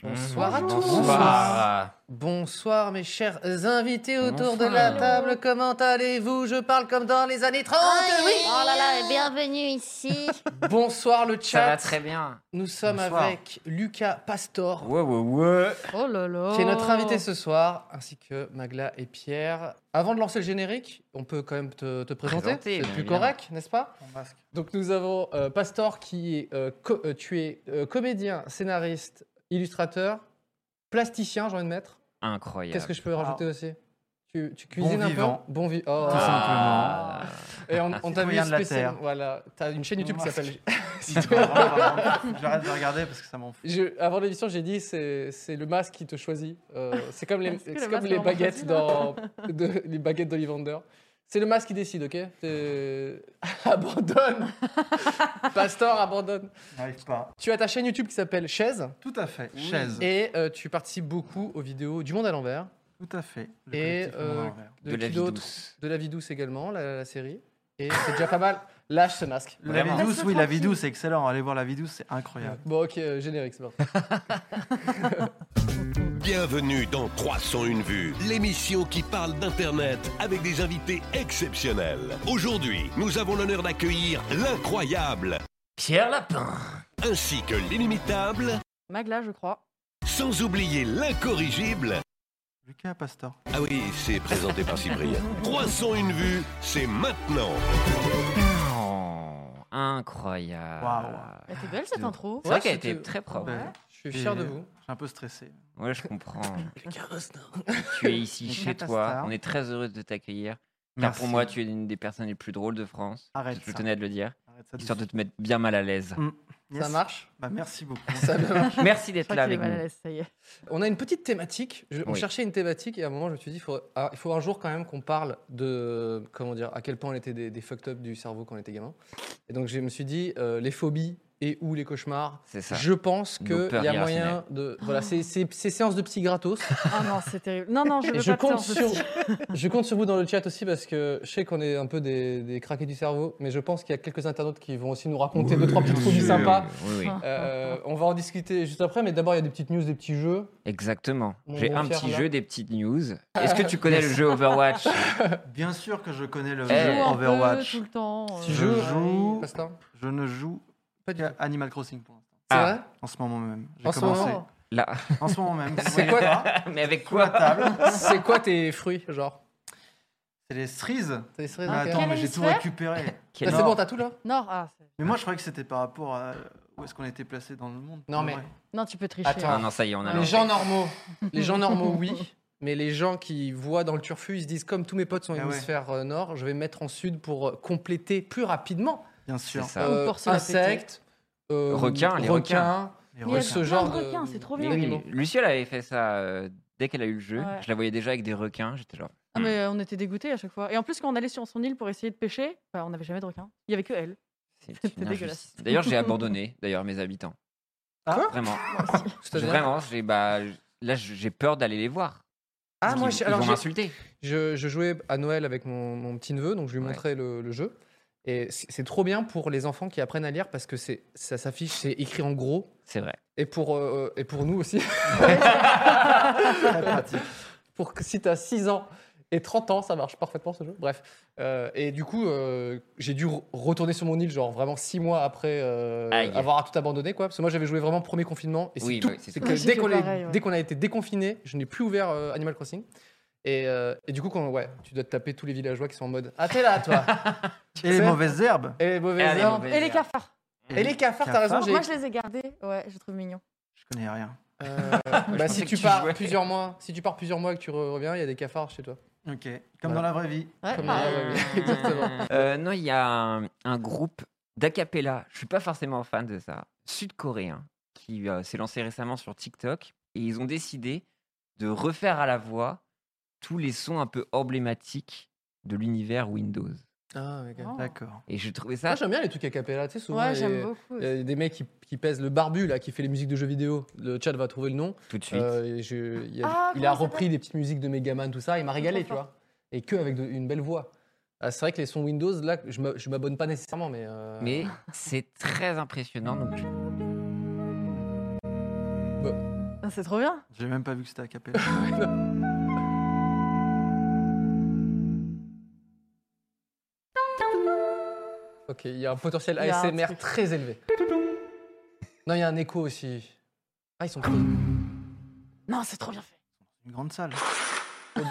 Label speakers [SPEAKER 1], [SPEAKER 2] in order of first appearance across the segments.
[SPEAKER 1] Bonsoir à tous.
[SPEAKER 2] Bonsoir.
[SPEAKER 1] Bonsoir, mes chers invités autour de la table. Comment allez-vous Je parle comme dans les années 30. oui.
[SPEAKER 3] Oh là là, et bienvenue ici.
[SPEAKER 1] Bonsoir le
[SPEAKER 2] Ça va
[SPEAKER 1] chat.
[SPEAKER 2] très bien.
[SPEAKER 1] Nous sommes
[SPEAKER 2] Bonsoir.
[SPEAKER 1] avec Lucas Pastor,
[SPEAKER 2] Ouais, ouais, ouais.
[SPEAKER 3] Oh là là.
[SPEAKER 1] qui est notre invité ce soir, ainsi que Magla et Pierre. Avant de lancer le générique, on peut quand même te, te présenter.
[SPEAKER 2] Présenter,
[SPEAKER 1] C'est
[SPEAKER 2] bien
[SPEAKER 1] plus
[SPEAKER 2] évidemment.
[SPEAKER 1] correct, n'est-ce pas Donc nous avons euh, Pastor qui est, euh, co- euh, tu es euh, comédien, scénariste, illustrateur, plasticien, j'ai envie de mettre.
[SPEAKER 2] Incroyable.
[SPEAKER 1] Qu'est-ce que je peux rajouter aussi tu, tu
[SPEAKER 4] Bon
[SPEAKER 1] cuisines un
[SPEAKER 4] vivant.
[SPEAKER 1] peu Bon vivant. Oh.
[SPEAKER 4] Tout
[SPEAKER 2] Ah.
[SPEAKER 1] Et on, on t'a vu
[SPEAKER 4] Citoyen de la
[SPEAKER 1] spécial.
[SPEAKER 4] Terre.
[SPEAKER 1] Voilà, t'as une chaîne YouTube qui s'appelle.
[SPEAKER 4] J'arrête de regarder parce que ça m'en fout.
[SPEAKER 1] Je- avant l'émission, j'ai dit c'est c'est le masque qui te choisit. Euh, c'est comme les,
[SPEAKER 5] Est-ce que
[SPEAKER 1] c'est
[SPEAKER 5] le
[SPEAKER 1] comme
[SPEAKER 5] masque
[SPEAKER 1] les
[SPEAKER 5] vraiment
[SPEAKER 1] baguettes
[SPEAKER 5] choisit,
[SPEAKER 1] dans de- les baguettes d'Ollivander. C'est le masque qui décide, ok T'es- Abandonne. Pastor abandonne.
[SPEAKER 4] J'arrive pas.
[SPEAKER 1] Tu as ta chaîne YouTube qui s'appelle Chaise
[SPEAKER 4] Tout à fait. Chaise.
[SPEAKER 1] et euh, tu participes beaucoup aux vidéos du monde à l'envers.
[SPEAKER 4] Tout à fait. Le
[SPEAKER 1] Et,
[SPEAKER 4] collectif Monde à
[SPEAKER 1] euh,
[SPEAKER 4] l'envers.
[SPEAKER 2] De la
[SPEAKER 1] qui
[SPEAKER 2] vie
[SPEAKER 1] d'autre
[SPEAKER 2] douce.
[SPEAKER 1] De la vie douce également, la, la série. Et c'est déjà pas mal. Lâche ce masque.
[SPEAKER 4] La
[SPEAKER 2] Vraiment.
[SPEAKER 4] vie douce, oui, la vie douce, c'est excellent. Allez voir la vie douce, c'est incroyable.
[SPEAKER 1] Bon, ok, euh, générique, c'est parti.
[SPEAKER 6] Bienvenue dans 301 vues, l'émission qui parle d'Internet avec des invités exceptionnels. Aujourd'hui, nous avons l'honneur d'accueillir l'incroyable
[SPEAKER 2] Pierre Lapin.
[SPEAKER 6] ainsi que l'inimitable,
[SPEAKER 5] Magla, je crois.
[SPEAKER 6] sans oublier l'incorrigible.
[SPEAKER 4] Lucas Pastor.
[SPEAKER 6] Ah oui, c'est présenté par Cyprien. 301 vues, c'est maintenant.
[SPEAKER 2] Oh, incroyable.
[SPEAKER 4] Waouh.
[SPEAKER 5] Elle était belle cette
[SPEAKER 1] Ah,
[SPEAKER 2] Ouais,
[SPEAKER 5] intro.
[SPEAKER 2] C'est vrai qu'elle
[SPEAKER 1] c'était-
[SPEAKER 2] était très propre.
[SPEAKER 4] Ouais.
[SPEAKER 1] Je suis fier de vous.
[SPEAKER 4] ben, Je suis un peu stressé.
[SPEAKER 2] Ouais, je comprends. tu es ici
[SPEAKER 4] Lucas
[SPEAKER 2] chez toi.
[SPEAKER 4] Pastor.
[SPEAKER 2] On est très heureux de t'accueillir. Car
[SPEAKER 4] Merci.
[SPEAKER 2] pour moi, tu es l'une des personnes les plus drôles de France.
[SPEAKER 4] Arrête
[SPEAKER 2] Je
[SPEAKER 4] ça.
[SPEAKER 2] tenais à te le dire,
[SPEAKER 4] Arrête ça.
[SPEAKER 2] histoire
[SPEAKER 4] de
[SPEAKER 2] de te mettre bien mal à l'aise.
[SPEAKER 4] suite.
[SPEAKER 1] Ça
[SPEAKER 4] Yes.
[SPEAKER 1] marche
[SPEAKER 4] Bah, merci beaucoup.
[SPEAKER 1] Ça marche.
[SPEAKER 2] Merci
[SPEAKER 5] Je
[SPEAKER 2] d'être
[SPEAKER 5] crois
[SPEAKER 2] là
[SPEAKER 5] qu'il est
[SPEAKER 2] avec
[SPEAKER 5] mal à
[SPEAKER 2] nous.
[SPEAKER 5] l'aise, ça y est.
[SPEAKER 1] On a une petite thématique. Je- On
[SPEAKER 2] Oui.
[SPEAKER 1] cherchait une thématique et à un moment, je me suis dit, il faut, ah, il faut un jour quand même qu'on parle de. Comment dire À quel point on était des, des fucked up du cerveau quand on était gamin. Et donc, je me suis dit, euh, les phobies et ou les cauchemars.
[SPEAKER 2] C'est ça.
[SPEAKER 1] Je pense
[SPEAKER 2] Nos
[SPEAKER 1] qu'il
[SPEAKER 2] peurs
[SPEAKER 1] y a
[SPEAKER 2] irrationnelles.
[SPEAKER 1] moyen de. Voilà, c'est c'est- c'est séance de psy gratos.
[SPEAKER 5] Oh non, c'est terrible. Non, non, je
[SPEAKER 1] Et
[SPEAKER 5] veux
[SPEAKER 1] je
[SPEAKER 5] pas de
[SPEAKER 1] compte,
[SPEAKER 5] séance de
[SPEAKER 1] sur,
[SPEAKER 5] psy.
[SPEAKER 1] je compte sur vous dans le chat aussi parce que je sais qu'on est un peu des, des craqués du cerveau, mais je pense qu'il y a quelques internautes qui vont aussi nous raconter deux, trois petites
[SPEAKER 2] Oui,
[SPEAKER 1] trucs sympas.
[SPEAKER 2] Oui, oui.
[SPEAKER 1] Euh, on va en discuter juste après, mais d'abord il y a des petites news, des petits jeux.
[SPEAKER 2] Exactement.
[SPEAKER 1] Mon
[SPEAKER 2] J'ai
[SPEAKER 1] bon
[SPEAKER 2] un
[SPEAKER 1] Pierre
[SPEAKER 2] petit
[SPEAKER 1] Lapin.
[SPEAKER 2] jeu, des petites news. Est-ce que tu connais le jeu Overwatch
[SPEAKER 4] Bien sûr que je connais le
[SPEAKER 2] Eh.
[SPEAKER 4] jeu
[SPEAKER 5] Joue un peu
[SPEAKER 4] Overwatch.
[SPEAKER 5] tout le temps. euh,
[SPEAKER 1] Tu
[SPEAKER 4] Je
[SPEAKER 1] joues
[SPEAKER 4] joue.
[SPEAKER 1] Pastor
[SPEAKER 4] Je ne joue
[SPEAKER 1] Pas du tout.
[SPEAKER 4] qu'à Animal Crossing pour l'instant.
[SPEAKER 1] C'est
[SPEAKER 2] Ah.
[SPEAKER 1] vrai
[SPEAKER 4] En ce moment même. J'ai
[SPEAKER 1] En ce
[SPEAKER 4] commencé.
[SPEAKER 1] moment
[SPEAKER 2] Là.
[SPEAKER 4] En ce moment même. vous
[SPEAKER 1] C'est
[SPEAKER 4] voyez
[SPEAKER 1] quoi-
[SPEAKER 4] pas
[SPEAKER 2] Mais avec
[SPEAKER 4] Sous la
[SPEAKER 2] quoi
[SPEAKER 4] table.
[SPEAKER 1] C'est quoi tes fruits, genre
[SPEAKER 4] C'est les cerises.
[SPEAKER 1] T'as des cerises,
[SPEAKER 4] Mais
[SPEAKER 1] ok.
[SPEAKER 4] Bah, attends,
[SPEAKER 5] Quel
[SPEAKER 4] mais j'ai tout
[SPEAKER 5] hémisphère
[SPEAKER 4] récupéré.
[SPEAKER 1] Là,
[SPEAKER 2] Quel-
[SPEAKER 1] Bah, C'est
[SPEAKER 4] Non.
[SPEAKER 1] bon, t'as tout là
[SPEAKER 5] Non, ah, c'est-
[SPEAKER 4] Mais moi, je croyais que c'était par rapport à euh, où est-ce qu'on était placé dans le monde.
[SPEAKER 1] Non, mais-
[SPEAKER 4] Ouais.
[SPEAKER 5] non, tu peux tricher.
[SPEAKER 1] Attends.
[SPEAKER 2] Ah non, ça y est, on a
[SPEAKER 1] Les
[SPEAKER 2] lancé.
[SPEAKER 1] gens normaux, les gens normaux, oui. Mais les gens qui voient dans le turfu, ils se disent comme tous mes potes sont
[SPEAKER 4] Ah ouais.
[SPEAKER 1] hémisphère euh, nord, je vais me mettre en sud pour euh, compléter plus rapidement. Euh,
[SPEAKER 4] Bien
[SPEAKER 2] C'est
[SPEAKER 4] sûr.
[SPEAKER 2] ça.
[SPEAKER 5] Ou pour se la péter.
[SPEAKER 1] insectes, euh,
[SPEAKER 2] Ah. Requins, les
[SPEAKER 1] requins.
[SPEAKER 5] Il
[SPEAKER 4] Les
[SPEAKER 5] y a
[SPEAKER 4] requins.
[SPEAKER 1] ce
[SPEAKER 5] plein
[SPEAKER 1] genre de-
[SPEAKER 5] de requins, c'est trop
[SPEAKER 2] Mais
[SPEAKER 5] bien.
[SPEAKER 2] oui,
[SPEAKER 1] d'animaux.
[SPEAKER 2] Luciole avait fait ça euh, dès qu'elle a eu le jeu.
[SPEAKER 5] Ouais.
[SPEAKER 2] Je la voyais déjà avec des requins. J'étais genre.
[SPEAKER 5] Ah, mais euh, on était dégoûtés à chaque fois. Et en plus, quand on allait sur son île pour essayer de pêcher, bah, on n'avait jamais de requins. Il y avait que elle.
[SPEAKER 2] c'est une
[SPEAKER 5] C'était
[SPEAKER 2] injustice.
[SPEAKER 5] dégueulasse.
[SPEAKER 2] D'ailleurs, j'ai abandonné. D'ailleurs, mes habitants.
[SPEAKER 4] Ah.
[SPEAKER 2] Vraiment.
[SPEAKER 1] C'est-à-dire
[SPEAKER 2] Vraiment. J'ai bah là, j'ai peur d'aller les voir.
[SPEAKER 1] Ah,
[SPEAKER 2] Parce
[SPEAKER 1] moi,
[SPEAKER 2] qu'ils-
[SPEAKER 1] j'ai-
[SPEAKER 2] ils
[SPEAKER 1] alors
[SPEAKER 2] vont
[SPEAKER 1] j'ai-
[SPEAKER 2] m'insulter.
[SPEAKER 1] Je, je jouais à Noël avec mon, mon petit neveu, donc je lui
[SPEAKER 2] Ouais.
[SPEAKER 1] montrais le, le jeu. Et c'est c'est trop bien pour les enfants qui apprennent à lire parce que c'est ça s'affiche, c'est écrit en gros.
[SPEAKER 2] C'est vrai.
[SPEAKER 1] Et pour, euh, et pour nous aussi,
[SPEAKER 4] Très pratique.
[SPEAKER 1] pour que si t'as 6 ans et 30 ans, ça marche parfaitement ce jeu. Bref. Euh, et du coup, euh, j'ai dû re- retourner sur mon île, genre vraiment 6 mois après euh,
[SPEAKER 2] Aïe.
[SPEAKER 1] avoir tout abandonné, quoi. Parce que moi, j'avais joué vraiment premier confinement. Et c'est
[SPEAKER 2] Oui,
[SPEAKER 1] tout.
[SPEAKER 2] bah oui, c'est
[SPEAKER 1] C'est
[SPEAKER 2] tout.
[SPEAKER 1] que
[SPEAKER 5] Oui,
[SPEAKER 1] dès
[SPEAKER 5] c'est
[SPEAKER 1] qu'on
[SPEAKER 5] tout
[SPEAKER 1] est-
[SPEAKER 5] pareil, ouais.
[SPEAKER 1] dès qu'on a été déconfiné, je n'ai plus ouvert euh, Animal Crossing. Et, euh, et du coup, quand, ouais, tu dois te taper tous les villageois qui sont en mode Ah, t'es là, toi Eh,
[SPEAKER 4] Et les mauvaises herbes.
[SPEAKER 1] Et les mauvaises
[SPEAKER 2] Ah, les
[SPEAKER 1] herbes.
[SPEAKER 2] mauvaises
[SPEAKER 5] Et les cafards.
[SPEAKER 1] Et les cafards, t'as
[SPEAKER 4] Cafards.
[SPEAKER 1] raison, Ah, j'ai.
[SPEAKER 5] Moi, je les ai gardés. Ouais, je les trouve mignons.
[SPEAKER 4] Je connais rien.
[SPEAKER 1] Euh,
[SPEAKER 2] Je
[SPEAKER 1] bah,
[SPEAKER 2] pensais
[SPEAKER 1] si
[SPEAKER 2] que
[SPEAKER 1] tu
[SPEAKER 2] tu
[SPEAKER 1] pars
[SPEAKER 2] jouais.
[SPEAKER 1] plusieurs mois, si tu pars plusieurs mois et que tu re- reviens, il y a des cafards chez toi.
[SPEAKER 4] Ok. Comme dans la vraie vie.
[SPEAKER 2] Ah
[SPEAKER 5] Ouais, ah.
[SPEAKER 1] Comme
[SPEAKER 5] pareil.
[SPEAKER 1] les- Exactement.
[SPEAKER 2] Euh, non, il y a un, un groupe D'acapella, je suis pas forcément fan de ça. Sud-coréen, qui euh, s'est lancé récemment sur TikTok, et ils ont décidé de refaire à la voix tous les sons un peu emblématiques de l'univers Windows.
[SPEAKER 1] Ah, ok.
[SPEAKER 5] Oh.
[SPEAKER 4] D'accord.
[SPEAKER 2] Et je trouvais ça
[SPEAKER 1] Ah, j'aime bien les trucs a cappella, tu sais, souvent.
[SPEAKER 5] Ouais,
[SPEAKER 1] les-
[SPEAKER 5] j'aime beaucoup.
[SPEAKER 1] il y a des mecs qui, qui pèsent le barbu, là, qui fait les musiques de jeux vidéo. Le chat va trouver le nom.
[SPEAKER 2] tout de suite.
[SPEAKER 1] Euh, et je- il, y a-
[SPEAKER 5] Ah,
[SPEAKER 1] il a
[SPEAKER 5] comment ça
[SPEAKER 1] repris des petites musiques de Megaman, tout ça. Il m'a régalé, tu
[SPEAKER 5] trop
[SPEAKER 1] vois. Et que avec de- une belle voix. Ah, c'est vrai que les sons Windows, là, je m'a- je m'abonne pas nécessairement, mais. euh,
[SPEAKER 2] Mais c'est très impressionnant. Donc je-
[SPEAKER 5] Ah, C'est trop bien.
[SPEAKER 4] J'ai même pas vu que c'était à Capella.
[SPEAKER 1] Ok, il y a un potentiel
[SPEAKER 5] Il y a un
[SPEAKER 1] ASMR
[SPEAKER 5] truc.
[SPEAKER 1] très élevé. Non, il y a un écho aussi. Ah, ils sont.
[SPEAKER 5] Non, c'est trop bien fait.
[SPEAKER 4] Une grande salle.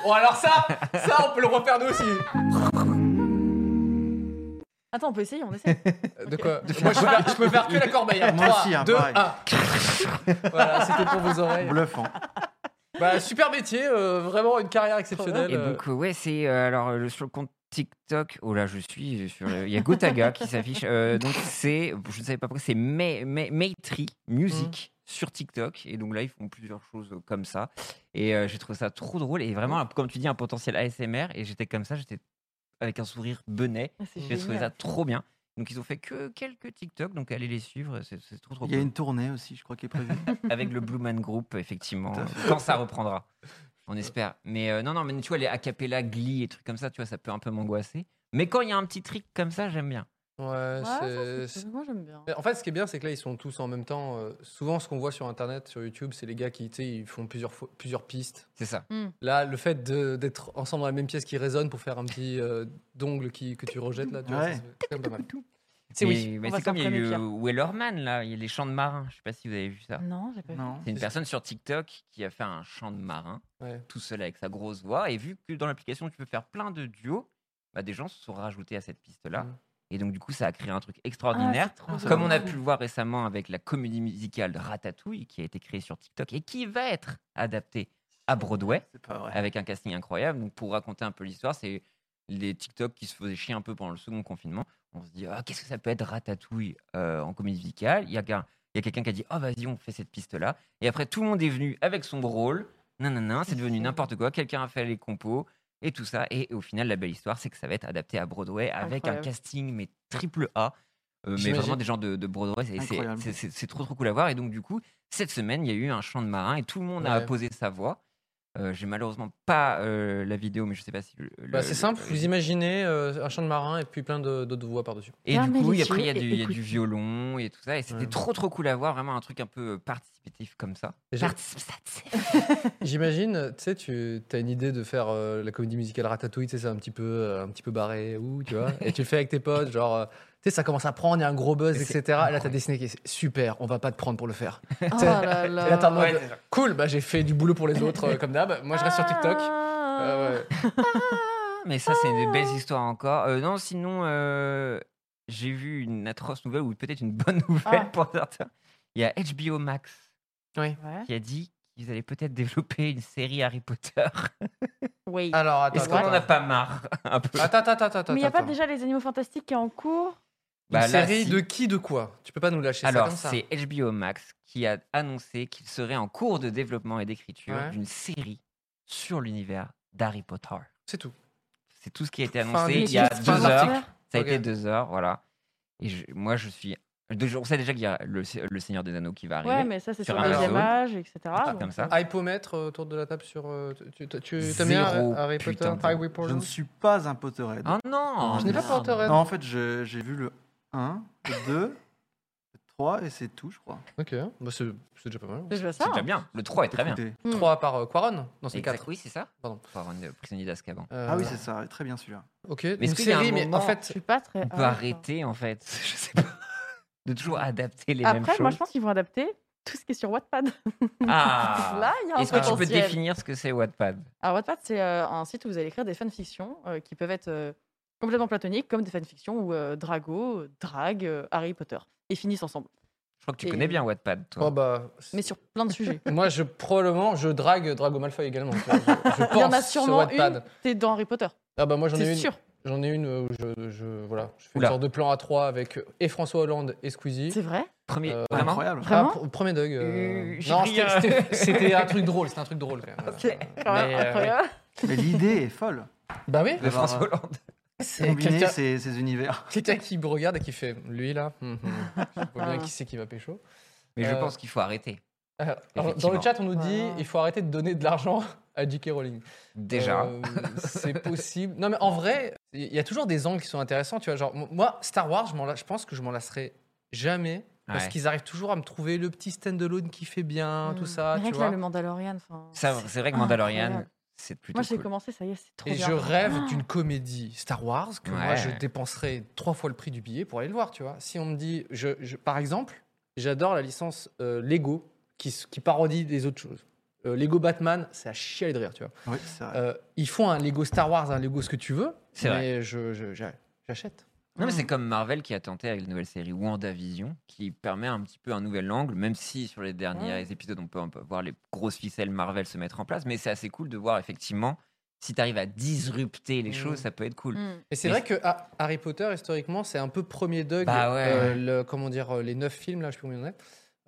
[SPEAKER 1] Oh, alors ça, ça, on peut le refaire nous aussi.
[SPEAKER 5] Attends, on peut essayer, on essaie.
[SPEAKER 1] De quoi Moi, je peux, faire, je peux faire que la corbeille. hein.
[SPEAKER 4] Moi
[SPEAKER 1] Trois,
[SPEAKER 4] aussi, hein,
[SPEAKER 1] deux,
[SPEAKER 4] pareil.
[SPEAKER 1] un. Voilà, c'était pour vos oreilles.
[SPEAKER 4] Bluffant.
[SPEAKER 1] Bah, super métier, euh, vraiment une carrière
[SPEAKER 2] Et
[SPEAKER 1] exceptionnelle. euh.
[SPEAKER 2] donc euh, ouais, c'est euh, alors euh, sur le compte TikTok. Oh là, je suis sur. le- Il y a Gotaga qui s'affiche. Euh, donc c'est, je ne savais pas pourquoi, c'est May- May- Maytree
[SPEAKER 4] Mmh.
[SPEAKER 2] Music sur TikTok. Et donc là, ils font plusieurs choses euh, comme ça. Et euh, j'ai trouvé ça trop drôle et vraiment,
[SPEAKER 4] Mmh.
[SPEAKER 2] comme tu dis, un potentiel ASMR. Et j'étais comme ça, j'étais avec un sourire benet.
[SPEAKER 5] Ah, c'est
[SPEAKER 2] J'ai trouvé ça
[SPEAKER 5] génial.
[SPEAKER 2] trop bien. Donc ils ont fait que quelques TikTok. Donc allez les suivre, c'est c'est trop trop.
[SPEAKER 4] Il y a
[SPEAKER 2] cool.
[SPEAKER 4] une tournée aussi, je crois, qui est prévue.
[SPEAKER 2] avec le Blue Man Group, effectivement,
[SPEAKER 4] Tout à
[SPEAKER 2] euh, quand ça reprendra. On espère. Mais euh, non, non, mais tu vois, les acapella, glee et trucs comme ça, tu vois, ça peut un peu m'angoisser. Mais quand il y a un petit trick comme ça, j'aime bien.
[SPEAKER 1] Ouais,
[SPEAKER 5] Ouais,
[SPEAKER 1] c'est-
[SPEAKER 5] ça, Ah, c'est- Moi, j'aime bien.
[SPEAKER 1] Mais En fait, ce qui est bien, c'est que là, ils sont tous en même temps. euh, souvent, ce qu'on voit sur Internet, sur YouTube, c'est les gars qui, tu sais, ils font plusieurs, fois- plusieurs pistes.
[SPEAKER 2] C'est ça.
[SPEAKER 1] Là, le fait de- d'être ensemble dans la même pièce qui résonne pour faire un petit euh, dongle qui, que tu rejettes, là, tu vois,
[SPEAKER 4] Ouais.
[SPEAKER 1] ça, c'est quand même pas mal.
[SPEAKER 2] C'est
[SPEAKER 5] oui, on va
[SPEAKER 2] c'est comme il y a
[SPEAKER 5] s'entraîner,
[SPEAKER 2] eu
[SPEAKER 5] Pierre.
[SPEAKER 2] euh, Wellerman, là, il y a les chants de marins. Je sais pas si vous avez vu ça.
[SPEAKER 5] Non, j'ai pas vu.
[SPEAKER 4] Non.
[SPEAKER 2] C'est une
[SPEAKER 1] C'est-
[SPEAKER 2] personne sur TikTok qui a fait un chant de marin,
[SPEAKER 1] Ouais.
[SPEAKER 2] tout seul avec sa grosse voix. Et vu que dans l'application, tu peux faire plein de duos, bah, des gens se sont rajoutés à cette piste-là.
[SPEAKER 1] Mhm.
[SPEAKER 2] Et donc, du coup, ça a créé un truc
[SPEAKER 5] Ah,
[SPEAKER 2] extraordinaire.
[SPEAKER 5] c'est trop
[SPEAKER 2] Comme on a
[SPEAKER 5] bien.
[SPEAKER 2] pu le voir récemment avec la comédie musicale Ratatouille, qui a été créée sur TikTok et qui va être adaptée à Broadway
[SPEAKER 4] C'est pas vrai.
[SPEAKER 2] avec un casting incroyable. Donc, pour raconter un peu l'histoire, c'est les TikTok qui se faisaient chier un peu pendant le second confinement. On se dit, ah, qu'est-ce que ça peut être Ratatouille euh, en comédie musicale Il y a, qu'un- il y a quelqu'un qui a dit, oh, vas-y, on fait cette piste-là. Et après, tout le monde est venu avec son rôle. Non, non, non, c'est devenu n'importe quoi. Quelqu'un a fait les compos et tout ça. Et au final, la belle histoire, c'est que ça va être adapté à Broadway avec un
[SPEAKER 5] Incroyable.
[SPEAKER 2] casting, mais triple A. euh, mais
[SPEAKER 1] J'imagine.
[SPEAKER 2] vraiment des gens de, de Broadway, c'est- c'est-
[SPEAKER 4] Incroyable.
[SPEAKER 2] c'est c'est- c'est trop trop cool à voir. Et donc du coup, cette semaine, il y a eu un chant de marin et tout le monde a
[SPEAKER 1] Ouais.
[SPEAKER 2] posé sa voix. Euh, J'ai malheureusement pas euh, la vidéo, mais je sais pas si. le-
[SPEAKER 1] Bah,
[SPEAKER 2] le-
[SPEAKER 1] c'est simple,
[SPEAKER 2] le-
[SPEAKER 1] vous imaginez euh, un chant de marin et puis plein de- d'autres voix par-dessus.
[SPEAKER 2] Et du
[SPEAKER 5] Fermez
[SPEAKER 2] coup,
[SPEAKER 5] les
[SPEAKER 2] et après, il y a
[SPEAKER 5] yeux
[SPEAKER 2] du,
[SPEAKER 5] et
[SPEAKER 2] il y a
[SPEAKER 5] écoutez.
[SPEAKER 2] du violon et tout ça. Et c'était
[SPEAKER 1] Ouais.
[SPEAKER 2] trop trop cool à voir, vraiment un truc un peu euh, participatif comme ça.
[SPEAKER 1] Et j'ai-
[SPEAKER 2] Participatif.
[SPEAKER 1] J'imagine, tu sais, tu as une idée de faire euh, la comédie musicale Ratatouille, tu sais, c'est un petit peu, euh, un petit peu barré, ou tu vois, et tu le fais avec tes potes, genre, euh, tu sais, ça commence à prendre, il y a un gros buzz,
[SPEAKER 2] Mais
[SPEAKER 1] etc.
[SPEAKER 2] c'est
[SPEAKER 1] Et là, t'as
[SPEAKER 2] incroyable.
[SPEAKER 1] dessiné qui est super, on va pas te prendre pour le faire.
[SPEAKER 5] Oh là là.
[SPEAKER 1] Et là, t'es en mode,
[SPEAKER 2] Ouais, c'est ça.
[SPEAKER 1] cool, bah j'ai fait du boulot pour les autres, euh, comme d'hab. Moi, je reste sur TikTok.
[SPEAKER 5] Ah.
[SPEAKER 1] Euh, ouais.
[SPEAKER 2] Ah, Mais ça, c'est une belle histoire encore. Euh, non, sinon, euh, j'ai vu une atroce nouvelle ou peut-être une bonne nouvelle
[SPEAKER 5] Ah.
[SPEAKER 2] pour certains. Il y a HBO Max
[SPEAKER 5] Ouais.
[SPEAKER 2] qui a dit qu'ils allaient peut-être développer une série Harry Potter.
[SPEAKER 5] Ah, Wait.
[SPEAKER 2] Ah,
[SPEAKER 1] Alors, attends,
[SPEAKER 2] Est-ce qu'on
[SPEAKER 1] attends.
[SPEAKER 2] en a pas marre un peu
[SPEAKER 1] Attends, attends, attends, attends.
[SPEAKER 5] Mais il n'y a pas
[SPEAKER 1] attends.
[SPEAKER 5] déjà les animaux fantastiques qui est en cours
[SPEAKER 1] Une
[SPEAKER 2] Bah, là,
[SPEAKER 1] série
[SPEAKER 2] si.
[SPEAKER 1] de qui, de quoi Tu peux pas nous lâcher ça
[SPEAKER 2] Alors,
[SPEAKER 1] comme ça.
[SPEAKER 2] c'est HBO Max qui a annoncé qu'il serait en cours de développement et d'écriture
[SPEAKER 1] Ouais.
[SPEAKER 2] d'une série sur l'univers d'Harry Potter.
[SPEAKER 1] C'est tout.
[SPEAKER 2] C'est tout ce qui a été
[SPEAKER 1] Fin
[SPEAKER 2] annoncé il y a
[SPEAKER 1] d'étude, fin
[SPEAKER 2] deux heures.
[SPEAKER 1] d'article.
[SPEAKER 2] Ça a
[SPEAKER 1] Ok.
[SPEAKER 2] été deux heures, voilà. Et je- moi, je suis. de- On sait déjà qu'il y a le, le Seigneur des Anneaux qui va arriver.
[SPEAKER 5] Ouais, mais ça, c'est
[SPEAKER 2] Sur
[SPEAKER 5] sur le deuxième
[SPEAKER 2] Amazon.
[SPEAKER 5] âge, etc.
[SPEAKER 2] Ah,
[SPEAKER 5] donc-
[SPEAKER 2] comme ça.
[SPEAKER 1] Hypomètre euh, autour de la table sur. euh, Tu, tu, tu t'aimes bien
[SPEAKER 2] Zéro
[SPEAKER 1] euh, Harry Potter
[SPEAKER 2] putain de-
[SPEAKER 1] Harry
[SPEAKER 4] Je
[SPEAKER 1] Potter
[SPEAKER 4] ne suis pas un Potterhead.
[SPEAKER 2] Oh non
[SPEAKER 1] Je n'ai pas
[SPEAKER 2] merde.
[SPEAKER 1] Potterhead.
[SPEAKER 4] Non, en fait, je- j'ai vu le 1, le 2, le 3 et c'est tout, je crois.
[SPEAKER 1] Ok, bah, c'est c'est déjà pas mal.
[SPEAKER 5] Mais Je vois ça.
[SPEAKER 2] C'est déjà bien. Le 3 est très bien.
[SPEAKER 4] Écoutez.
[SPEAKER 5] Hmm.
[SPEAKER 1] 3 par euh, Quaron Non, c'est
[SPEAKER 2] Exact.
[SPEAKER 1] 4.
[SPEAKER 2] Oui, c'est ça
[SPEAKER 1] Pardon.
[SPEAKER 2] Pour un prisonnier d'Azkaban.
[SPEAKER 4] Ah oui, c'est ça, très bien celui-là.
[SPEAKER 1] Euh, Ok,
[SPEAKER 2] Mais
[SPEAKER 1] une
[SPEAKER 2] est-ce qu'il y a un
[SPEAKER 1] série, mais en
[SPEAKER 2] moment-
[SPEAKER 5] Je
[SPEAKER 1] fait.
[SPEAKER 5] suis pas très.
[SPEAKER 2] On peut
[SPEAKER 5] Ah,
[SPEAKER 2] arrêter, en fait. Je sais pas. De toujours adapter les
[SPEAKER 5] d'accord.
[SPEAKER 2] mêmes
[SPEAKER 5] Après, moi,
[SPEAKER 2] choses.
[SPEAKER 5] je pense qu'ils vont adapter tout ce qui est sur Wattpad.
[SPEAKER 2] Ah
[SPEAKER 5] Là, il y a un
[SPEAKER 2] Est-ce que tu peux
[SPEAKER 5] potentiel.
[SPEAKER 2] définir ce que c'est Wattpad
[SPEAKER 5] Alors, Wattpad, c'est euh, un site où vous allez écrire des fanfictions euh, qui peuvent être euh, complètement platoniques, comme des fanfictions où euh, Drago, euh, drague euh, Harry Potter et finissent ensemble.
[SPEAKER 2] Je crois que tu
[SPEAKER 5] Et-
[SPEAKER 2] connais bien Wattpad, toi.
[SPEAKER 1] Oh bah.
[SPEAKER 5] Mais sur plein de sujets.
[SPEAKER 1] Moi, je probablement, je drague Drago Malfoy également. tu vois, Je, je pense
[SPEAKER 5] Il y en a
[SPEAKER 1] sur
[SPEAKER 5] sûrement
[SPEAKER 1] Wattpad.
[SPEAKER 5] une. T'es dans Harry Potter.
[SPEAKER 1] Ah bah moi j'en ai
[SPEAKER 5] C'est
[SPEAKER 1] une.
[SPEAKER 5] sûr.
[SPEAKER 1] J'en ai une euh, où je, je- voilà, je fais
[SPEAKER 2] Oula.
[SPEAKER 1] une sorte de plan à 3 avec euh, et François Hollande et Squeezie.
[SPEAKER 5] C'est vrai
[SPEAKER 2] Premier,
[SPEAKER 1] Euh,
[SPEAKER 2] vraiment
[SPEAKER 4] Incroyable.
[SPEAKER 1] Ah,
[SPEAKER 5] Vraiment
[SPEAKER 1] pr- Premier Doug. euh,
[SPEAKER 2] Euh, j'ai
[SPEAKER 1] Non,
[SPEAKER 2] pris,
[SPEAKER 1] c'était-
[SPEAKER 2] euh,
[SPEAKER 1] c'était c'était un truc drôle, c'était un truc drôle quand même.
[SPEAKER 5] C'est
[SPEAKER 1] Euh,
[SPEAKER 5] quand même
[SPEAKER 1] mais, euh,
[SPEAKER 5] incroyable.
[SPEAKER 4] Mais l'idée est folle.
[SPEAKER 1] Bah oui,
[SPEAKER 2] de François Hollande.
[SPEAKER 1] c'est
[SPEAKER 4] Combiner
[SPEAKER 1] quelqu'un
[SPEAKER 4] ces, ces univers.
[SPEAKER 1] quelqu'un qui me regarde et qui fait lui là, hum, hum, je vois bien qui c'est qui va pécho.
[SPEAKER 2] Mais je
[SPEAKER 1] Euh,
[SPEAKER 2] pense qu'il faut arrêter.
[SPEAKER 1] Alors, dans le
[SPEAKER 2] Effectivement.
[SPEAKER 1] chat, on nous dit
[SPEAKER 5] Voilà.
[SPEAKER 1] il faut arrêter de donner de l'argent à J.K. Rowling.
[SPEAKER 2] Déjà.
[SPEAKER 1] Euh, c'est possible. Non, mais en vrai, il y a toujours des angles qui sont intéressants. Tu vois, genre, m- moi, Star Wars, je, m'en la- je pense que je m'en lasserai jamais parce
[SPEAKER 2] Ouais.
[SPEAKER 1] qu'ils arrivent toujours à me trouver le petit stand-alone qui fait bien, tout
[SPEAKER 5] Mm.
[SPEAKER 1] ça.
[SPEAKER 5] Mais rien
[SPEAKER 1] Tu
[SPEAKER 5] que là,
[SPEAKER 1] vois.
[SPEAKER 5] le Mandalorian. enfin,
[SPEAKER 2] Ça,
[SPEAKER 5] c'est-
[SPEAKER 2] c'est vrai que Mandalorian,
[SPEAKER 5] incroyable.
[SPEAKER 2] c'est plutôt
[SPEAKER 5] Moi, j'ai
[SPEAKER 2] cool.
[SPEAKER 5] commencé, ça y est, c'est trop
[SPEAKER 1] Et
[SPEAKER 5] bien.
[SPEAKER 1] je rêve d'une comédie Star Wars que moi,
[SPEAKER 2] Ouais.
[SPEAKER 1] je dépenserais trois fois le prix du billet pour aller le voir. Tu vois. Si on me dit, je, je- par exemple, j'adore la licence euh, Lego qui, s- qui parodie les autres choses. Euh, Lego Batman, c'est à chialer de rire, tu vois.
[SPEAKER 4] Oui, c'est vrai.
[SPEAKER 1] Euh, ils font un Lego Star Wars, un Lego ce que tu veux,
[SPEAKER 2] C'est vrai.
[SPEAKER 1] mais je- je- j'a- j'achète.
[SPEAKER 2] Non, mais c'est comme Marvel qui a tenté avec la nouvelle série WandaVision, qui permet un petit peu un nouvel angle, même si sur les derniers épisodes, on peut, un peu voir les grosses ficelles Marvel se mettre en place. Mais c'est assez cool de voir, effectivement, si tu arrives à disrupter les
[SPEAKER 1] Mm.
[SPEAKER 2] choses, ça peut être cool.
[SPEAKER 5] Mm.
[SPEAKER 1] Et c'est
[SPEAKER 2] Mais-
[SPEAKER 1] vrai que ah, Harry Potter, historiquement, c'est un peu premier Doug.
[SPEAKER 2] Bah ouais.
[SPEAKER 1] euh, le- comment dire, euh, les neuf films, là, je sais plus combien il y en a,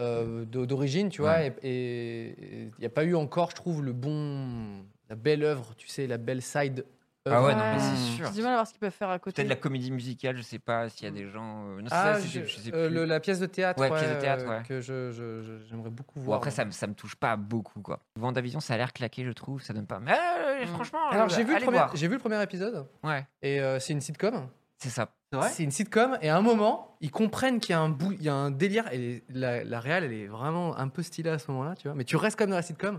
[SPEAKER 1] euh, d'o- d'origine, tu vois.
[SPEAKER 2] Ouais.
[SPEAKER 1] Et il n'y a pas eu encore, je trouve, le bon. La belle œuvre, tu sais, la belle side.
[SPEAKER 2] Ah ouais,
[SPEAKER 1] œuvre.
[SPEAKER 2] non, mais
[SPEAKER 5] Ouais.
[SPEAKER 2] c'est sûr.
[SPEAKER 5] J'ai du mal à voir ce qu'ils peuvent faire à côté.
[SPEAKER 2] Peut-être la comédie musicale, je sais pas s'il y a des gens. euh, Non, c'est
[SPEAKER 1] Mm. Ah,
[SPEAKER 2] ça, c'est-
[SPEAKER 1] je-
[SPEAKER 2] je, sais
[SPEAKER 1] euh,
[SPEAKER 2] plus.
[SPEAKER 1] le- la pièce de théâtre,
[SPEAKER 2] Ouais, pièce de théâtre,
[SPEAKER 1] euh,
[SPEAKER 2] ouais.
[SPEAKER 1] que je- je- je- j'aimerais beaucoup
[SPEAKER 2] Bon,
[SPEAKER 1] voir.
[SPEAKER 2] après, ça, me- ça me touche pas beaucoup, quoi. WandaVision, ça a l'air claqué, je trouve. Ça donne pas. Mais euh,
[SPEAKER 1] Mm.
[SPEAKER 2] franchement,
[SPEAKER 1] Alors,
[SPEAKER 2] euh,
[SPEAKER 1] j'ai vu, le
[SPEAKER 2] allez
[SPEAKER 1] premier-
[SPEAKER 2] voir.
[SPEAKER 1] j'ai vu le premier épisode,
[SPEAKER 2] Ouais,
[SPEAKER 1] et euh, c'est une sitcom.
[SPEAKER 2] c'est ça.
[SPEAKER 4] C'est vrai
[SPEAKER 1] C'est une sitcom et à un moment, ils comprennent qu'il y a un bout, il y a un délire et la, la réal elle est vraiment un peu stylée à ce moment-là, tu vois. Mais tu restes quand même dans la sitcom.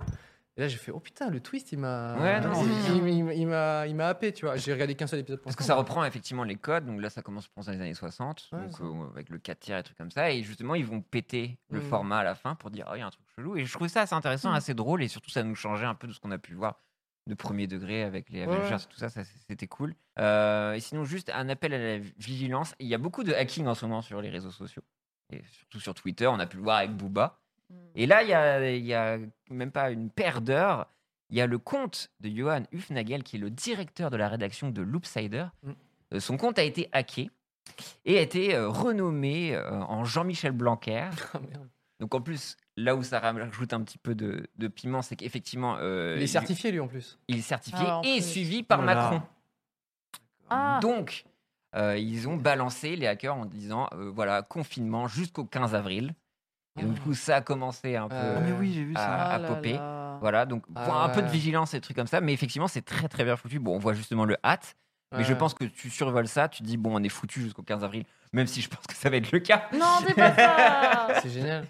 [SPEAKER 1] Et là, j'ai fait oh putain, le twist, il m'a
[SPEAKER 2] Ouais, non,
[SPEAKER 1] il,
[SPEAKER 2] c'est
[SPEAKER 1] il- il- il m'a il m'a happé, tu vois. J'ai regardé qu'un seul épisode pour
[SPEAKER 2] Parce que ça
[SPEAKER 1] l'instant.
[SPEAKER 2] reprend effectivement les codes. Donc là, ça commence, je pense, dans les années 60,
[SPEAKER 1] Ouais,
[SPEAKER 2] donc,
[SPEAKER 1] c'est
[SPEAKER 2] euh, avec le 4 tiers et trucs comme ça. Et justement, ils vont péter le
[SPEAKER 1] Mm.
[SPEAKER 2] format à la fin pour dire, ah, il y a un truc chelou. Et je trouvais ça assez intéressant,
[SPEAKER 1] Mmh.
[SPEAKER 5] Mm.
[SPEAKER 2] assez drôle. Et surtout, ça nous changeait un peu de ce qu'on a pu voir de premier degré avec les
[SPEAKER 1] Ouais,
[SPEAKER 2] Avengers,
[SPEAKER 1] ouais.
[SPEAKER 2] tout ça, ça, c'était cool. Euh, et sinon, juste un appel à la vigilance. Il y a beaucoup de hacking en ce moment sur les réseaux sociaux. Et surtout sur Twitter, on a pu le voir avec Booba.
[SPEAKER 5] Mm.
[SPEAKER 2] Et là, il y a- il y a, même pas une paire d'heures, il y a le compte de Johan Hufnagel, qui est le directeur de la rédaction de Loopsider.
[SPEAKER 1] Mm.
[SPEAKER 2] Euh, Son compte a été hacké et a été euh, renommé euh, en Jean-Michel Blanquer.
[SPEAKER 1] Ah, merde.
[SPEAKER 2] Donc en plus, là où ça rajoute un petit peu de, de piment, c'est qu'effectivement, euh,
[SPEAKER 1] Il est certifié lui en plus.
[SPEAKER 2] il est certifié
[SPEAKER 5] Ah, en
[SPEAKER 2] et
[SPEAKER 5] plus.
[SPEAKER 2] suivi par
[SPEAKER 4] Oh là là.
[SPEAKER 2] Macron.
[SPEAKER 5] Ah,
[SPEAKER 2] Donc, euh, ils ont balancé les hackers en disant, euh, voilà, confinement jusqu'au 15 avril. Et donc, du coup, ça a commencé un peu...
[SPEAKER 1] Euh,
[SPEAKER 4] Ah, mais oui, j'ai vu
[SPEAKER 2] à-
[SPEAKER 4] ça.
[SPEAKER 5] ah
[SPEAKER 2] à
[SPEAKER 5] là
[SPEAKER 2] popper.
[SPEAKER 5] là.
[SPEAKER 2] Voilà, donc
[SPEAKER 1] Ah
[SPEAKER 2] pour un peu de
[SPEAKER 1] ouais.
[SPEAKER 2] vigilance et trucs comme ça, mais effectivement, c'est très très bien foutu. Bon, on voit justement le hâte, mais je
[SPEAKER 1] Ouais.
[SPEAKER 2] pense que tu survoles ça, tu te dis, bon, on est foutu jusqu'au 15 avril, même si je pense que ça va être le cas.
[SPEAKER 5] Non, c'est pas ça
[SPEAKER 1] c'est génial.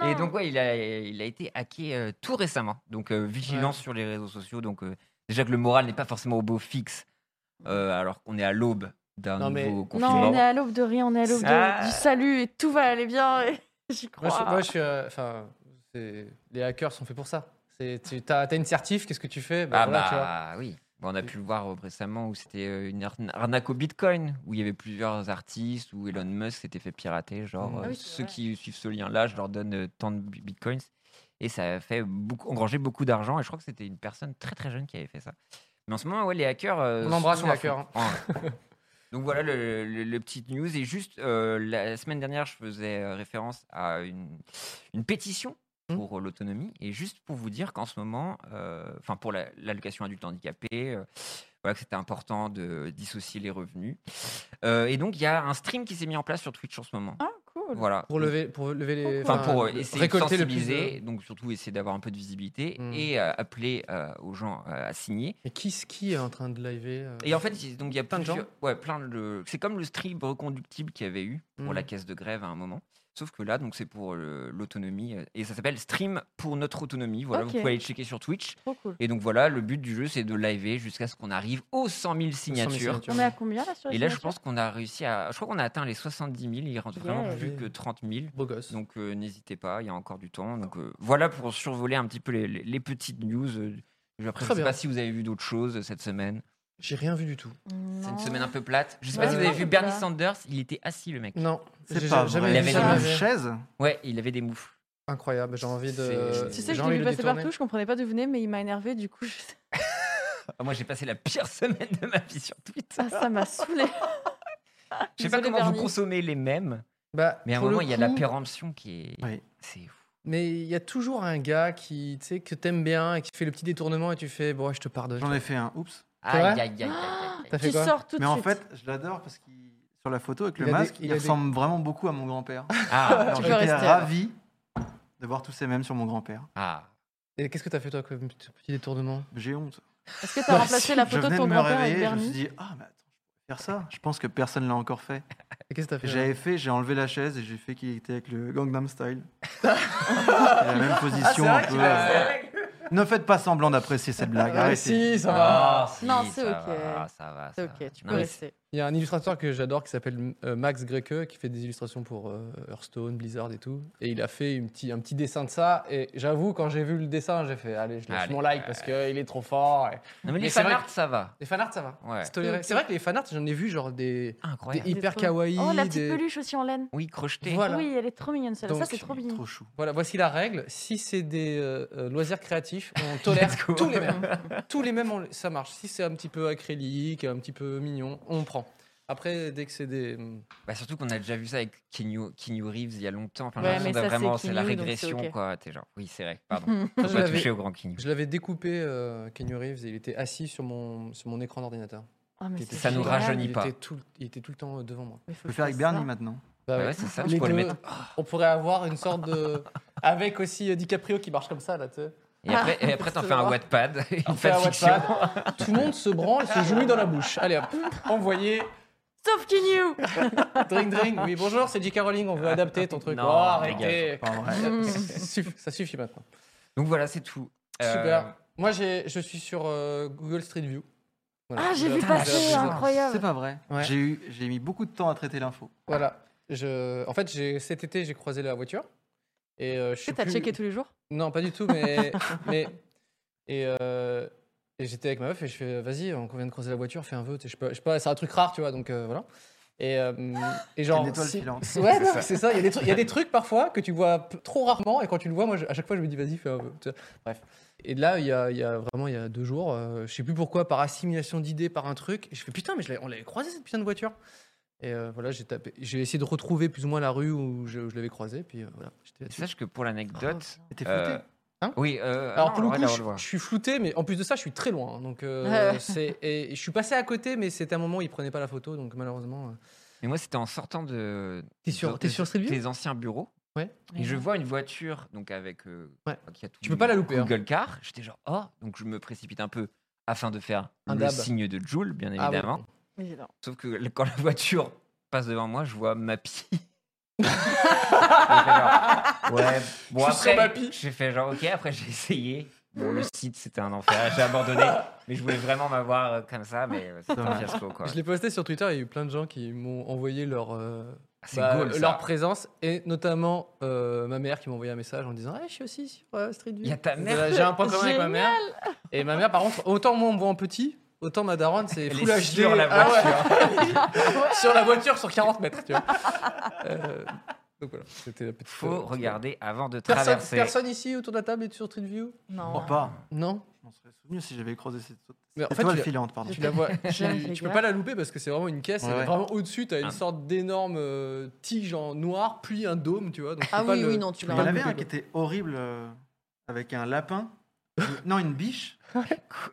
[SPEAKER 5] Non.
[SPEAKER 2] Et donc, ouais, il a, il a été hacké euh, tout récemment. Donc, euh, vigilance sur les réseaux sociaux. Donc, euh, déjà que le moral n'est pas forcément au beau fixe, euh, alors qu'on est à l'aube d'un
[SPEAKER 1] Non,
[SPEAKER 2] nouveau
[SPEAKER 1] mais-
[SPEAKER 5] Non,
[SPEAKER 2] confinement.
[SPEAKER 5] on est à l'aube de rien, on est à l'aube de-
[SPEAKER 2] Ah.
[SPEAKER 5] du salut et tout va aller bien. et J'y crois.
[SPEAKER 1] Moi, je, moi, je suis, euh, enfin, c'est- les hackers sont faits pour ça. C'est tu as, une certif, qu'est-ce que tu fais Bah,
[SPEAKER 2] Ah
[SPEAKER 1] voilà,
[SPEAKER 2] bah
[SPEAKER 1] tu vois.
[SPEAKER 2] oui. Bah, on a pu le voir euh, récemment où c'était euh, une ar- arnaque au Bitcoin, où il y avait plusieurs artistes, où Elon Musk s'était fait pirater. Genre,
[SPEAKER 1] Mm.
[SPEAKER 2] euh,
[SPEAKER 5] Ah oui, c'est
[SPEAKER 2] ceux
[SPEAKER 5] vrai.
[SPEAKER 2] qui suivent ce lien-là, je leur donne euh, tant de bi- Bitcoins. Et ça a fait beaucoup, engranger beaucoup d'argent. Et je crois que c'était une personne très très jeune qui avait fait ça. Mais en ce moment, ouais, les hackers. euh,
[SPEAKER 1] On embrasse
[SPEAKER 2] sont
[SPEAKER 1] les
[SPEAKER 2] à fond.
[SPEAKER 1] hackers, hein.
[SPEAKER 2] Ouais. Donc voilà le, le- le petite news. Et juste, euh, la semaine dernière, je faisais euh, référence à une, une pétition
[SPEAKER 1] Hmm.
[SPEAKER 2] pour euh, l'autonomie. Et juste pour vous dire qu'en ce moment, euh, enfin pour la- l'allocation adulte handicapé, euh, voilà que c'était important de dissocier les revenus. Euh, et donc il y a un stream qui s'est mis en place sur Twitch en ce moment.
[SPEAKER 5] Ah, cool.
[SPEAKER 2] Voilà.
[SPEAKER 1] Pour lever, pour lever les,
[SPEAKER 2] Enfin, pour euh,
[SPEAKER 1] le-
[SPEAKER 2] essayer de
[SPEAKER 1] le plus de-
[SPEAKER 2] sensibiliser, donc surtout essayer d'avoir un peu de visibilité
[SPEAKER 1] Hmm.
[SPEAKER 2] et euh, appeler euh, aux gens euh, à signer.
[SPEAKER 1] Mais qui, qui est en train de liver euh,
[SPEAKER 2] Et en fait, il- donc il y a
[SPEAKER 1] Plein de gens.
[SPEAKER 2] plusieurs- Ouais, plein de. C'est comme le stream reconductible qu'il y avait eu pour la
[SPEAKER 1] Mhm.
[SPEAKER 2] caisse de grève à un moment. Sauf que là, donc c'est pour euh, l'autonomie euh, et ça s'appelle Stream pour notre autonomie. Voilà,
[SPEAKER 5] Ok.
[SPEAKER 2] vous pouvez aller checker sur Twitch.
[SPEAKER 5] Trop cool.
[SPEAKER 2] Et donc voilà, le but du jeu, c'est de liver jusqu'à ce qu'on arrive aux 100
[SPEAKER 1] sans
[SPEAKER 2] 000
[SPEAKER 1] mes
[SPEAKER 2] signatures.
[SPEAKER 5] On est à combien là sur les
[SPEAKER 2] Et là, je
[SPEAKER 5] signatures
[SPEAKER 2] pense qu'on a réussi à. Je crois qu'on a atteint les 70 000. Il rentre vraiment
[SPEAKER 5] Yeah.
[SPEAKER 2] plus que 30 000.
[SPEAKER 1] Beau gosse.
[SPEAKER 2] Donc euh, n'hésitez pas, il y a encore du temps. Donc euh, voilà pour survoler un petit peu les, les- les petites news. Euh, Après, je
[SPEAKER 1] Très
[SPEAKER 2] ne sais
[SPEAKER 1] bien.
[SPEAKER 2] pas si vous avez vu d'autres choses euh, cette semaine.
[SPEAKER 1] J'ai rien vu du tout.
[SPEAKER 2] C'est
[SPEAKER 5] Non.
[SPEAKER 2] une semaine un peu plate. Je sais
[SPEAKER 1] Ouais,
[SPEAKER 2] pas si vous avez
[SPEAKER 1] ouais,
[SPEAKER 2] vu
[SPEAKER 5] c'est
[SPEAKER 2] Bernie
[SPEAKER 5] ça.
[SPEAKER 2] Sanders, il était assis le mec.
[SPEAKER 1] Non,
[SPEAKER 4] C'est
[SPEAKER 1] j'ai
[SPEAKER 4] pas
[SPEAKER 1] jamais
[SPEAKER 4] vrai.
[SPEAKER 1] vu
[SPEAKER 2] Il avait
[SPEAKER 1] ça.
[SPEAKER 2] des
[SPEAKER 4] une
[SPEAKER 2] mouches.
[SPEAKER 1] Jamais.
[SPEAKER 4] chaise.
[SPEAKER 2] Ouais, il avait des moufles.
[SPEAKER 1] Incroyable, j'ai envie de.
[SPEAKER 2] C'est-
[SPEAKER 5] Tu sais,
[SPEAKER 1] j'ai
[SPEAKER 5] je l'ai
[SPEAKER 1] envie
[SPEAKER 5] vu
[SPEAKER 1] de
[SPEAKER 5] passer
[SPEAKER 1] détourner.
[SPEAKER 5] partout, je comprenais pas d'où il venait, mais il m'a énervé. Du coup, je-
[SPEAKER 2] Ah, Moi, j'ai passé la pire semaine de ma vie sur Twitter.
[SPEAKER 5] Ah, ça m'a saoulé.
[SPEAKER 2] Je sais pas
[SPEAKER 5] Désolée,
[SPEAKER 2] comment vous
[SPEAKER 5] Bernie.
[SPEAKER 2] consommez les mêmes,
[SPEAKER 1] Bah,
[SPEAKER 2] mais à un
[SPEAKER 1] pour le
[SPEAKER 2] moment, il y a la
[SPEAKER 1] coup,
[SPEAKER 2] péremption qui est.
[SPEAKER 4] Oui.
[SPEAKER 2] C'est fou.
[SPEAKER 1] Mais il y a toujours un gars qui, tu sais, que t'aimes bien et qui fait le petit détournement et tu fais, bon, ouais, je te pardonne.
[SPEAKER 4] J'en ai fait un, oups.
[SPEAKER 1] vrai
[SPEAKER 2] Aïe, aïe, aïe, aïe, aïe, aïe.
[SPEAKER 1] T'as fait
[SPEAKER 5] tu
[SPEAKER 1] quoi
[SPEAKER 5] sors tout de
[SPEAKER 4] Mais
[SPEAKER 5] suite.
[SPEAKER 4] en fait, je l'adore parce que sur la photo avec
[SPEAKER 1] Il
[SPEAKER 4] le
[SPEAKER 1] a des-
[SPEAKER 4] masque,
[SPEAKER 1] il
[SPEAKER 4] il,
[SPEAKER 1] a des-
[SPEAKER 4] ressemble vraiment beaucoup à mon grand-père.
[SPEAKER 2] Ah,
[SPEAKER 4] Alors,
[SPEAKER 5] peux
[SPEAKER 4] J'étais
[SPEAKER 5] rester,
[SPEAKER 4] ravi de voir tous ces mêmes sur mon grand-père.
[SPEAKER 2] ah.
[SPEAKER 1] Et qu'est-ce que t'as fait toi comme petit petit détournement
[SPEAKER 4] J'ai honte.
[SPEAKER 5] Est-ce que t'as remplacé la
[SPEAKER 4] Je
[SPEAKER 5] photo de
[SPEAKER 4] venais
[SPEAKER 5] ton
[SPEAKER 4] de me
[SPEAKER 5] grand-père avec
[SPEAKER 4] réveiller, je me suis
[SPEAKER 5] Bernie
[SPEAKER 4] dit, ah, mais attends, je peux faire ça. Je pense que personne l'a encore fait.
[SPEAKER 1] Et qu'est-ce que t'as fait
[SPEAKER 4] J'avais fait, j'ai enlevé la chaise et j'ai fait qu'il était avec le Gangnam Style. la même position
[SPEAKER 1] Ah,
[SPEAKER 4] un peu. Ne faites pas semblant d'apprécier cette blague.
[SPEAKER 1] Ah,
[SPEAKER 4] arrêtez.
[SPEAKER 1] si, ça va.
[SPEAKER 2] Ah, si,
[SPEAKER 5] Non, c'est
[SPEAKER 2] ça
[SPEAKER 5] ok.
[SPEAKER 2] va, ça va,
[SPEAKER 5] C'est
[SPEAKER 2] ça va.
[SPEAKER 5] ok, tu
[SPEAKER 2] Non,
[SPEAKER 5] peux
[SPEAKER 2] mais
[SPEAKER 5] rester.
[SPEAKER 1] Il y a un illustrateur que j'adore qui s'appelle euh, Max Greke qui fait des illustrations pour euh, Hearthstone, Blizzard et tout. Et il a fait une petit, un petit dessin de ça. Et j'avoue, quand j'ai vu le dessin, j'ai fait Allez, je lâche
[SPEAKER 2] Allez,
[SPEAKER 1] mon like parce qu'il est trop fort. Et-
[SPEAKER 2] Non, mais
[SPEAKER 1] Mais
[SPEAKER 2] les
[SPEAKER 1] c'est vrai
[SPEAKER 2] fanarts, ça va.
[SPEAKER 1] Les fanarts, ça va.
[SPEAKER 2] Ouais.
[SPEAKER 1] C'est toléré. C'est vrai que les fanarts, j'en ai vu genre des, des
[SPEAKER 2] Incroyable.
[SPEAKER 1] hyper
[SPEAKER 5] Des trucs.
[SPEAKER 1] kawaii.
[SPEAKER 5] Oh, la petite
[SPEAKER 1] des-
[SPEAKER 5] peluche aussi en laine.
[SPEAKER 2] Oui, crocheté.
[SPEAKER 1] Voilà.
[SPEAKER 5] Oui, elle est trop mignonne celle-là. Ça,
[SPEAKER 1] Donc,
[SPEAKER 5] c'est trop
[SPEAKER 4] Il est
[SPEAKER 5] mignon.
[SPEAKER 4] Trop chou.
[SPEAKER 1] Voilà, voici la règle. Si c'est des euh, euh, loisirs créatifs, on tolère
[SPEAKER 2] Let's go.
[SPEAKER 1] tous les mêmes. tous les mêmes, on- ça marche. Si c'est un petit peu acrylique, un petit peu mignon, on prend. Après, dès que c'est des.
[SPEAKER 2] Bah, surtout qu'on a déjà vu ça avec Keanu, Keanu Reeves il y a longtemps. Enfin,
[SPEAKER 5] Ouais,
[SPEAKER 2] j'ai l'impression
[SPEAKER 5] mais
[SPEAKER 2] de
[SPEAKER 5] ça, c'est
[SPEAKER 2] vraiment, c'est la
[SPEAKER 5] Keanu, donc c'est
[SPEAKER 2] régression,
[SPEAKER 5] ok.
[SPEAKER 2] quoi. T'es genre, oui, c'est vrai, pardon. Faut
[SPEAKER 1] Je
[SPEAKER 2] pas
[SPEAKER 1] l'avais-
[SPEAKER 2] toucher au grand Keanu.
[SPEAKER 1] Je l'avais découpé, euh, Kenny Reeves, et il était assis sur mon, sur mon écran d'ordinateur.
[SPEAKER 5] Ah, mais
[SPEAKER 1] Il était
[SPEAKER 5] c'est
[SPEAKER 2] Ça nous
[SPEAKER 1] génial.
[SPEAKER 5] génial.
[SPEAKER 2] rajeunit
[SPEAKER 1] il
[SPEAKER 2] pas.
[SPEAKER 1] Était tout, il était tout le temps euh, devant moi.
[SPEAKER 5] Mais
[SPEAKER 4] Je
[SPEAKER 5] faut
[SPEAKER 4] peux faire avec
[SPEAKER 5] ça.
[SPEAKER 4] Bernie maintenant.
[SPEAKER 1] Bah
[SPEAKER 2] Bah
[SPEAKER 1] ouais.
[SPEAKER 2] ouais, c'est ça,
[SPEAKER 1] Les
[SPEAKER 2] tu pourrais le
[SPEAKER 1] deux,
[SPEAKER 2] mettre.
[SPEAKER 1] On pourrait avoir une sorte de. Avec aussi euh, DiCaprio qui marche comme ça, là, tu sais.
[SPEAKER 2] Et après,
[SPEAKER 1] Ah.
[SPEAKER 2] et après, t'en fais un Wattpad, une
[SPEAKER 1] On fait un
[SPEAKER 2] fanfiction.
[SPEAKER 1] Wattpad. Tout le monde se branle, se jouit dans la bouche. Allez hop, envoyez.
[SPEAKER 5] Sauf Kinyu
[SPEAKER 1] Drink, drink. Oui, bonjour, c'est J.K. Rowling, on veut adapter ton truc.
[SPEAKER 2] Non,
[SPEAKER 1] oh, arrêtez.
[SPEAKER 4] Enfin, bref.
[SPEAKER 1] Ça suffit- Ça suffit maintenant.
[SPEAKER 2] Donc voilà, c'est tout. Euh,
[SPEAKER 1] Super. Moi, j'ai- je suis sur euh, Google Street View. Voilà.
[SPEAKER 5] Ah, j'ai
[SPEAKER 1] Je-
[SPEAKER 5] vu
[SPEAKER 1] je-
[SPEAKER 5] passer,
[SPEAKER 1] je-
[SPEAKER 4] C'est
[SPEAKER 5] incroyable.
[SPEAKER 4] pas vrai.
[SPEAKER 1] Ouais.
[SPEAKER 4] J'ai eu, j'ai mis beaucoup de temps à traiter l'info.
[SPEAKER 1] Voilà. Je... En fait, j'ai- cet été, j'ai croisé la voiture. Et euh, je
[SPEAKER 5] Tu sais,
[SPEAKER 1] suis.
[SPEAKER 5] t'as
[SPEAKER 1] plus-
[SPEAKER 5] checké tous les jours
[SPEAKER 1] Non, pas du tout, mais. mais... Et, euh, et j'étais avec ma meuf et je fais vas-y, on vient de croiser la voiture, fais un vœu. tu sais, Je sais pas, je sais pas, c'est un truc rare, tu vois, donc euh, voilà. Et, euh, et genre.
[SPEAKER 4] Une étoile
[SPEAKER 1] si-
[SPEAKER 4] filante.
[SPEAKER 1] Ouais, non, c'est ça. Il y, a des trucs- il y a des trucs parfois que tu vois p- trop rarement et quand tu le vois, moi, je- à chaque fois, je me dis vas-y, fais un vœu. tu vois. Bref. Et là, il y a, il y a vraiment, il y a deux jours, euh, je sais plus pourquoi, par assimilation d'idées, par un truc, et je fais putain, mais je l'ai- on l'avait croisé cette putain de voiture. Et euh, voilà, j'ai tapé, j'ai essayé de retrouver plus ou moins la rue où je, où je l'avais croisé, puis euh, voilà. j'étais
[SPEAKER 2] et
[SPEAKER 1] là-dessus.
[SPEAKER 2] Sache que pour
[SPEAKER 1] Oh,
[SPEAKER 2] l'anecdote.
[SPEAKER 4] Et t'es
[SPEAKER 2] euh,
[SPEAKER 4] foutu.
[SPEAKER 1] Hein
[SPEAKER 2] Oui, euh,
[SPEAKER 1] Alors
[SPEAKER 2] non,
[SPEAKER 1] pour le
[SPEAKER 2] on va
[SPEAKER 1] coup,
[SPEAKER 2] le
[SPEAKER 1] je,
[SPEAKER 2] revoir.
[SPEAKER 1] je suis flouté, mais en plus de ça, je suis très loin. Donc
[SPEAKER 5] Ouais,
[SPEAKER 1] euh,
[SPEAKER 5] ouais.
[SPEAKER 1] c'est et je suis passé à côté, mais c'était un moment où ils prenaient pas la photo, donc malheureusement. euh.
[SPEAKER 2] Mais moi, c'était en sortant de.
[SPEAKER 1] T'es sur-
[SPEAKER 2] de-
[SPEAKER 1] t'es sur Street View
[SPEAKER 2] Tes anciens bureaux.
[SPEAKER 1] Ouais.
[SPEAKER 2] Et je vois une voiture, donc avec. euh,
[SPEAKER 1] Ouais.
[SPEAKER 2] qui a tout
[SPEAKER 1] Tu peux pas la louper, hein.
[SPEAKER 2] Google Car. J'étais genre, oh, donc je me précipite un peu afin de faire
[SPEAKER 1] Un
[SPEAKER 2] le
[SPEAKER 1] dab.
[SPEAKER 2] signe de Joule, bien
[SPEAKER 1] Ah oui.
[SPEAKER 2] évidemment.
[SPEAKER 5] Évidemment.
[SPEAKER 2] Sauf que le- quand la voiture passe devant moi, je vois ma pie. Et j'ai fait genre, ouais, bon
[SPEAKER 1] Je suis sur ma
[SPEAKER 2] après,
[SPEAKER 1] pie.
[SPEAKER 2] j'ai fait genre, ok, après j'ai essayé. Bon, le site, c'était un enfer, j'ai abandonné. Mais je voulais vraiment m'avoir euh, comme ça, mais euh, c'était un
[SPEAKER 4] Dommage.
[SPEAKER 2] fiasco, quoi.
[SPEAKER 1] Je l'ai posté sur Twitter. Il y a eu plein de gens qui m'ont envoyé leur euh,
[SPEAKER 2] Ah, C'est
[SPEAKER 1] bah,
[SPEAKER 2] cool, ça.
[SPEAKER 1] leur présence et notamment euh, ma mère qui m'a envoyé un message en disant Eh, je suis aussi sur euh, Street View.
[SPEAKER 2] Il y a ta mère.
[SPEAKER 1] Voilà, J'ai un point commun avec ma mère. Et ma mère, par contre, autant moi on me voit en petit. Autant ma daronne, c'est
[SPEAKER 2] Elle
[SPEAKER 1] full
[SPEAKER 2] est
[SPEAKER 1] HD
[SPEAKER 2] sur la
[SPEAKER 1] Ah ouais.
[SPEAKER 2] voiture.
[SPEAKER 1] sur la voiture sur 40 mètres, tu vois. Euh, donc voilà, c'était la petite. euh,
[SPEAKER 2] Faut
[SPEAKER 1] petite-
[SPEAKER 2] regarder avant de
[SPEAKER 1] Personne,
[SPEAKER 2] traverser.
[SPEAKER 1] personne ici autour de la table est sur Street View
[SPEAKER 4] Oh,
[SPEAKER 5] Non.
[SPEAKER 4] pas.
[SPEAKER 1] Non.
[SPEAKER 4] Je m'en serais souvenu si j'avais creusé cette
[SPEAKER 1] Mais en fait,
[SPEAKER 4] étoile
[SPEAKER 1] tu l'as-
[SPEAKER 4] filante, pardon.
[SPEAKER 1] Tu la vois.
[SPEAKER 5] Jamais
[SPEAKER 1] tu,
[SPEAKER 5] fait
[SPEAKER 1] tu peux
[SPEAKER 5] gaffe.
[SPEAKER 1] pas la louper parce que c'est vraiment une caisse.
[SPEAKER 4] Ouais,
[SPEAKER 1] elle est
[SPEAKER 4] ouais.
[SPEAKER 1] Vraiment au-dessus, t'as une
[SPEAKER 2] Ah.
[SPEAKER 1] sorte d'énorme euh, tige en noir, puis un dôme, tu vois. Donc tu
[SPEAKER 5] Ah
[SPEAKER 1] peux pas
[SPEAKER 5] oui,
[SPEAKER 1] le-
[SPEAKER 5] oui, non, tu
[SPEAKER 1] peux
[SPEAKER 4] Il y
[SPEAKER 5] l'as
[SPEAKER 1] pas
[SPEAKER 4] en
[SPEAKER 1] le louper,
[SPEAKER 4] avait un qui
[SPEAKER 1] quoi.
[SPEAKER 4] était horrible euh, avec un lapin. Une- non, une biche.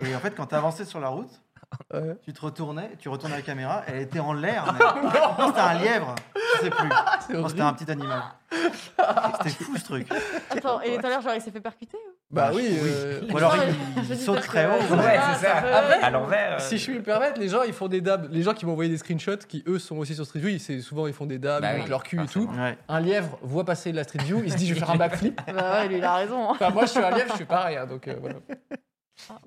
[SPEAKER 4] Et en fait, quand t'avançais sur la route,
[SPEAKER 1] Ouais.
[SPEAKER 4] tu te retournais, tu retournais la caméra, elle était en l'air. mais- Non, c'était un lièvre. Je sais plus.
[SPEAKER 1] C'est
[SPEAKER 4] Non,
[SPEAKER 1] horrible.
[SPEAKER 4] Oh, c'était un petit animal. C'était fou ce truc.
[SPEAKER 5] Attends, et tout à l'heure, genre, il s'est fait percuter ou
[SPEAKER 1] Bah oui. euh,
[SPEAKER 4] Ou alors
[SPEAKER 5] Non,
[SPEAKER 4] il,
[SPEAKER 5] je-
[SPEAKER 4] il
[SPEAKER 5] je
[SPEAKER 4] saute
[SPEAKER 5] dis
[SPEAKER 4] très
[SPEAKER 5] parce que-
[SPEAKER 4] haut.
[SPEAKER 2] Ouais,
[SPEAKER 5] Ah,
[SPEAKER 2] c'est
[SPEAKER 5] ça
[SPEAKER 2] ça.
[SPEAKER 5] peut-
[SPEAKER 2] À l'envers. euh,
[SPEAKER 1] Si je puis me permettre, les gens ils font des dabs. Les gens qui m'ont envoyé des screenshots, qui eux sont aussi sur Street View, ils- c'est souvent ils font des dabs
[SPEAKER 2] Bah
[SPEAKER 1] avec
[SPEAKER 2] oui,
[SPEAKER 1] leur cul et
[SPEAKER 2] forcément.
[SPEAKER 1] tout.
[SPEAKER 4] Ouais.
[SPEAKER 1] Un lièvre voit passer la Street View, il se dit je vais faire un backflip.
[SPEAKER 5] Bah ouais, lui, il a raison. hein.
[SPEAKER 1] Enfin, moi je suis un lièvre, je suis pareil. hein, donc euh, voilà.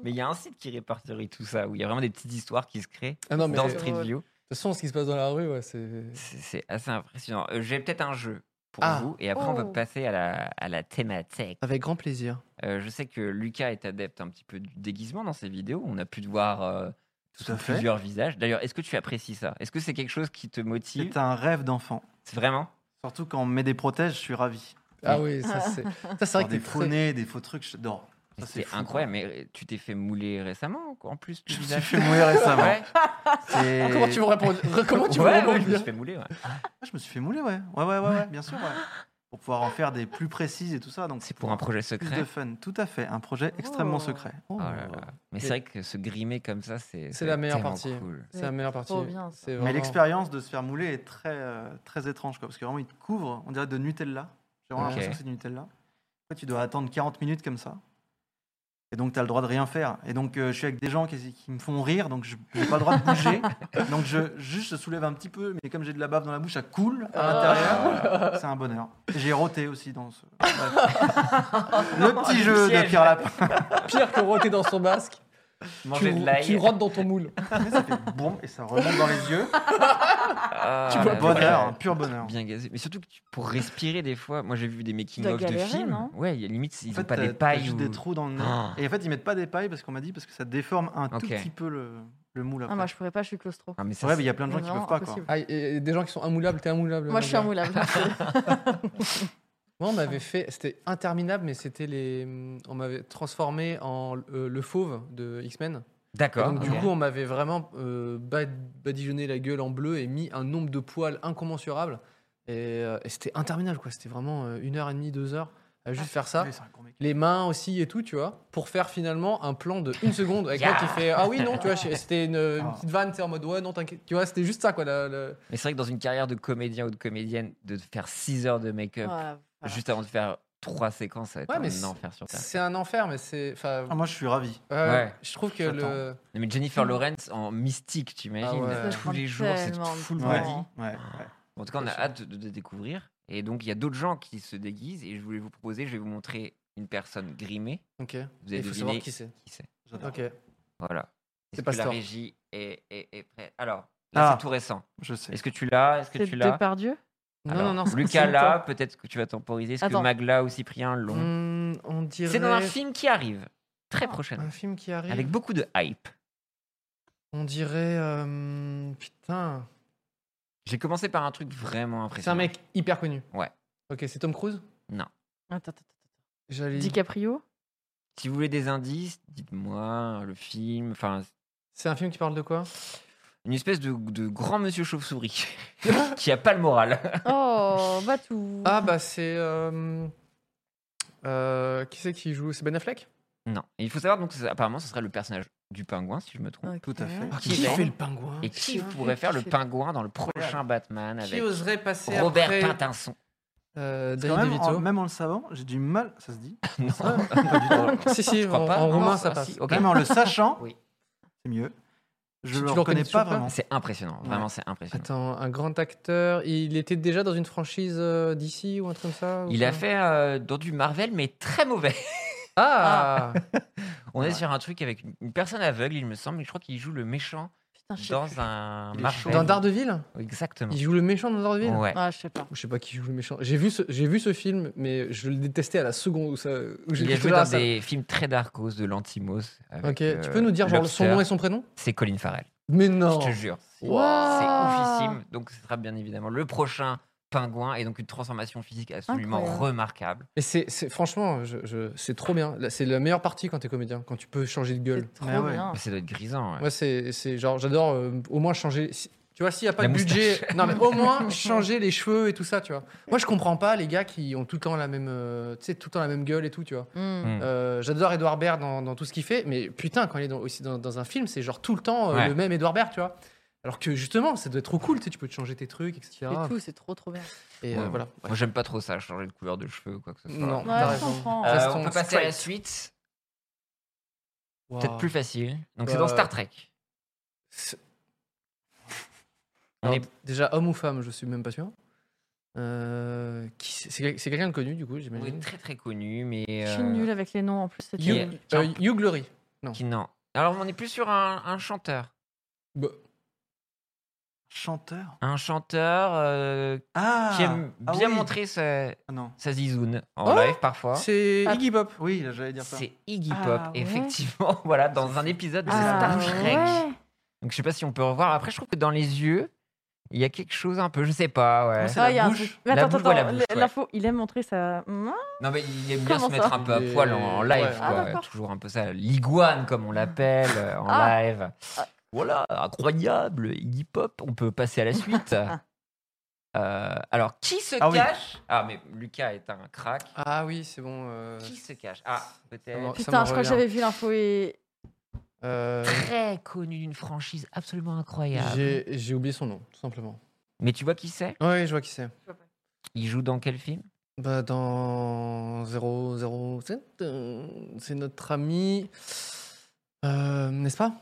[SPEAKER 2] Mais il y a un site qui répertorie tout ça, où il y a vraiment des petites histoires qui se créent
[SPEAKER 1] Ah non, mais
[SPEAKER 2] dans
[SPEAKER 1] c'est
[SPEAKER 2] Street
[SPEAKER 5] drôle.
[SPEAKER 2] View.
[SPEAKER 1] De toute façon, ce qui se passe dans la rue, ouais, c'est.
[SPEAKER 2] C'est c'est assez impressionnant. Euh, J'ai peut-être un jeu pour
[SPEAKER 1] Ah.
[SPEAKER 2] vous, et après on
[SPEAKER 5] Oh.
[SPEAKER 2] peut passer à la, à la thématique.
[SPEAKER 1] Avec grand plaisir.
[SPEAKER 2] Euh, je sais que Lucas est adepte un petit peu du déguisement dans ses vidéos. On a pu te voir euh,
[SPEAKER 4] Tout
[SPEAKER 2] sous
[SPEAKER 4] à fait.
[SPEAKER 2] plusieurs visages. D'ailleurs, est-ce que tu apprécies ça Est-ce que c'est quelque chose qui te motive
[SPEAKER 4] C'est un rêve d'enfant.
[SPEAKER 2] C'est Vraiment
[SPEAKER 4] Surtout quand on me met des protèges, je suis ravi.
[SPEAKER 1] Ah oui, ça c'est. Ça c'est vrai
[SPEAKER 4] Alors,
[SPEAKER 1] que t'es
[SPEAKER 4] des
[SPEAKER 1] très-
[SPEAKER 4] faux nez, des faux trucs, j'adore. Ça, c'est
[SPEAKER 2] C'est
[SPEAKER 4] fou,
[SPEAKER 2] incroyable, mais euh, tu t'es fait mouler récemment en plus le
[SPEAKER 4] Je me suis
[SPEAKER 2] visage.
[SPEAKER 4] fait mouiller récemment.
[SPEAKER 2] Ouais.
[SPEAKER 4] Et-
[SPEAKER 1] Comment tu veux répondre Comment tu veux
[SPEAKER 2] Ouais,
[SPEAKER 1] répondre
[SPEAKER 2] ouais, je me suis fait mouler. ouais.
[SPEAKER 4] Je me suis fait mouler, ouais. Ouais, ouais, ouais, ouais, bien sûr, ouais. Pour pouvoir en faire des plus précises et tout ça. Donc
[SPEAKER 2] C'est pour un projet
[SPEAKER 4] plus
[SPEAKER 2] secret.
[SPEAKER 4] de fun. Tout à fait. Un projet extrêmement
[SPEAKER 5] Oh.
[SPEAKER 4] secret.
[SPEAKER 2] Oh là là. Mais c'est vrai que se grimer comme ça,
[SPEAKER 1] C'est
[SPEAKER 2] c'est
[SPEAKER 1] la
[SPEAKER 2] ça doit être
[SPEAKER 1] meilleure
[SPEAKER 2] tellement
[SPEAKER 1] partie.
[SPEAKER 2] cool.
[SPEAKER 1] C'est la meilleure partie.
[SPEAKER 5] Trop bien, ça.
[SPEAKER 1] C'est
[SPEAKER 4] Mais
[SPEAKER 1] vraiment-
[SPEAKER 4] l'expérience de se faire mouler est très, euh, très étrange, quoi, parce que vraiment, il te couvre, on dirait de Nutella. J'ai vraiment
[SPEAKER 2] Ok.
[SPEAKER 4] l'impression que c'est du Nutella. Après, tu dois attendre 40 minutes comme ça. Et donc, tu as le droit de rien faire. Et donc, euh, je suis avec des gens qui, qui me font rire, donc je n'ai pas le droit de bouger. donc, je, juste, je soulève un petit peu, mais comme j'ai de la bave dans la bouche, ça coule à
[SPEAKER 2] Ah.
[SPEAKER 4] l'intérieur. c'est un bonheur. J'ai roté aussi dans ce. Bref. le petit jeu de
[SPEAKER 2] piège.
[SPEAKER 4] Pierre Lapin.
[SPEAKER 1] Pire que roter dans son masque.
[SPEAKER 2] Manger
[SPEAKER 1] Tu,
[SPEAKER 2] de l'ail.
[SPEAKER 1] tu rentres dans ton moule.
[SPEAKER 4] ça fait boum et ça remonte dans les yeux.
[SPEAKER 2] Ah,
[SPEAKER 1] Tu vois
[SPEAKER 2] là,
[SPEAKER 4] bonheur,
[SPEAKER 2] ouais.
[SPEAKER 4] hein, pur bonheur.
[SPEAKER 2] Bien gazé. Mais surtout que tu- pour respirer des fois, moi j'ai vu des making
[SPEAKER 5] dois
[SPEAKER 2] of de
[SPEAKER 5] galérer,
[SPEAKER 2] films.
[SPEAKER 5] non
[SPEAKER 2] Ouais, il y a limite ils
[SPEAKER 4] En
[SPEAKER 2] ont
[SPEAKER 4] fait,
[SPEAKER 2] pas
[SPEAKER 4] t'as-
[SPEAKER 2] des
[SPEAKER 4] t'as
[SPEAKER 2] pailles
[SPEAKER 4] juste
[SPEAKER 2] ou
[SPEAKER 4] des trous dans le nez.
[SPEAKER 2] Ah.
[SPEAKER 4] Et en fait, ils mettent pas des pailles parce qu'on m'a dit parce que ça déforme un tout
[SPEAKER 2] Ok.
[SPEAKER 4] petit peu le, le moule. Après.
[SPEAKER 5] Ah, moi, je pourrais pas, je suis claustro.
[SPEAKER 2] Ah, mais ça,
[SPEAKER 4] Ouais, mais il y a plein de gens
[SPEAKER 5] Mais
[SPEAKER 4] qui
[SPEAKER 5] vraiment
[SPEAKER 4] peuvent pas. Quoi.
[SPEAKER 5] impossible.
[SPEAKER 1] Ah, et- et des gens qui sont immoulables, t'es immoulable.
[SPEAKER 5] Moi, je suis Ah,
[SPEAKER 1] Nadia.
[SPEAKER 5] immoulable.
[SPEAKER 1] Moi, on m'avait fait, c'était interminable, mais c'était les, on m'avait transformé en euh, le fauve de X-Men.
[SPEAKER 2] c'est- D'accord.
[SPEAKER 1] Donc,
[SPEAKER 2] ok.
[SPEAKER 1] Du coup, on m'avait vraiment euh, bad- badigeonné la gueule en bleu et mis un nombre de poils incommensurable. Et, euh, et c'était interminable, quoi. C'était vraiment euh, une heure et demie, deux heures à
[SPEAKER 2] Ah,
[SPEAKER 1] juste faire ça.
[SPEAKER 4] Ouais, c'est un gros mec.
[SPEAKER 1] Les mains aussi et tout, tu vois, pour faire finalement un plan de une seconde avec moi qui fait Ah oui, non, tu vois, c'était une, une petite vanne, c'est en mode Ouais, non, t'inquiète. Tu vois, c'était juste ça, quoi. la- la-
[SPEAKER 2] Mais c'est vrai que dans une carrière de comédien ou de comédienne, de faire 6 heures de make-up juste avant de faire trois séquences, ça va être
[SPEAKER 1] Ouais, mais
[SPEAKER 2] un
[SPEAKER 1] c'est-
[SPEAKER 2] enfer sur Terre.
[SPEAKER 1] C'est un enfer, mais c'est. Enfin,
[SPEAKER 4] Ah, moi, je suis ravi.
[SPEAKER 1] euh,
[SPEAKER 2] Ouais.
[SPEAKER 1] je trouve que
[SPEAKER 4] J'attends.
[SPEAKER 1] le.
[SPEAKER 2] Non, Mais Jennifer Lawrence en mystique, tu imagines
[SPEAKER 1] Ah ouais.
[SPEAKER 2] Tous les jours, c'est
[SPEAKER 5] Tellement
[SPEAKER 2] full
[SPEAKER 5] de
[SPEAKER 4] Ouais.
[SPEAKER 2] body.
[SPEAKER 5] temps.
[SPEAKER 4] Ouais, ouais.
[SPEAKER 2] En tout cas, on a hâte de, de découvrir. Et donc, il y a d'autres gens qui se déguisent. Et je voulais vous proposer, je vais vous montrer une personne grimée.
[SPEAKER 1] Ok.
[SPEAKER 2] Vous allez
[SPEAKER 1] Il faut
[SPEAKER 2] deviner
[SPEAKER 1] savoir qui c'est.
[SPEAKER 2] qui c'est.
[SPEAKER 4] J'adore.
[SPEAKER 1] Ok.
[SPEAKER 2] Voilà.
[SPEAKER 1] C'est
[SPEAKER 2] Est-ce que la
[SPEAKER 1] Pastor.
[SPEAKER 2] régie est, est- est prête Alors, là,
[SPEAKER 4] Ah.
[SPEAKER 2] c'est tout récent.
[SPEAKER 4] Je sais.
[SPEAKER 2] Est-ce que tu l'as Est-ce que
[SPEAKER 5] C'est
[SPEAKER 2] tu l'as
[SPEAKER 5] Depardieu
[SPEAKER 1] Non,
[SPEAKER 2] Alors,
[SPEAKER 1] non, non, c'est-
[SPEAKER 2] Lucas
[SPEAKER 1] c'est-
[SPEAKER 2] là, peut-être que tu vas temporiser. Est-ce que
[SPEAKER 5] Attends.
[SPEAKER 2] Magla ou Cyprien l'ont
[SPEAKER 1] Hmm, on dirait.
[SPEAKER 2] C'est dans un film qui arrive très prochainement,
[SPEAKER 1] Un film qui arrive.
[SPEAKER 2] avec beaucoup de hype.
[SPEAKER 1] On dirait. euh, putain.
[SPEAKER 2] J'ai commencé par un truc vraiment
[SPEAKER 1] C'est un
[SPEAKER 2] impressionnant.
[SPEAKER 1] mec hyper connu.
[SPEAKER 2] Ouais.
[SPEAKER 1] Ok, c'est Tom Cruise
[SPEAKER 5] Attends, attends, attends.
[SPEAKER 1] J'allais.
[SPEAKER 5] DiCaprio
[SPEAKER 2] Si vous voulez des indices, dites-moi hein, le film. Enfin,
[SPEAKER 1] C'est un film qui parle de quoi
[SPEAKER 2] une espèce de, de grand monsieur chauve-souris qui a pas le moral.
[SPEAKER 5] Oh, Batou.
[SPEAKER 1] Ah, bah, c'est. euh, euh, qui c'est qui joue C'est Ben Affleck
[SPEAKER 2] Non. Et il faut savoir donc ça- apparemment ce serait le personnage du pingouin si je me trompe.
[SPEAKER 5] Ok.
[SPEAKER 4] Tout à fait.
[SPEAKER 2] Ah,
[SPEAKER 1] Qui
[SPEAKER 2] est-
[SPEAKER 1] fait le pingouin
[SPEAKER 2] Et qui pourrait faire le pingouin dans le prochain Batman
[SPEAKER 1] Qui
[SPEAKER 2] avec
[SPEAKER 1] oserait passer
[SPEAKER 2] Robert
[SPEAKER 1] après
[SPEAKER 2] Pattinson
[SPEAKER 1] euh,
[SPEAKER 4] Parce que
[SPEAKER 1] Danny
[SPEAKER 4] même, en,
[SPEAKER 1] DeVito
[SPEAKER 4] même en le savant, j'ai du mal. Ça se dit.
[SPEAKER 2] Non,
[SPEAKER 4] Pas du tout.
[SPEAKER 1] Si, si,
[SPEAKER 2] je crois
[SPEAKER 1] en,
[SPEAKER 2] pas.
[SPEAKER 1] en
[SPEAKER 2] Non,
[SPEAKER 1] roumain,
[SPEAKER 2] ah,
[SPEAKER 1] ça passe.
[SPEAKER 2] si, ok.
[SPEAKER 4] Même en le sachant,
[SPEAKER 2] Oui.
[SPEAKER 4] c'est mieux. Je
[SPEAKER 1] Tu-
[SPEAKER 4] le
[SPEAKER 1] tu le
[SPEAKER 4] reconnais
[SPEAKER 1] reconnais
[SPEAKER 4] pas
[SPEAKER 1] toujours pas
[SPEAKER 4] vraiment.
[SPEAKER 2] C'est impressionnant, vraiment
[SPEAKER 4] Ouais.
[SPEAKER 2] c'est impressionnant.
[SPEAKER 1] Attends, un grand acteur. Il était déjà dans une franchise euh, d'ici ou un truc comme ça ou
[SPEAKER 2] Il a
[SPEAKER 1] pas hein.
[SPEAKER 2] fait euh, dans du Marvel mais très mauvais.
[SPEAKER 1] Ah,
[SPEAKER 2] On est
[SPEAKER 4] Ouais.
[SPEAKER 2] sur un truc avec une- une personne aveugle, il me semble, mais je crois qu'il joue le méchant
[SPEAKER 1] Ah,
[SPEAKER 5] Putain, je sais
[SPEAKER 2] dans
[SPEAKER 5] plus.
[SPEAKER 2] un
[SPEAKER 4] Il est chaud.
[SPEAKER 2] Marvel.
[SPEAKER 1] Dans Daredevil
[SPEAKER 2] Exactement.
[SPEAKER 1] Il joue le méchant dans Daredevil
[SPEAKER 2] Ouais.
[SPEAKER 5] Ah, je sais pas.
[SPEAKER 1] Je sais pas qui joue le méchant. J'ai vu, ce, j'ai vu ce film, mais je le détestais à la seconde où, ça, où j'ai
[SPEAKER 2] Il a
[SPEAKER 1] quitté
[SPEAKER 2] joué
[SPEAKER 1] la
[SPEAKER 2] dans
[SPEAKER 1] salle.
[SPEAKER 2] des films très darkos de l'Antimos. avec,
[SPEAKER 1] Ok,
[SPEAKER 2] euh,
[SPEAKER 1] tu peux nous dire genre, son
[SPEAKER 2] Lobster.
[SPEAKER 1] nom et son prénom
[SPEAKER 2] C'est Colin Farrell.
[SPEAKER 1] Mais non
[SPEAKER 2] Je te jure.
[SPEAKER 5] Wow.
[SPEAKER 2] C'est oufissime. Donc ce sera bien évidemment le prochain pingouin et donc une transformation physique absolument
[SPEAKER 5] Incroyable.
[SPEAKER 2] remarquable.
[SPEAKER 1] Mais c'est, c'est- franchement, je, je- c'est trop bien. Là, C'est la meilleure partie quand t'es comédien, quand tu peux changer de gueule.
[SPEAKER 5] C'est trop
[SPEAKER 4] Mais ouais.
[SPEAKER 5] bien.
[SPEAKER 2] Ça doit être grisant. ouais.
[SPEAKER 1] Moi, c'est, c'est genre, j'adore euh, au moins changer. si- tu vois, s'il n'y a pas
[SPEAKER 2] La
[SPEAKER 1] de budget, non, mais au moins changer les cheveux et tout ça, tu vois. Moi, je comprends pas les gars qui ont tout le temps la même, euh, tu sais, tout le temps la même gueule et tout, tu vois.
[SPEAKER 5] Hmm.
[SPEAKER 2] Mm.
[SPEAKER 1] Euh, J'adore Edouard Baird dans, dans tout ce qu'il fait, mais putain, quand il est dans, aussi dans, dans un film, c'est genre tout le temps euh,
[SPEAKER 2] Ouais.
[SPEAKER 1] le même Edouard Baird, tu vois. Alors que justement, ça doit être trop cool, tu sais, tu peux te changer tes trucs, etc.
[SPEAKER 5] Et tout, c'est trop trop bien.
[SPEAKER 1] Et euh,
[SPEAKER 2] Ouais.
[SPEAKER 1] voilà.
[SPEAKER 2] Moi j'aime pas trop ça, changer de couleur de cheveux ou quoi que ce soit.
[SPEAKER 1] Non,
[SPEAKER 5] Ouais,
[SPEAKER 1] t'as
[SPEAKER 5] je
[SPEAKER 1] raison.
[SPEAKER 5] comprends.
[SPEAKER 2] Euh,
[SPEAKER 1] Restons
[SPEAKER 2] on peut passer à la
[SPEAKER 1] straight. Oh.
[SPEAKER 2] suite,
[SPEAKER 1] Waouh.
[SPEAKER 2] peut-être plus facile. Donc c'est
[SPEAKER 1] Bah,
[SPEAKER 2] dans Star Trek.
[SPEAKER 1] C'est-
[SPEAKER 2] On
[SPEAKER 1] Alors,
[SPEAKER 2] est-
[SPEAKER 1] Déjà, homme ou femme, je suis même pas sûr. Euh, qui c'est c'est- c'est quelqu'un de connu, du coup,
[SPEAKER 2] on est
[SPEAKER 1] j'imagine.
[SPEAKER 2] très très connu, mais.
[SPEAKER 5] Je
[SPEAKER 2] euh,
[SPEAKER 5] suis nulle avec les noms en plus. c'est
[SPEAKER 2] You-
[SPEAKER 5] terrible.
[SPEAKER 1] Euh, Hugh Laurie.
[SPEAKER 2] qui- non. Alors on est plus sur un, un chanteur.
[SPEAKER 1] Bah,
[SPEAKER 4] Chanteur.
[SPEAKER 2] Un chanteur euh,
[SPEAKER 4] Ah.
[SPEAKER 2] qui aime
[SPEAKER 4] Ah
[SPEAKER 2] bien
[SPEAKER 4] oui.
[SPEAKER 2] montrer sa,
[SPEAKER 4] Ah non.
[SPEAKER 2] sa zizoune en
[SPEAKER 1] Oh
[SPEAKER 2] live parfois.
[SPEAKER 1] C'est
[SPEAKER 5] Ah.
[SPEAKER 1] Iggy Pop.
[SPEAKER 4] Oui, là, j'allais dire ça.
[SPEAKER 2] C'est Iggy
[SPEAKER 5] Ah,
[SPEAKER 2] Pop,
[SPEAKER 5] ouais.
[SPEAKER 2] effectivement, voilà, dans un épisode de
[SPEAKER 5] Ah,
[SPEAKER 2] Star Trek.
[SPEAKER 5] ouais.
[SPEAKER 2] Donc je sais pas si on peut revoir. Après, je trouve que dans les yeux, Il y a quelque chose un peu, je sais pas. Ouais.
[SPEAKER 4] Moi, c'est la
[SPEAKER 5] il y a un
[SPEAKER 4] bouche.
[SPEAKER 5] truc- Mais
[SPEAKER 2] La
[SPEAKER 5] attends,
[SPEAKER 2] bouche, ouais, la
[SPEAKER 5] attends,
[SPEAKER 2] bouche, ouais.
[SPEAKER 5] l'info, il aime montrer sa. Hein
[SPEAKER 2] Non, mais il aime bien
[SPEAKER 5] Comment
[SPEAKER 2] se mettre
[SPEAKER 5] ça
[SPEAKER 2] un peu à
[SPEAKER 1] Il est-
[SPEAKER 2] poil en, en live,
[SPEAKER 1] Ouais.
[SPEAKER 5] Ah,
[SPEAKER 2] quoi.
[SPEAKER 5] d'accord.
[SPEAKER 2] Toujours un peu ça, l'iguane, comme on l'appelle, euh, en
[SPEAKER 5] Ah.
[SPEAKER 2] live. Voilà, incroyable, Iggy Pop, on peut passer à la suite. Euh, alors, qui se
[SPEAKER 4] Ah oui.
[SPEAKER 2] cache Ah, mais Lucas est un crack.
[SPEAKER 1] Ah oui, c'est bon. euh,
[SPEAKER 2] Qui se cache Ah, peut-être.
[SPEAKER 1] Alors, Ça
[SPEAKER 5] Putain,
[SPEAKER 1] me
[SPEAKER 5] je crois
[SPEAKER 1] revient.
[SPEAKER 5] que j'avais vu l'info et.
[SPEAKER 1] euh,
[SPEAKER 2] Très connu d'une franchise absolument incroyable.
[SPEAKER 1] j'ai j'ai oublié son nom, tout simplement.
[SPEAKER 2] Mais tu vois qui c'est
[SPEAKER 1] Oui, je vois qui c'est.
[SPEAKER 2] Il joue dans quel film
[SPEAKER 1] Bah, dans 007, euh, c'est notre ami. euh, N'est-ce pas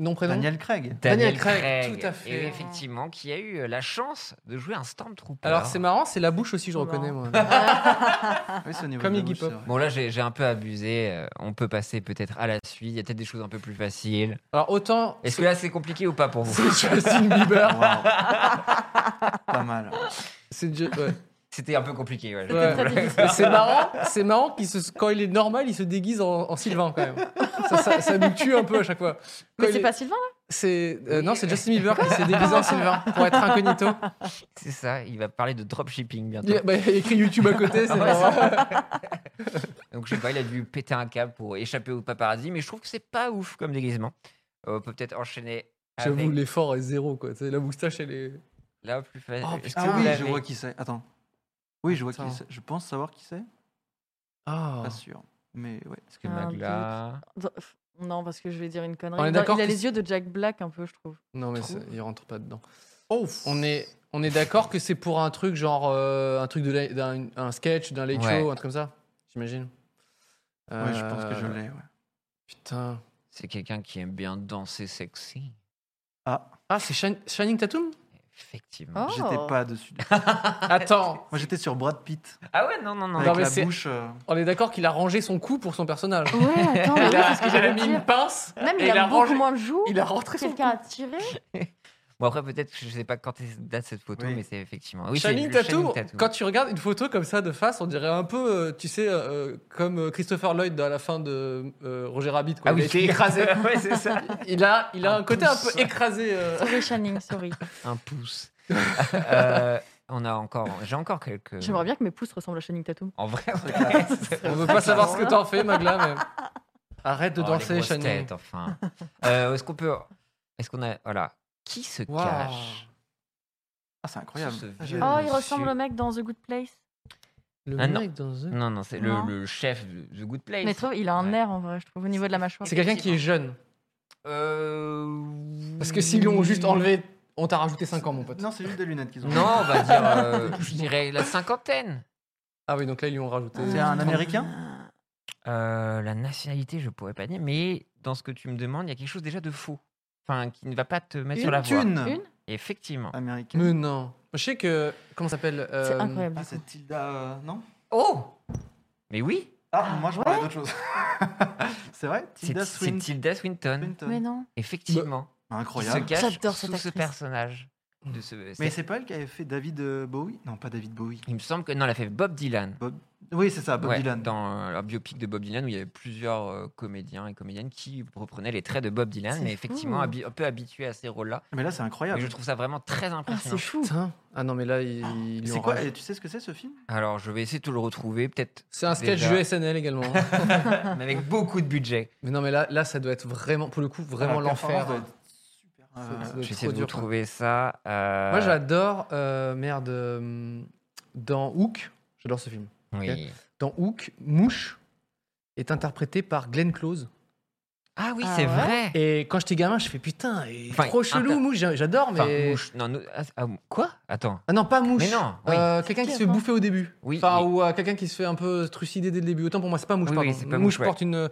[SPEAKER 1] Non, prénom
[SPEAKER 4] Daniel Craig.
[SPEAKER 1] Daniel Craig, tout à fait.
[SPEAKER 2] Et effectivement, qui a eu euh, la chance de jouer un Stormtrooper.
[SPEAKER 1] Alors, c'est marrant, c'est la bouche aussi, je
[SPEAKER 5] Non.
[SPEAKER 1] reconnais, moi.
[SPEAKER 2] Ah.
[SPEAKER 4] Oui, c'est au niveau
[SPEAKER 1] Ah. Comme
[SPEAKER 4] de la
[SPEAKER 1] Iggy
[SPEAKER 4] bouche,
[SPEAKER 1] Pop.
[SPEAKER 4] c'est vrai.
[SPEAKER 2] Bon, là, j'ai j'ai un peu abusé. Euh, On peut passer peut-être à la suite. Il y a peut-être des choses un peu plus faciles.
[SPEAKER 1] Alors, autant.
[SPEAKER 2] Est-ce que là, c'est compliqué ou pas pour vous
[SPEAKER 1] C'est Justin Bieber.
[SPEAKER 4] Waouh. Pas mal.
[SPEAKER 1] C'est Ju- ouais.
[SPEAKER 2] C'était un peu compliqué. ouais.
[SPEAKER 1] Ouais.
[SPEAKER 5] très difficile.
[SPEAKER 1] Mais C'est marrant, c'est marrant qu'il se- quand il est normal, il se déguise en, en Sylvain quand même. Ça, ça, ça nous tue un peu à chaque fois. Quand
[SPEAKER 5] Mais
[SPEAKER 1] il
[SPEAKER 5] c'est
[SPEAKER 1] est-
[SPEAKER 5] pas Sylvain
[SPEAKER 1] c'est- euh, non, c'est Justin Bieber qui s'est déguisé en Sylvain pour être incognito.
[SPEAKER 2] C'est ça. Il va parler de dropshipping bientôt.
[SPEAKER 1] Il, bah, il y a écrit YouTube à côté, c'est
[SPEAKER 2] Ouais,
[SPEAKER 1] marrant.
[SPEAKER 2] Donc, je sais pas, il a dû péter un câble pour échapper au paparazzi. Mais je trouve que c'est pas ouf comme déguisement. Euh, on peut peut-être enchaîner avec
[SPEAKER 1] J'avoue, l'effort est zéro quoi. Tu sais, La moustache, elle est.
[SPEAKER 2] la plus euh, facile.
[SPEAKER 1] Oh,
[SPEAKER 2] Est-ce que
[SPEAKER 4] Ah
[SPEAKER 2] vous
[SPEAKER 4] oui, je
[SPEAKER 2] l'avez
[SPEAKER 4] vois qui c'est. Attends. Oui, je vois qui
[SPEAKER 1] Attends.
[SPEAKER 4] c'est. Je pense savoir qui c'est.
[SPEAKER 1] Ah.
[SPEAKER 4] Pas sûr. Mais ouais.
[SPEAKER 2] Est-ce que
[SPEAKER 5] Un,
[SPEAKER 2] Magla...
[SPEAKER 5] Dans- pff, Non, parce que je vais dire une connerie.
[SPEAKER 1] On est
[SPEAKER 5] Dans-
[SPEAKER 1] d'accord
[SPEAKER 5] il a
[SPEAKER 1] que
[SPEAKER 5] les
[SPEAKER 1] c'est-
[SPEAKER 5] yeux de Jack Black un peu, je trouve.
[SPEAKER 1] Non, mais
[SPEAKER 5] Trop.
[SPEAKER 1] ça- il rentre pas dedans. On est, on est d'accord que c'est pour un truc genre euh, un truc de la- d'un un sketch, d'un late
[SPEAKER 2] Ouais.
[SPEAKER 1] show, un truc comme ça, j'imagine.
[SPEAKER 4] Ouais, je pense que je
[SPEAKER 1] Euh,
[SPEAKER 4] l'ai. ouais.
[SPEAKER 1] Putain.
[SPEAKER 2] C'est quelqu'un qui aime bien danser sexy.
[SPEAKER 4] Ah,
[SPEAKER 1] Ah, c'est Shin- Shining Tatum
[SPEAKER 2] Effectivement.
[SPEAKER 5] Oh.
[SPEAKER 4] j'étais pas dessus.
[SPEAKER 5] Ah.
[SPEAKER 1] Attends,
[SPEAKER 4] Moi, j'étais sur Brad Pitt.
[SPEAKER 2] Ah ouais, non, non, non.
[SPEAKER 4] Avec
[SPEAKER 1] mais
[SPEAKER 4] la
[SPEAKER 1] c'est-
[SPEAKER 4] bouche. euh,
[SPEAKER 1] on est d'accord qu'il a rangé son cou pour son personnage.
[SPEAKER 5] Ouais, attends, Oh, mais oui,
[SPEAKER 1] Il a,
[SPEAKER 5] c'est ce que
[SPEAKER 1] il a
[SPEAKER 5] j'allais
[SPEAKER 1] mis une
[SPEAKER 5] dire.
[SPEAKER 1] pince.
[SPEAKER 5] Même
[SPEAKER 1] et
[SPEAKER 5] il,
[SPEAKER 1] il a
[SPEAKER 5] a, beaucoup
[SPEAKER 1] rangé-
[SPEAKER 5] moins de joues.
[SPEAKER 1] Il a rentré son
[SPEAKER 5] Quelqu'un a tiré.
[SPEAKER 2] Bon, après, peut-être, je sais pas quand est- date cette photo,
[SPEAKER 4] Oui.
[SPEAKER 2] mais c'est effectivement. Oui, c'est
[SPEAKER 1] Shining
[SPEAKER 2] le
[SPEAKER 1] Tatum,
[SPEAKER 2] Shining Tatum.
[SPEAKER 1] quand tu regardes une photo comme ça de face, on dirait un peu, euh, tu sais, euh, comme euh, Christopher Lloyd à la fin de euh, Roger Rabbit. Quoi.
[SPEAKER 2] Ah
[SPEAKER 1] il
[SPEAKER 2] oui,
[SPEAKER 1] a été
[SPEAKER 2] c'est-
[SPEAKER 1] écrasé.
[SPEAKER 2] ouais, c'est ça.
[SPEAKER 1] Il a, il a un,
[SPEAKER 2] Un
[SPEAKER 1] côté un
[SPEAKER 2] pouce.
[SPEAKER 1] peu écrasé. euh.
[SPEAKER 5] Sorry, Shining, sorry.
[SPEAKER 2] Un pouce. Euh, on a encore. J'ai encore quelques.
[SPEAKER 5] J'aimerais bien que mes pouces ressemblent à Shining Tatum.
[SPEAKER 2] En vrai,
[SPEAKER 4] C'est clair.
[SPEAKER 1] On veut pas savoir ce que t'en fais, Magla, mais. Arrête de
[SPEAKER 2] Oh, les
[SPEAKER 1] danser,
[SPEAKER 2] grosses
[SPEAKER 1] Shining.
[SPEAKER 2] têtes, enfin. Euh, Est-ce qu'on peut. Est-ce qu'on a. Voilà. Qui se
[SPEAKER 1] Waouh.
[SPEAKER 2] cache
[SPEAKER 4] Ah, c'est incroyable.
[SPEAKER 2] Ce
[SPEAKER 4] Ah,
[SPEAKER 2] vieux
[SPEAKER 4] j'ai-
[SPEAKER 5] Oh, il
[SPEAKER 2] monsieur.
[SPEAKER 5] ressemble au mec dans The Good Place.
[SPEAKER 1] Le
[SPEAKER 2] Ah, non.
[SPEAKER 1] mec dans The-
[SPEAKER 2] Non, non, c'est le,
[SPEAKER 5] Non.
[SPEAKER 2] le chef de The Good Place.
[SPEAKER 5] Mais toi, il a un
[SPEAKER 2] Ouais.
[SPEAKER 5] air en vrai, je trouve, au niveau de la mâchoire.
[SPEAKER 1] C'est quelqu'un qui est jeune.
[SPEAKER 2] Euh...
[SPEAKER 1] Parce que s'ils l'ont juste enlevé, on t'a rajouté 5 ans, mon pote.
[SPEAKER 4] Non, c'est juste des lunettes qu'ils ont.
[SPEAKER 2] Non, on va dire. euh, je dirais la cinquantaine.
[SPEAKER 1] Ah oui, donc là, ils lui ont rajouté.
[SPEAKER 4] C'est un américain
[SPEAKER 2] Euh, la nationalité, je pourrais pas dire, mais dans ce que tu me demandes, il y a quelque chose déjà de faux. Enfin, qui ne va pas te mettre sur la
[SPEAKER 4] Une
[SPEAKER 2] voie.
[SPEAKER 4] thune
[SPEAKER 5] Une
[SPEAKER 2] Effectivement.
[SPEAKER 4] américaine.
[SPEAKER 1] Mais non. Je sais que. Comment ça s'appelle euh,
[SPEAKER 5] C'est incroyable.
[SPEAKER 4] Ah, c'est Tilda. euh, non
[SPEAKER 2] Oh Mais oui
[SPEAKER 4] Ah, moi, je parlais d'autre chose. c'est vrai
[SPEAKER 2] C'est
[SPEAKER 4] Tilda
[SPEAKER 2] c'est
[SPEAKER 4] Swinton.
[SPEAKER 2] Tilda Swinton.
[SPEAKER 4] Swinton. Bah, Ah,
[SPEAKER 5] Mais non.
[SPEAKER 2] Effectivement. Qui se
[SPEAKER 4] Incroyable.
[SPEAKER 2] cache
[SPEAKER 5] J'adore
[SPEAKER 2] sous
[SPEAKER 5] cette
[SPEAKER 2] ce
[SPEAKER 5] actrice.
[SPEAKER 2] personnage. De ce,
[SPEAKER 4] Mais c'est pas elle qui avait fait David euh, Bowie Non, pas David Bowie.
[SPEAKER 2] Il me semble que. Non, elle a fait Bob Dylan.
[SPEAKER 4] Oui, c'est ça, Ah, Bob
[SPEAKER 2] Ouais,
[SPEAKER 4] Dylan.
[SPEAKER 2] Dans euh, leur biopic de Bob Dylan, où il y avait plusieurs euh, comédiens et comédiennes qui reprenaient les traits de Bob Dylan,
[SPEAKER 5] C'est
[SPEAKER 2] mais
[SPEAKER 5] fou.
[SPEAKER 2] effectivement habi- un peu habitués à ces rôles-là.
[SPEAKER 4] Mais là, c'est
[SPEAKER 2] Et
[SPEAKER 4] incroyable.
[SPEAKER 2] je trouve ça vraiment très
[SPEAKER 5] Ah,
[SPEAKER 2] impressionnant.
[SPEAKER 5] c'est fou.
[SPEAKER 1] Putain. Ah non, mais là, ils, ils lui
[SPEAKER 4] C'est
[SPEAKER 1] ont
[SPEAKER 4] quoi
[SPEAKER 1] rajouté.
[SPEAKER 4] Et Tu sais ce que c'est ce film
[SPEAKER 2] Alors, je vais essayer de te le retrouver, peut-être.
[SPEAKER 1] C'est un sketch
[SPEAKER 2] déjà,
[SPEAKER 1] USNL également. hein.
[SPEAKER 5] Ah.
[SPEAKER 2] mais avec beaucoup de budget.
[SPEAKER 1] mais non, mais là, là, ça doit être vraiment, pour le coup, vraiment
[SPEAKER 4] Ah, la performance
[SPEAKER 1] l'enfer. hein.
[SPEAKER 4] doit être super, euh,
[SPEAKER 1] Ça- ça doit être
[SPEAKER 2] J'essaie
[SPEAKER 1] trop
[SPEAKER 2] de vous
[SPEAKER 1] dur, quoi.
[SPEAKER 2] trouver ça. euh,
[SPEAKER 1] Moi, j'adore, euh, merde, euh, dans Hook, j'adore ce film.
[SPEAKER 2] oui.
[SPEAKER 1] Dans Hook, Mouche est interprété par Glenn Close.
[SPEAKER 2] Ah oui,
[SPEAKER 5] Ah
[SPEAKER 2] c'est
[SPEAKER 5] ouais
[SPEAKER 2] vrai.
[SPEAKER 1] Et quand j'étais gamin, je fais putain, il est
[SPEAKER 2] Enfin,
[SPEAKER 1] trop chelou,
[SPEAKER 2] inter-
[SPEAKER 1] Mouche, j'a- j'adore, mais.
[SPEAKER 2] Enfin, mouche. Non, nous- ah, ah, quoi Attends.
[SPEAKER 1] Ah non, pas Mouche.
[SPEAKER 2] Mais non, oui.
[SPEAKER 1] Euh, quelqu'un qui
[SPEAKER 5] qui
[SPEAKER 1] se fait
[SPEAKER 5] avant
[SPEAKER 1] bouffer au début.
[SPEAKER 2] Oui,
[SPEAKER 1] Enfin,
[SPEAKER 2] mais-
[SPEAKER 1] ou euh, quelqu'un qui se fait un peu trucider dès le début. Autant pour moi, c'est pas Mouche,
[SPEAKER 2] Oui,
[SPEAKER 1] pardon.
[SPEAKER 2] oui, c'est pas
[SPEAKER 1] mouche
[SPEAKER 2] Mouche, ouais.
[SPEAKER 1] porte une.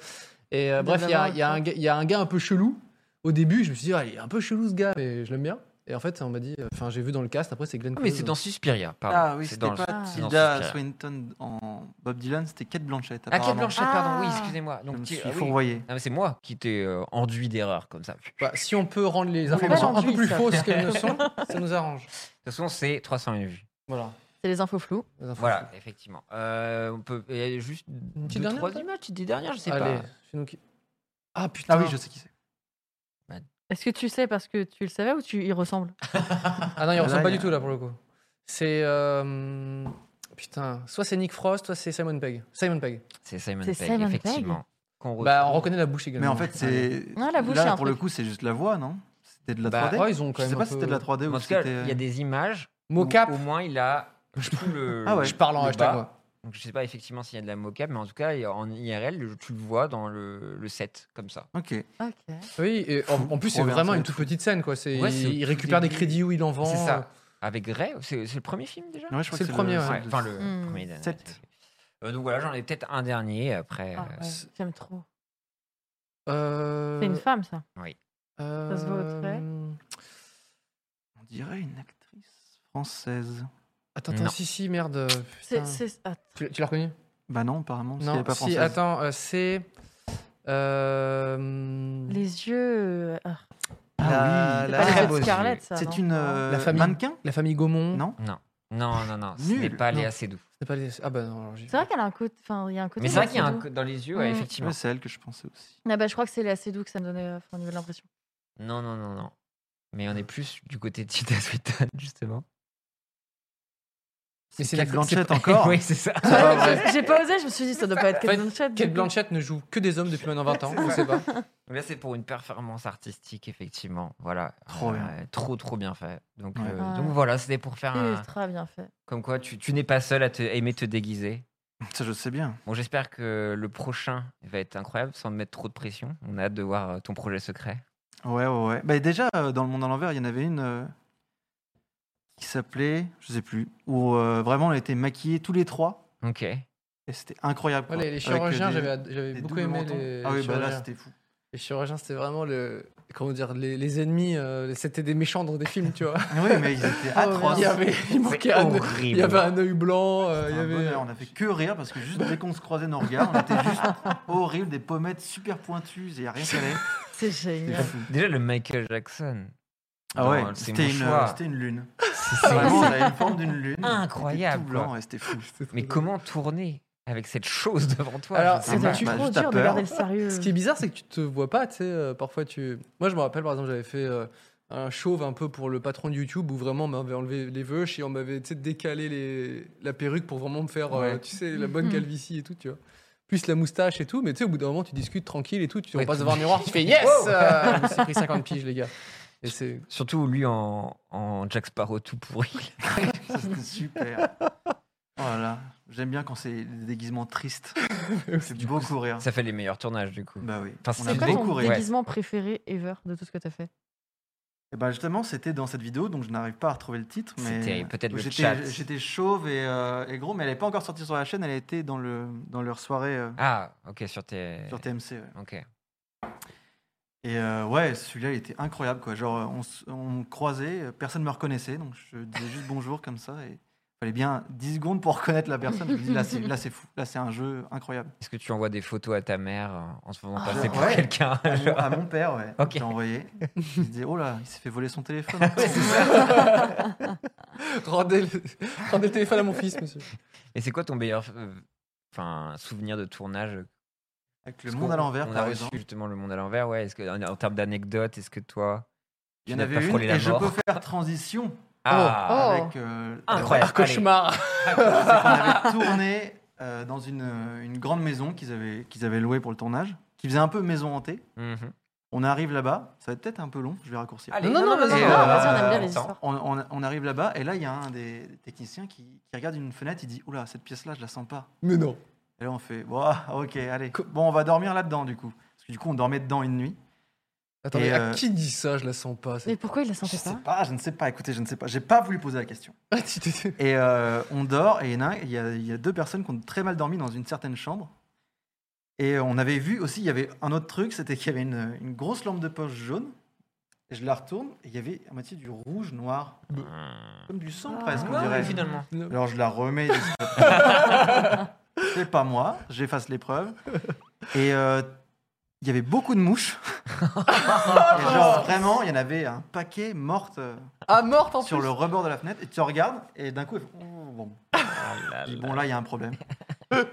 [SPEAKER 1] Et euh,
[SPEAKER 5] Dans
[SPEAKER 1] bref,
[SPEAKER 5] la
[SPEAKER 1] il y a,
[SPEAKER 5] main,
[SPEAKER 1] il y a
[SPEAKER 5] quoi.
[SPEAKER 1] un gars- il y a un gars un peu chelou. Au début, je me suis dit, ah, il est un peu chelou ce gars, mais je l'aime bien. Et en fait, on m'a dit, euh, enfin, j'ai vu dans le cast, après, c'est Glenn
[SPEAKER 2] Ah,
[SPEAKER 1] Close.
[SPEAKER 2] mais c'est dans Suspiria, pardon.
[SPEAKER 4] Ah oui,
[SPEAKER 2] C'est
[SPEAKER 4] c'était
[SPEAKER 2] dans-
[SPEAKER 4] pas
[SPEAKER 2] c'est dans
[SPEAKER 4] Tilda
[SPEAKER 2] Suspiria.
[SPEAKER 4] Swinton en Bob Dylan, c'était Kate Blanchett.
[SPEAKER 2] Ah, Kate
[SPEAKER 4] apparemment.
[SPEAKER 2] Blanchett, pardon. Oui,
[SPEAKER 5] Ah.
[SPEAKER 2] excusez-moi.
[SPEAKER 4] Je me
[SPEAKER 2] Donc, tu-
[SPEAKER 4] suis
[SPEAKER 2] ah oui.
[SPEAKER 4] fourvoyé.
[SPEAKER 2] Ah, mais c'est moi qui t'ai euh, enduit d'erreur comme ça. De
[SPEAKER 1] Bah, si on peut rendre les
[SPEAKER 5] On
[SPEAKER 1] informations
[SPEAKER 5] l'a
[SPEAKER 1] un peu
[SPEAKER 5] rendu,
[SPEAKER 1] plus
[SPEAKER 5] ça.
[SPEAKER 1] fausses qu'elles ne sont, ça nous arrange.
[SPEAKER 2] toute façon, c'est 301 vues.
[SPEAKER 1] Voilà.
[SPEAKER 5] C'est les infos floues.
[SPEAKER 1] Les infos.
[SPEAKER 2] Voilà, effectivement. Euh, on peut il y a juste deux,
[SPEAKER 1] dernière,
[SPEAKER 2] trois
[SPEAKER 1] peut-être
[SPEAKER 2] images, une petite dernière, je sais
[SPEAKER 1] Allez,
[SPEAKER 2] pas.
[SPEAKER 1] fais-nous qui- Ah putain.
[SPEAKER 4] Ah oui, je sais qui c'est.
[SPEAKER 5] Est-ce que tu sais parce que tu le savais ou tu y ressembles
[SPEAKER 1] Ah non, il
[SPEAKER 4] Là,
[SPEAKER 1] ressemble pas
[SPEAKER 4] il y
[SPEAKER 1] du
[SPEAKER 4] a-
[SPEAKER 1] tout là pour le coup. C'est. euh, Putain, soit c'est Nick Frost, soit c'est Simon Pegg. Simon Pegg.
[SPEAKER 2] C'est Simon
[SPEAKER 5] C'est
[SPEAKER 2] Pegg,
[SPEAKER 5] Simon Pegg
[SPEAKER 2] effectivement. Qu'on
[SPEAKER 1] Bah,
[SPEAKER 2] retrouve.
[SPEAKER 1] on reconnaît la bouche également.
[SPEAKER 4] Mais en fait, c'est.
[SPEAKER 5] Non, la bouche, c'est
[SPEAKER 4] là,
[SPEAKER 5] un
[SPEAKER 4] pour le
[SPEAKER 5] truc.
[SPEAKER 4] coup, c'est juste la voix, non C'était de la
[SPEAKER 1] Bah,
[SPEAKER 4] 3D
[SPEAKER 1] ouais, ils ont quand
[SPEAKER 4] Je sais
[SPEAKER 1] même
[SPEAKER 4] pas
[SPEAKER 1] un
[SPEAKER 4] si c'était de la
[SPEAKER 1] peu-
[SPEAKER 4] 3D ou
[SPEAKER 2] En
[SPEAKER 4] si
[SPEAKER 2] tout cas, il y a
[SPEAKER 4] c'était.
[SPEAKER 2] des images. où
[SPEAKER 1] Mocap.
[SPEAKER 2] Au moins, il a tout le.
[SPEAKER 4] Ah ouais.
[SPEAKER 1] Je parle en
[SPEAKER 4] Le
[SPEAKER 1] hashtag
[SPEAKER 2] bas.
[SPEAKER 1] moi.
[SPEAKER 2] Donc, je sais pas effectivement s'il y a de la mocap, mais en tout cas, il y a- en IRL, le- tu le vois dans le, le set, comme ça.
[SPEAKER 4] euh, Ok.
[SPEAKER 5] Ok.
[SPEAKER 1] Oui, et en, en plus, c'est
[SPEAKER 4] Trop bien,
[SPEAKER 1] vraiment
[SPEAKER 4] ça.
[SPEAKER 1] une toute petite scène quoi. C'est
[SPEAKER 2] Ouais, c'est au
[SPEAKER 1] il
[SPEAKER 2] tout
[SPEAKER 1] récupère des
[SPEAKER 2] début.
[SPEAKER 1] crédits où il en vend.
[SPEAKER 2] C'est ça. Avec Ray, c'est c'est le premier film déjà
[SPEAKER 4] Ouais, je crois
[SPEAKER 1] C'est
[SPEAKER 4] que
[SPEAKER 1] le premier,
[SPEAKER 4] c'est
[SPEAKER 2] Ouais, Enfin, le
[SPEAKER 5] Hmm.
[SPEAKER 2] premier. dernier.
[SPEAKER 4] Sept.
[SPEAKER 2] Euh, donc voilà, j'en ai peut-être un dernier après.
[SPEAKER 5] Ah,
[SPEAKER 2] euh,
[SPEAKER 5] ouais, J'aime trop.
[SPEAKER 1] Euh,
[SPEAKER 5] C'est une femme, ça.
[SPEAKER 1] euh,
[SPEAKER 5] se voit au trait.
[SPEAKER 4] On dirait une actrice française.
[SPEAKER 1] Attends, attends,
[SPEAKER 2] Non.
[SPEAKER 1] si, si, merde. euh,
[SPEAKER 5] C'est.
[SPEAKER 1] putain.
[SPEAKER 5] c'est- ah,
[SPEAKER 1] Tu, l'as- tu l'as reconnu
[SPEAKER 4] Bah non, apparemment, parce qu'elle
[SPEAKER 1] Non,
[SPEAKER 4] est pas
[SPEAKER 1] si,
[SPEAKER 4] française.
[SPEAKER 1] attends, euh, c'est. euh,
[SPEAKER 5] les yeux. euh, ah,
[SPEAKER 4] Ah
[SPEAKER 1] La-
[SPEAKER 4] oui,
[SPEAKER 1] la-
[SPEAKER 5] pas les
[SPEAKER 1] très
[SPEAKER 5] yeux
[SPEAKER 1] beau
[SPEAKER 5] de
[SPEAKER 1] yeux.
[SPEAKER 5] Scarlett, ça. non
[SPEAKER 4] C'est une euh,
[SPEAKER 1] La famille. Hmm.
[SPEAKER 4] mannequin
[SPEAKER 1] La famille Gaumont.
[SPEAKER 4] Non
[SPEAKER 2] Non, non, non, ce n'est
[SPEAKER 4] Nul.
[SPEAKER 2] pas
[SPEAKER 1] Non.
[SPEAKER 2] Léa Seydoux.
[SPEAKER 1] C'est pas les- Ah bah non, alors j'ai-
[SPEAKER 5] C'est vrai qu'elle a un côté. Enfin, il y a un côté.
[SPEAKER 2] Mais c'est vrai qu'il y a un
[SPEAKER 5] Léa
[SPEAKER 2] co- dans les yeux, ouais,
[SPEAKER 5] Mm.
[SPEAKER 2] effectivement.
[SPEAKER 4] Ouais, c'est elle que je pensais aussi.
[SPEAKER 5] Seydoux. Ah bah, je crois que c'est les assez doux que ça me donnait euh, enfin, au niveau de l'impression.
[SPEAKER 2] Non, non, non, non. Mais on est plus du côté de Tilda Swinton, justement.
[SPEAKER 1] Mais c'est la
[SPEAKER 4] Kate Blanchette
[SPEAKER 1] c'est-
[SPEAKER 4] encore
[SPEAKER 2] oui, c'est ça.
[SPEAKER 1] Ah,
[SPEAKER 5] Ah,
[SPEAKER 1] ouais,
[SPEAKER 5] ouais,
[SPEAKER 1] ouais.
[SPEAKER 5] J'ai j'ai pas osé, je me suis dit ça doit pas être
[SPEAKER 1] En fait,
[SPEAKER 5] Kate Blanchett.
[SPEAKER 1] Kate
[SPEAKER 5] du coup.
[SPEAKER 1] Blanchett ne joue que des hommes depuis maintenant 20 ans, on sait pas.
[SPEAKER 2] Là, c'est pour une performance artistique, effectivement. Voilà. Euh,
[SPEAKER 4] Trop bien.
[SPEAKER 2] Trop, trop bien fait. Donc,
[SPEAKER 4] Ouais.
[SPEAKER 2] euh,
[SPEAKER 5] Ah.
[SPEAKER 2] donc voilà, c'était pour faire un.
[SPEAKER 5] Ultra bien fait.
[SPEAKER 2] Comme quoi, tu, tu n'es pas seul à te, aimer te déguiser.
[SPEAKER 4] Ça, je sais bien.
[SPEAKER 2] Bon, j'espère que le prochain va être incroyable sans te mettre trop de pression. On a hâte de voir euh, ton projet secret.
[SPEAKER 4] Ouais, ouais, ouais. Bah, déjà, euh, dans Le Monde à l'envers, il y en avait une euh, qui s'appelait, je sais plus, où euh, vraiment on a été maquillés tous les trois.
[SPEAKER 2] Ok.
[SPEAKER 4] Et c'était incroyable.
[SPEAKER 1] Ouais,
[SPEAKER 4] quoi.
[SPEAKER 1] les, les
[SPEAKER 4] Avec, euh,
[SPEAKER 1] chirurgiens,
[SPEAKER 4] des-
[SPEAKER 1] j'avais ad- j'avais
[SPEAKER 4] des
[SPEAKER 1] beaucoup
[SPEAKER 4] doubles
[SPEAKER 1] aimé
[SPEAKER 4] mentons.
[SPEAKER 1] les,
[SPEAKER 4] Ah
[SPEAKER 1] les
[SPEAKER 4] oui, bah là,
[SPEAKER 1] chirurgiens.
[SPEAKER 4] c'était fou.
[SPEAKER 1] les chirurgiens, c'était vraiment le. Comment dire Les, les ennemis, euh, c'était des méchants dans des films, tu vois.
[SPEAKER 4] Ah oui, mais ils étaient atroces.
[SPEAKER 1] Oh, il y avait, il manquait un, il y
[SPEAKER 2] horrible.
[SPEAKER 1] avait un œil blanc, euh, il y
[SPEAKER 4] Un
[SPEAKER 1] avait.
[SPEAKER 4] bonheur, on a fait que rire parce que juste dès qu'on se croisait nos regards, on était juste horrible, des pommettes super pointues, il n'y a rien qui allait.
[SPEAKER 5] C'est
[SPEAKER 4] C'était
[SPEAKER 5] génial.
[SPEAKER 4] fou.
[SPEAKER 2] Déjà, le Michael Jackson.
[SPEAKER 4] Ah
[SPEAKER 2] Dans
[SPEAKER 4] ouais,
[SPEAKER 2] le- c'est
[SPEAKER 4] c'était
[SPEAKER 2] mon
[SPEAKER 4] une,
[SPEAKER 2] choix.
[SPEAKER 4] c'était une lune.
[SPEAKER 2] C'est- c'est-
[SPEAKER 4] Vraiment, on avait une forme d'une lune.
[SPEAKER 2] Incroyable,
[SPEAKER 4] C'était Tout blanc, ouais, c'était fou.
[SPEAKER 2] Mais comment tourner avec cette chose devant toi
[SPEAKER 1] Alors,
[SPEAKER 2] je sais
[SPEAKER 1] c'est
[SPEAKER 2] pas.
[SPEAKER 1] tu
[SPEAKER 4] Bah,
[SPEAKER 5] trop
[SPEAKER 4] juste à
[SPEAKER 5] dur de
[SPEAKER 4] peur.
[SPEAKER 5] garder le sérieux.
[SPEAKER 1] Ce qui est bizarre, c'est que tu te vois pas, tu sais. euh, parfois, tu. Moi, je me rappelle, par exemple, j'avais fait euh, un chauve un peu pour le patron de YouTube où vraiment on m'avait enlevé les vœux et on m'avait tu sais, décalé les... la perruque pour vraiment me faire, euh,
[SPEAKER 4] Ouais.
[SPEAKER 1] tu sais, la bonne
[SPEAKER 5] Mhm.
[SPEAKER 1] calvitie et tout, tu vois. Plus la moustache et tout, mais tu sais, au bout d'un moment, tu discutes tranquille et tout, tu
[SPEAKER 2] Ouais,
[SPEAKER 1] repasses
[SPEAKER 2] tu-
[SPEAKER 1] devant un miroir, tu fais yes
[SPEAKER 2] Wow
[SPEAKER 1] euh, Je me suis pris 50 piges, les gars. Et c'est.
[SPEAKER 2] Surtout lui en, en Jack Sparrow tout pourri.
[SPEAKER 4] Ça, c'était super. Voilà. J'aime bien quand c'est des déguisements tristes. C'est du beau courir.
[SPEAKER 2] Ça fait les meilleurs tournages du coup.
[SPEAKER 4] Bah oui.
[SPEAKER 2] Enfin,
[SPEAKER 4] on
[SPEAKER 2] c'est
[SPEAKER 4] a
[SPEAKER 5] C'est quoi
[SPEAKER 2] beau
[SPEAKER 4] beaucoup
[SPEAKER 5] ton
[SPEAKER 4] rire.
[SPEAKER 2] courir.
[SPEAKER 5] déguisement préféré ever de tout ce que t'as fait
[SPEAKER 4] Et bah justement, c'était dans cette vidéo, donc je n'arrive pas à retrouver le titre.
[SPEAKER 2] C'est
[SPEAKER 4] mais
[SPEAKER 2] terrible. Peut-être
[SPEAKER 4] où
[SPEAKER 2] le
[SPEAKER 4] j'étais-
[SPEAKER 2] chat.
[SPEAKER 4] J'étais chauve et, euh, et gros, mais elle n'est pas encore sortie sur la chaîne. Elle était dans, le, dans leur soirée euh,
[SPEAKER 2] Ah, ok, sur tes.
[SPEAKER 4] sur TMC. ouais.
[SPEAKER 2] Ok.
[SPEAKER 4] Et euh, ouais, celui-là, il était incroyable. Quoi. Genre, euh, on, s- on me croisait, euh, personne ne me reconnaissait, donc je disais juste bonjour comme ça. Et fallait bien 10 secondes pour reconnaître la personne. Je me dis, là, c'est là, c'est fou. Là, c'est un jeu incroyable.
[SPEAKER 2] Est-ce que tu envoies des photos à ta mère euh, en se faisant
[SPEAKER 5] Ah,
[SPEAKER 2] passer pour
[SPEAKER 4] ouais.
[SPEAKER 2] quelqu'un
[SPEAKER 4] À mon,
[SPEAKER 2] genre
[SPEAKER 4] à mon père, ouais.
[SPEAKER 2] Ok.
[SPEAKER 4] J'ai envoyé. Il se disait, oh là, il s'est fait voler son téléphone.
[SPEAKER 1] rendez, le... rendez le téléphone à mon fils, monsieur.
[SPEAKER 2] Et c'est quoi ton meilleur euh, enfin, souvenir de tournage
[SPEAKER 4] Avec le
[SPEAKER 2] Parce qu'on-
[SPEAKER 4] monde à l'envers,
[SPEAKER 2] On a
[SPEAKER 4] par
[SPEAKER 2] reçu
[SPEAKER 4] exemple.
[SPEAKER 2] justement le monde à l'envers, ouais. Est-ce que, en, en termes d'anecdotes, est-ce que toi. tu
[SPEAKER 4] Il y en
[SPEAKER 2] n'as pas
[SPEAKER 4] avait une,
[SPEAKER 2] frôlé la
[SPEAKER 4] et je
[SPEAKER 2] mort
[SPEAKER 4] peux faire transition
[SPEAKER 2] Ah
[SPEAKER 5] Oh.
[SPEAKER 4] avec. euh,
[SPEAKER 2] Incroyable.
[SPEAKER 1] Un cauchemar
[SPEAKER 2] Ah.
[SPEAKER 4] c'est qu'on avait tourné euh, dans une, euh, une grande maison qu'ils avaient, qu'ils avaient louée pour le tournage, qui faisait un peu maison hantée.
[SPEAKER 2] Mhm.
[SPEAKER 4] On arrive là-bas, ça va être peut-être un peu long, je vais raccourcir.
[SPEAKER 2] Allez,
[SPEAKER 1] non, non, vas-y,
[SPEAKER 2] vas-y,
[SPEAKER 4] non, euh, vas-y, on aime bien
[SPEAKER 5] les
[SPEAKER 2] attends.
[SPEAKER 5] histoires.
[SPEAKER 4] On, on- on arrive là-bas, et là, il y a un des techniciens qui, qui regarde une fenêtre, il dit Oula, cette pièce-là, je la sens pas.
[SPEAKER 1] Mais non.
[SPEAKER 4] Et là, on fait Ouah, Ok, allez. Bon, on va dormir là-dedans, du coup. Parce que du coup, on dormait dedans une nuit.
[SPEAKER 1] Attendez,
[SPEAKER 4] Et,
[SPEAKER 1] à
[SPEAKER 4] euh,
[SPEAKER 1] qui dit ça Je la sens pas.
[SPEAKER 5] Mais
[SPEAKER 1] cette-
[SPEAKER 5] pourquoi il la sentait
[SPEAKER 4] Je sais
[SPEAKER 5] pas
[SPEAKER 4] pas, je ne sais pas, écoutez, je ne sais pas. J'ai pas voulu poser la question.
[SPEAKER 1] Ah, tu t'étais-
[SPEAKER 4] Et euh, on dort, et il y en a- il y, a, il y a deux personnes qui ont très mal dormi dans une certaine chambre. Et on avait vu aussi, il y avait un autre truc, c'était qu'il y avait une, une grosse lampe de poche jaune. Et je la retourne, et il y avait à moitié du rouge, noir,
[SPEAKER 2] Bah.
[SPEAKER 4] comme du sang presque, on
[SPEAKER 1] Ah,
[SPEAKER 2] Ouais,
[SPEAKER 4] dirait.
[SPEAKER 2] finalement.
[SPEAKER 1] Non.
[SPEAKER 4] Alors je la remets. C'est pas moi, j'efface l'épreuve. Et euh, il y avait beaucoup de mouches. Et genre vraiment, il y en avait un paquet mortes euh,
[SPEAKER 1] Ah, morte en
[SPEAKER 4] sur
[SPEAKER 1] plus.
[SPEAKER 4] le rebord de la fenêtre. Et tu regardes, et d'un coup, elles font, Ouh, bon.
[SPEAKER 2] Ah là
[SPEAKER 4] Je dis,
[SPEAKER 2] là.
[SPEAKER 4] bon là il y a un problème.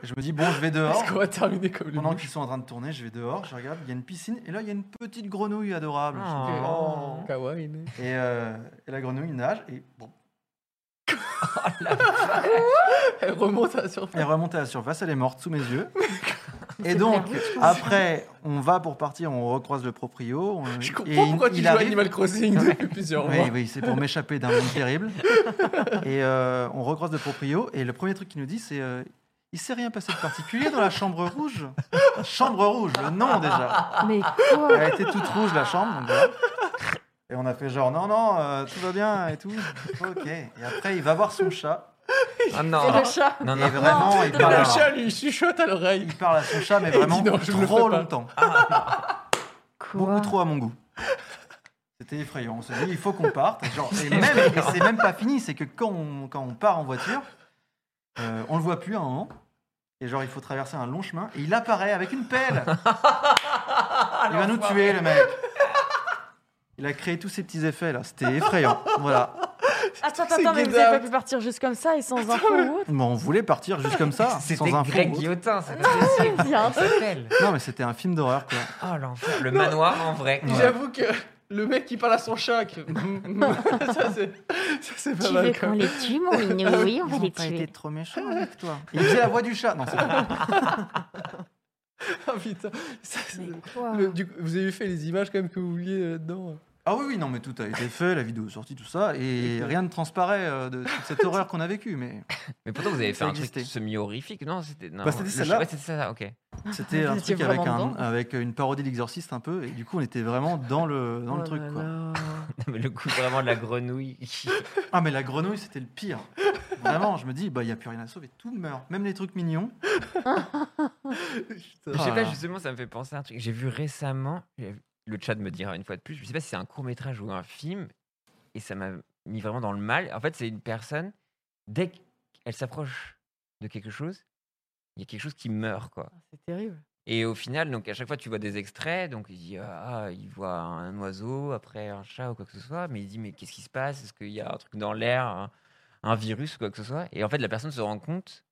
[SPEAKER 4] Je me dis, bon, je vais dehors.
[SPEAKER 1] Est-ce qu'on va terminer comme le
[SPEAKER 4] Pendant
[SPEAKER 1] bouche
[SPEAKER 4] qu'ils sont en train de tourner, je vais dehors, je regarde, il y a une piscine, et là, il y a une petite grenouille adorable. Je me dis,
[SPEAKER 2] Oh.
[SPEAKER 4] oh.
[SPEAKER 1] Kawaii. né.
[SPEAKER 4] Et, euh, et la grenouille nage, et bon,
[SPEAKER 1] Elle remonte à la surface.
[SPEAKER 4] elle est remontée à la surface, elle est morte sous mes yeux. Et
[SPEAKER 5] C'est
[SPEAKER 4] donc,
[SPEAKER 5] clair, oui,
[SPEAKER 4] après, on va pour partir, on recroise le proprio. on-
[SPEAKER 1] Je
[SPEAKER 4] et
[SPEAKER 1] comprends
[SPEAKER 4] il-
[SPEAKER 1] pourquoi tu
[SPEAKER 4] il
[SPEAKER 1] joues à
[SPEAKER 4] arrive-
[SPEAKER 1] Animal Crossing depuis plusieurs
[SPEAKER 4] Oui,
[SPEAKER 1] mois.
[SPEAKER 4] oui, c'est pour m'échapper d'un monde terrible. Et euh, on recroise le proprio, et le premier truc qu'il nous dit, c'est euh, Il s'est rien passé de particulier dans la chambre rouge Chambre rouge, le nom déjà
[SPEAKER 3] Mais quoi
[SPEAKER 4] Elle a été toute rouge, la chambre. donc voilà. Et on a fait genre Non, non, euh, tout va bien et tout. Ok. Et après, il va voir son chat.
[SPEAKER 2] Ah
[SPEAKER 5] C'est
[SPEAKER 2] non,
[SPEAKER 5] le chat.
[SPEAKER 2] non,
[SPEAKER 4] Et
[SPEAKER 2] non.
[SPEAKER 4] vraiment, il
[SPEAKER 1] Et
[SPEAKER 4] parle,
[SPEAKER 1] le
[SPEAKER 4] à-
[SPEAKER 1] chat lui chuchote à l'oreille.
[SPEAKER 4] il parle à son chat, mais
[SPEAKER 1] dit,
[SPEAKER 4] vraiment
[SPEAKER 1] Non, je vous le
[SPEAKER 4] trop
[SPEAKER 1] fais pas.
[SPEAKER 4] longtemps. Ah,
[SPEAKER 3] Quoi
[SPEAKER 4] Beaucoup trop à mon goût. C'était effrayant. On s'est dit, il faut qu'on parte. Genre, et même, et c'est même pas fini. C'est que quand on, quand on part en voiture, euh, on le voit plus à un moment. Et genre, il faut traverser un long chemin. Et il apparaît avec une pelle. il va nous tuer, le mec. Il a créé tous ces petits effets là. C'était effrayant. Voilà.
[SPEAKER 5] Attends,
[SPEAKER 1] C'est
[SPEAKER 5] attends, mais vous
[SPEAKER 1] Get
[SPEAKER 5] n'avez
[SPEAKER 1] Out.
[SPEAKER 5] pas pu partir juste comme ça et sans info ou autre
[SPEAKER 4] Bon, on voulait partir juste comme ça.
[SPEAKER 2] C'était
[SPEAKER 4] sans info.
[SPEAKER 2] Greg Guillotin, c'est pas possible.
[SPEAKER 5] il y a un
[SPEAKER 2] Comment il s'appelle
[SPEAKER 4] Non, mais c'était un film d'horreur quoi.
[SPEAKER 2] Oh l'enfer. Le manoir en vrai.
[SPEAKER 4] Ouais.
[SPEAKER 1] J'avoue que le mec qui parle à son chat. que- ça, c'est ça, c'est pas
[SPEAKER 3] Tu
[SPEAKER 1] mal
[SPEAKER 3] veux
[SPEAKER 1] quand
[SPEAKER 3] qu'on
[SPEAKER 1] même.
[SPEAKER 3] les tue, mon minou Oui, on va les tuer.
[SPEAKER 4] trop méchant avec toi. Il faisait la voix du chat. Non, c'est pas vrai.
[SPEAKER 1] Ah, putain. Ça, c'est-
[SPEAKER 3] Mais quoi
[SPEAKER 1] le- du coup, vous avez fait les images quand même que vous vouliez euh, dedans.
[SPEAKER 4] Ah oui, oui, non, mais tout a été fait, la vidéo est sortie, tout ça, et rien ne transparaît euh, de toute cette horreur qu'on a vécue. Mais
[SPEAKER 2] Mais pourtant, vous avez fait
[SPEAKER 4] Ça
[SPEAKER 2] un truc
[SPEAKER 4] existait.
[SPEAKER 2] semi-horrifique, non C'était non,
[SPEAKER 4] Bah, c'était
[SPEAKER 2] le-
[SPEAKER 4] celle-là.
[SPEAKER 2] ouais, c'était celle-là, ok.
[SPEAKER 4] c'était un
[SPEAKER 5] Vous étiez
[SPEAKER 4] truc avec,
[SPEAKER 5] vraiment
[SPEAKER 4] un-
[SPEAKER 5] dedans
[SPEAKER 4] avec une parodie d'exorciste un peu, et du coup, on était vraiment dans le,
[SPEAKER 5] Oh
[SPEAKER 4] dans le truc. quoi.
[SPEAKER 2] Non, mais le coup vraiment de la grenouille.
[SPEAKER 4] Ah, mais la grenouille, c'était le pire. Vraiment, je me dis, bah, il n'y a plus rien à sauver, tout meurt, même les trucs mignons.
[SPEAKER 2] Je sais
[SPEAKER 4] Ah.
[SPEAKER 2] pas, justement, ça me fait penser à un truc. J'ai vu récemment, j'ai vu- le chat me dira une fois de plus, je sais pas si c'est un court-métrage ou un film, et ça m'a mis vraiment dans le mal. En fait, c'est une personne, dès qu'elle s'approche de quelque chose, il y a quelque chose qui meurt, quoi.
[SPEAKER 5] C'est terrible.
[SPEAKER 2] Et au final, donc à chaque fois, tu vois des extraits. Donc il dit ah, il voit un oiseau, après un chat ou quoi que ce soit. Mais il dit mais qu'est-ce qui se passe Est-ce qu'il y a un truc dans l'air, un, un virus ou quoi que ce soit Et en fait, la personne se rend compte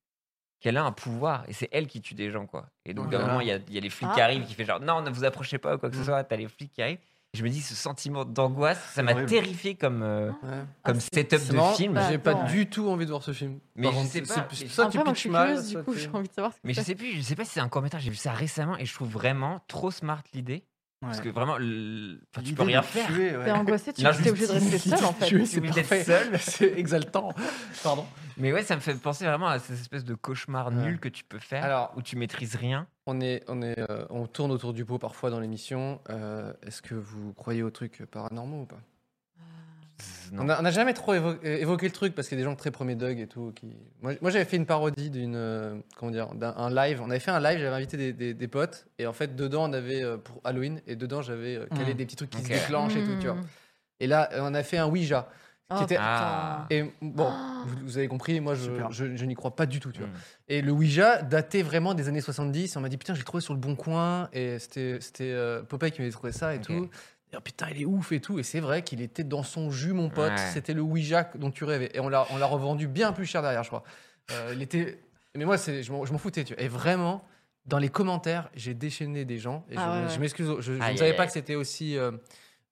[SPEAKER 2] qu'elle a un pouvoir et c'est elle qui tue des gens quoi. Et donc
[SPEAKER 4] Oh
[SPEAKER 2] d'un
[SPEAKER 4] là là.
[SPEAKER 2] moment, il y a, il y a les flics
[SPEAKER 5] Ah.
[SPEAKER 2] qui arrivent qui fait genre non, ne vous approchez pas ou quoi que
[SPEAKER 1] Mm.
[SPEAKER 2] ce
[SPEAKER 4] Mhm.
[SPEAKER 2] soit. T'as les flics qui arrivent. Et je me dis ce sentiment d'angoisse, ça m'a
[SPEAKER 4] horrible.
[SPEAKER 2] terrifié comme euh,
[SPEAKER 4] Ouais.
[SPEAKER 2] comme setup
[SPEAKER 1] Ah, C'est
[SPEAKER 2] de
[SPEAKER 1] marrant,
[SPEAKER 2] film.
[SPEAKER 5] bah,
[SPEAKER 1] J'ai pas
[SPEAKER 5] Attends.
[SPEAKER 1] du tout envie de voir ce film.
[SPEAKER 2] Mais
[SPEAKER 1] Par
[SPEAKER 2] je
[SPEAKER 1] contre, c'est-
[SPEAKER 2] sais pas,
[SPEAKER 1] c'est-
[SPEAKER 2] mais
[SPEAKER 1] Soit
[SPEAKER 5] En
[SPEAKER 1] tu
[SPEAKER 5] vrai, moi, je
[SPEAKER 1] pitches
[SPEAKER 5] suis
[SPEAKER 1] mal.
[SPEAKER 5] curieuse, du
[SPEAKER 1] soit
[SPEAKER 5] coup,
[SPEAKER 1] tu-
[SPEAKER 5] j'ai envie de savoir ce que
[SPEAKER 2] Mais je
[SPEAKER 5] c'est.
[SPEAKER 2] sais plus, je sais pas si c'est un court métrage, j'ai vu ça récemment et je trouve vraiment trop smart l'idée. Parce que
[SPEAKER 4] Ouais.
[SPEAKER 2] vraiment, le- enfin, tu
[SPEAKER 4] L'idée
[SPEAKER 2] peux
[SPEAKER 4] de
[SPEAKER 2] rien faire.
[SPEAKER 4] tuer, ouais.
[SPEAKER 5] T'es angoissé, tu es
[SPEAKER 2] L'injustice.
[SPEAKER 5] obligé de rester seul en fait.
[SPEAKER 1] Tu es- c'est
[SPEAKER 2] Oui, d'être
[SPEAKER 1] parfait.
[SPEAKER 2] seul.
[SPEAKER 1] C'est exaltant. Pardon.
[SPEAKER 2] Mais ouais, ça me fait penser vraiment à cette espèce de cauchemar
[SPEAKER 1] Ouais.
[SPEAKER 2] nul que tu peux faire
[SPEAKER 1] Alors-
[SPEAKER 2] où tu maîtrises rien.
[SPEAKER 1] On, est, on, est, euh, on tourne autour du pot parfois dans l'émission. Euh, Est-ce que vous croyez aux trucs paranormaux ou pas
[SPEAKER 2] Zzz,
[SPEAKER 1] On
[SPEAKER 2] non.
[SPEAKER 1] n'a jamais trop évo- euh, évoqué le truc parce qu'il y a des gens très premiers Doug et tout. Qui... Moi, j- moi, j'avais fait une parodie d'une. euh, comment dire D'un un live. On avait fait un live, j'avais invité des, des- des potes. Et en fait, dedans, on avait. euh, pour Halloween, et dedans, j'avais euh, calé
[SPEAKER 4] Mm.
[SPEAKER 1] des petits trucs qui
[SPEAKER 2] Mmh. Ok.
[SPEAKER 1] se déclenchent et tout, tu vois.
[SPEAKER 3] Hmm.
[SPEAKER 1] Et là, euh, on a fait un Ouija.
[SPEAKER 5] Oh,
[SPEAKER 1] qui était-
[SPEAKER 2] Ah.
[SPEAKER 1] Et bon, vous, vous avez compris, moi, je,
[SPEAKER 4] Super.
[SPEAKER 1] je- je n'y crois pas du tout, tu vois.
[SPEAKER 2] Mm.
[SPEAKER 1] Et le Ouija datait vraiment des années 70. On m'a dit, putain, j'ai trouvé sur le bon coin. Et c'était c'était, euh, Popeye qui m'avait trouvé ça et
[SPEAKER 2] Ok.
[SPEAKER 1] tout. Et, oh, putain, il est ouf et tout. Et c'est vrai qu'il était dans son jus, mon pote.
[SPEAKER 2] Ouais.
[SPEAKER 1] C'était le Ouija dont tu rêvais. Et on l'a on l'a revendu bien plus cher derrière, je crois. Euh, il était. Mais moi, c'est- je m'en je m'en foutais, tu vois. Et vraiment. Dans les commentaires, j'ai déchaîné des gens et je-
[SPEAKER 5] Ah ouais, ouais.
[SPEAKER 1] je m'excuse, je- je, ne
[SPEAKER 2] Aïe,
[SPEAKER 1] savais
[SPEAKER 2] aïe,
[SPEAKER 1] pas
[SPEAKER 2] aïe.
[SPEAKER 1] que c'était aussi euh,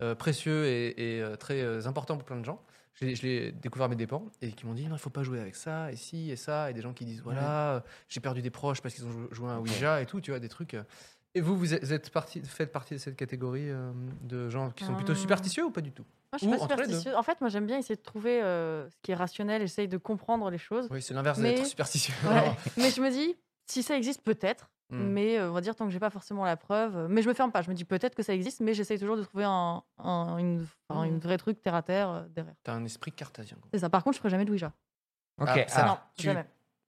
[SPEAKER 1] euh, précieux et, et, euh, très euh, important pour plein de gens. Je l'ai- je l'ai découvert à mes dépens et qui m'ont dit non, il faut pas jouer avec ça, et si, et ça, et des gens qui disent voilà, euh, j'ai perdu des proches parce qu'ils ont jou- joué à un Ouija et tout, tu vois, des trucs. euh. Et vous, vous êtes parti, faites partie de cette catégorie euh, de gens qui sont plutôt
[SPEAKER 5] Euh.
[SPEAKER 1] superstitieux ou pas du tout
[SPEAKER 5] Moi, je suis
[SPEAKER 1] Ou
[SPEAKER 5] pas
[SPEAKER 1] entre les deux.
[SPEAKER 5] superstitieuse. En fait, moi, j'aime bien essayer de trouver euh, ce qui est rationnel, j'essaye de comprendre les choses.
[SPEAKER 1] Oui, c'est l'inverse
[SPEAKER 5] Mais-
[SPEAKER 1] d'être superstitieux.
[SPEAKER 5] Ouais. mais je me dis, si ça existe, peut-être.
[SPEAKER 1] Hmm.
[SPEAKER 5] Mais euh, on va dire, tant que j'ai pas forcément la preuve. euh, Mais je me ferme pas. Je me dis, peut-être que ça existe, mais j'essaye toujours de trouver un, un- une,
[SPEAKER 1] Hmm.
[SPEAKER 5] enfin, une vraie truc terre à terre euh, derrière.
[SPEAKER 1] T'as un esprit cartésien. quoi.
[SPEAKER 5] C'est ça. Par contre, je ferai jamais de Ouija.
[SPEAKER 2] Ok,
[SPEAKER 1] Ah,
[SPEAKER 2] ah.
[SPEAKER 1] ça
[SPEAKER 5] non,
[SPEAKER 1] tu-
[SPEAKER 5] jamais.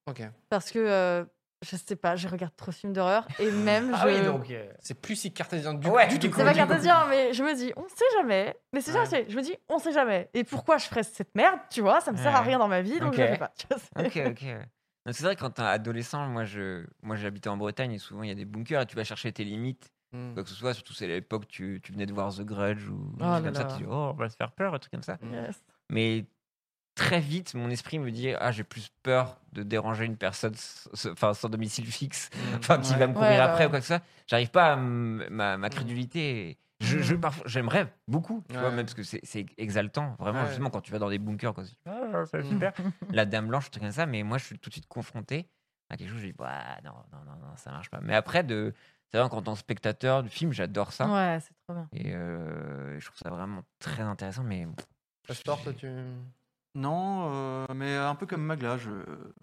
[SPEAKER 1] Ok.
[SPEAKER 5] Parce que, euh, je sais pas, je regarde trop de films d'horreur. Et même,
[SPEAKER 2] Ah
[SPEAKER 5] je.
[SPEAKER 2] oui, donc. euh,
[SPEAKER 1] C'est plus si cartésien du,
[SPEAKER 2] Ouais,
[SPEAKER 1] du tout.
[SPEAKER 2] du coup,
[SPEAKER 5] C'est
[SPEAKER 1] quoi.
[SPEAKER 5] pas
[SPEAKER 2] du coup.
[SPEAKER 5] cartésien, hein, mais je me dis, on sait jamais. Mais c'est ça,
[SPEAKER 1] Ouais.
[SPEAKER 5] c'est- je me dis, on sait jamais. Et pourquoi je ferais cette merde, tu vois Ça me sert à
[SPEAKER 2] Ouais.
[SPEAKER 5] rien dans ma vie, donc je
[SPEAKER 2] Ok.
[SPEAKER 5] le fais pas. tu vois, c'est-
[SPEAKER 2] Ok, ok. ouais. Non, C'est vrai que quand t'es adolescent, moi je, moi j'habitais en Bretagne et souvent il y a des bunkers et tu vas chercher tes limites,
[SPEAKER 1] Mm.
[SPEAKER 2] quoi que ce soit. Surtout c'est à l'époque tu, tu venais de voir The Grudge ou
[SPEAKER 5] Oh
[SPEAKER 2] des trucs
[SPEAKER 5] là
[SPEAKER 2] comme ça,
[SPEAKER 5] là.
[SPEAKER 1] Hmm.
[SPEAKER 5] euh,
[SPEAKER 2] tu dis oh on va se faire peur, un truc comme ça.
[SPEAKER 1] Mm.
[SPEAKER 5] Yes.
[SPEAKER 2] Mais très vite, mon esprit me dit Ah, j'ai plus peur de déranger une personne s- s- enfin, sans domicile fixe,
[SPEAKER 1] Hmm.
[SPEAKER 2] enfin, qui va me courir
[SPEAKER 5] Ouais, bah
[SPEAKER 2] après
[SPEAKER 5] ouais.
[SPEAKER 2] ou quoi que ce soit. J'arrive pas à m- ma, ma crédulité. Je, je- parfois, j'aimerais beaucoup, tu vois,
[SPEAKER 1] Ouais.
[SPEAKER 2] même parce que c'est c'est exaltant, vraiment,
[SPEAKER 1] Ouais.
[SPEAKER 2] justement, quand tu vas dans des bunkers, quand tu dis, Ah, c'est
[SPEAKER 1] Mm.
[SPEAKER 2] super. la dame blanche, un truc comme ça, mais moi, je suis tout de suite confronté à quelque chose, je dis, bah, non, non, non, non, ça marche pas. Mais après, de, c'est vrai, en tant que spectateur du film, j'adore ça.
[SPEAKER 5] Ouais, c'est trop bien.
[SPEAKER 2] Et euh, je trouve ça vraiment très intéressant, mais
[SPEAKER 1] Pastor, toi, tu.
[SPEAKER 4] Non, euh, mais un peu comme Magla, je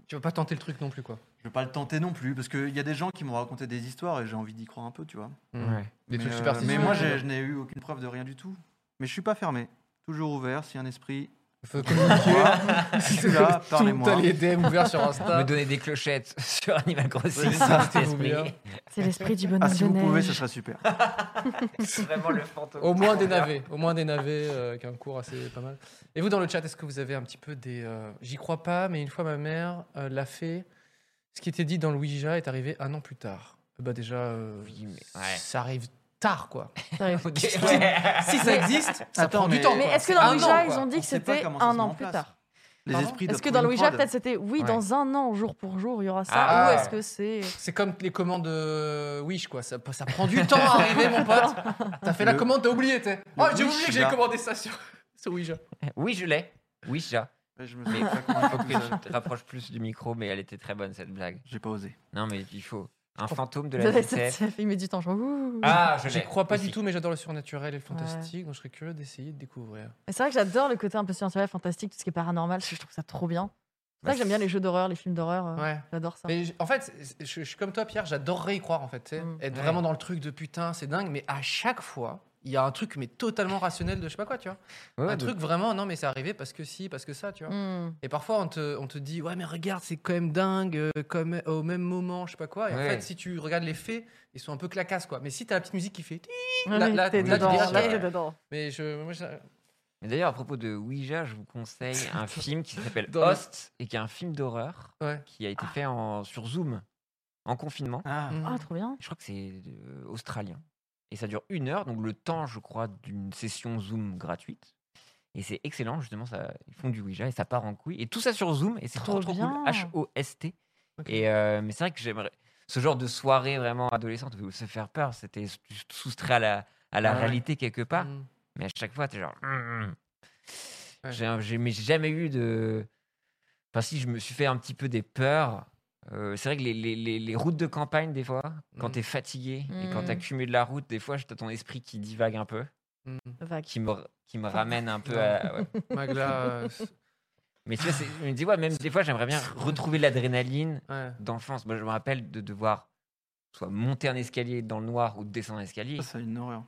[SPEAKER 1] Tu veux pas tenter le truc non plus, quoi.
[SPEAKER 4] je vais pas le tenter non plus, parce qu'il y a des gens qui m'ont raconté des histoires et j'ai envie d'y croire un peu, tu vois.
[SPEAKER 2] Ouais.
[SPEAKER 1] Hmm. Des
[SPEAKER 4] mais,
[SPEAKER 1] trucs
[SPEAKER 4] euh,
[SPEAKER 1] superstitieux.
[SPEAKER 4] mais moi,
[SPEAKER 1] tu vois.
[SPEAKER 4] j'ai- je n'ai eu aucune preuve de rien du tout. Mais je suis pas fermé, toujours ouvert. Si un esprit,
[SPEAKER 1] Faut communiquer.
[SPEAKER 4] Je suis là,
[SPEAKER 1] Tout-
[SPEAKER 4] parlez-moi.
[SPEAKER 1] T'as les DM ouverts sur Insta.
[SPEAKER 2] me donner des clochettes sur Animal Crossing,
[SPEAKER 4] Ouais, ça,
[SPEAKER 2] c'est
[SPEAKER 1] vous
[SPEAKER 2] esprit.
[SPEAKER 1] bien.
[SPEAKER 5] C'est l'esprit du bonhomme
[SPEAKER 4] ah si
[SPEAKER 5] de
[SPEAKER 4] vous pouvez, ce
[SPEAKER 5] neige.
[SPEAKER 4] serait super.
[SPEAKER 2] vraiment le fantôme.
[SPEAKER 1] Au moins des navets, au moins des navets, euh, qui est un cours assez pas mal. Et vous dans le chat, est-ce que vous avez un petit peu des... euh, J'y crois pas, mais une fois ma mère euh, l'a fait. Ce qui était dit dans le Ouija est arrivé un an plus tard. Euh, Bah déjà, euh,
[SPEAKER 2] Oui, mais ouais.
[SPEAKER 1] ça arrive tard, quoi.
[SPEAKER 5] T'arrives.
[SPEAKER 1] si ça existe, ça
[SPEAKER 4] Attends,
[SPEAKER 1] prend du
[SPEAKER 4] mais-
[SPEAKER 1] temps.
[SPEAKER 5] Mais
[SPEAKER 1] quoi.
[SPEAKER 5] est-ce que
[SPEAKER 1] C'est
[SPEAKER 5] dans
[SPEAKER 1] un
[SPEAKER 5] le Ouija,
[SPEAKER 1] an, quoi.
[SPEAKER 5] ils ont dit
[SPEAKER 4] On
[SPEAKER 5] que
[SPEAKER 4] sait pas
[SPEAKER 5] c'était
[SPEAKER 4] comment ça se
[SPEAKER 5] un
[SPEAKER 4] met en
[SPEAKER 5] an plus
[SPEAKER 4] place.
[SPEAKER 5] tard
[SPEAKER 4] Les
[SPEAKER 1] Pardon
[SPEAKER 4] esprits.
[SPEAKER 5] Est-ce
[SPEAKER 4] doivent
[SPEAKER 5] que dans le
[SPEAKER 4] trouver une
[SPEAKER 5] Ouija,
[SPEAKER 4] prod.
[SPEAKER 5] peut-être c'était oui,
[SPEAKER 2] Ouais.
[SPEAKER 5] dans un an, jour pour jour, il y aura ça
[SPEAKER 2] Ah.
[SPEAKER 5] Ou est-ce que c'est.
[SPEAKER 1] C'est comme les commandes euh, Wish, quoi. Ça, ça prend du temps à arriver, mon pote. T'as fait la
[SPEAKER 4] Le-
[SPEAKER 1] commande, t'as oublié, t'es. Oh, j'ai
[SPEAKER 4] Wish,
[SPEAKER 1] oublié que j'ai
[SPEAKER 4] là.
[SPEAKER 1] commandé ça sur, sur Ouija.
[SPEAKER 2] Oui, je l'ai. Oui, déjà.
[SPEAKER 4] Ouais, je
[SPEAKER 2] Mais
[SPEAKER 4] me suis pas
[SPEAKER 2] il faut
[SPEAKER 4] convaincu
[SPEAKER 2] que
[SPEAKER 4] que ça-
[SPEAKER 2] tu te rapproches plus du micro, mais elle était très bonne cette blague.
[SPEAKER 4] J'ai pas osé.
[SPEAKER 2] Non, mais il faut. Un fantôme de la SF.
[SPEAKER 5] Il met du temps, genre. ouh.
[SPEAKER 2] Ah, je
[SPEAKER 1] J'y
[SPEAKER 2] l'ai.
[SPEAKER 1] crois pas
[SPEAKER 2] Aussi.
[SPEAKER 1] du tout, mais j'adore le surnaturel et le fantastique, donc je serais curieux d'essayer de découvrir.
[SPEAKER 5] Mais C'est vrai que j'adore le côté un peu scientifique, fantastique, tout ce qui est paranormal, je trouve ça trop bien. C'est vrai que j'aime bien les jeux d'horreur, les films d'horreur, euh,
[SPEAKER 1] Ouais.
[SPEAKER 5] j'adore ça.
[SPEAKER 1] Mais j- en fait, c'est- je, je suis comme toi, Pierre, j'adorerais y croire, en fait. tu sais.
[SPEAKER 5] Mm.
[SPEAKER 1] Être
[SPEAKER 2] Ouais.
[SPEAKER 1] vraiment dans le truc de putain, c'est dingue, mais à chaque fois, il y a un truc, mais totalement rationnel de je sais pas quoi, tu vois.
[SPEAKER 2] Ouais,
[SPEAKER 1] un
[SPEAKER 2] de-
[SPEAKER 1] truc vraiment, non, mais c'est arrivé parce que si, parce que ça, tu vois.
[SPEAKER 5] Hmm.
[SPEAKER 1] Et parfois, on te, on te dit, ouais, mais regarde, c'est quand même dingue, euh, comme au même moment, je sais pas quoi. Et en
[SPEAKER 2] Ouais.
[SPEAKER 1] fait, si tu regardes les faits, ils sont un peu clacasses, quoi. Mais si t'as la petite musique qui fait.
[SPEAKER 5] Ouais,
[SPEAKER 1] Là-
[SPEAKER 5] mais
[SPEAKER 1] là,
[SPEAKER 5] t'es
[SPEAKER 2] là, tu
[SPEAKER 5] dedans,
[SPEAKER 2] dis,
[SPEAKER 5] là,
[SPEAKER 2] ah,
[SPEAKER 5] t'es
[SPEAKER 2] ouais.
[SPEAKER 5] dedans.
[SPEAKER 1] Mais je. moi, ça-
[SPEAKER 2] Mais d'ailleurs, à propos de Ouija, je vous conseille un film qui s'appelle
[SPEAKER 1] Dans le-
[SPEAKER 2] Host et qui est un film d'horreur
[SPEAKER 1] Ouais.
[SPEAKER 2] qui a été fait en, sur Zoom en confinement.
[SPEAKER 4] Ah,
[SPEAKER 1] Mm.
[SPEAKER 5] Ah, trop bien.
[SPEAKER 2] Je crois que c'est euh, australien. Et ça dure une heure, donc le temps, je crois, d'une session Zoom gratuite. Et c'est excellent, justement, ça, ils font du Ouija et ça part en couille. Et tout ça sur Zoom, et c'est trop,
[SPEAKER 5] Trop
[SPEAKER 2] trop
[SPEAKER 5] bien.
[SPEAKER 2] cool. H-O-S-T.
[SPEAKER 1] Ok.
[SPEAKER 2] Et, euh, mais c'est vrai que j'aimerais. Ce genre de soirée vraiment adolescente où se faire peur, c'était s- tu te soustrait à la, à la
[SPEAKER 1] Ouais.
[SPEAKER 2] réalité quelque part.
[SPEAKER 1] Mm.
[SPEAKER 2] Mais à chaque fois, t'es genre. Hum, hum.
[SPEAKER 1] Ouais.
[SPEAKER 2] J'ai un- j'ai- mais j'ai jamais eu de. Enfin, si, je me suis fait un petit peu des peurs. Euh, c'est vrai que les, les- les- les routes de campagne, des fois, quand
[SPEAKER 1] Mm.
[SPEAKER 2] t'es fatigué et quand
[SPEAKER 5] Mm.
[SPEAKER 2] t'accumules la route, des fois, t'as ton esprit qui divague un peu,
[SPEAKER 1] Mm.
[SPEAKER 5] Vague.
[SPEAKER 2] qui me, qui me ramène un peu à. ouais.
[SPEAKER 1] Magla. euh, c'est-
[SPEAKER 2] Mais tu vois, c'est- je me dis, ouais, même des fois, j'aimerais bien retrouver l'adrénaline
[SPEAKER 1] ouais.
[SPEAKER 2] d'enfance. Moi, je me rappelle de devoir soit monter un escalier dans le noir ou de descendre un escalier.
[SPEAKER 4] ça, c'est une horreur.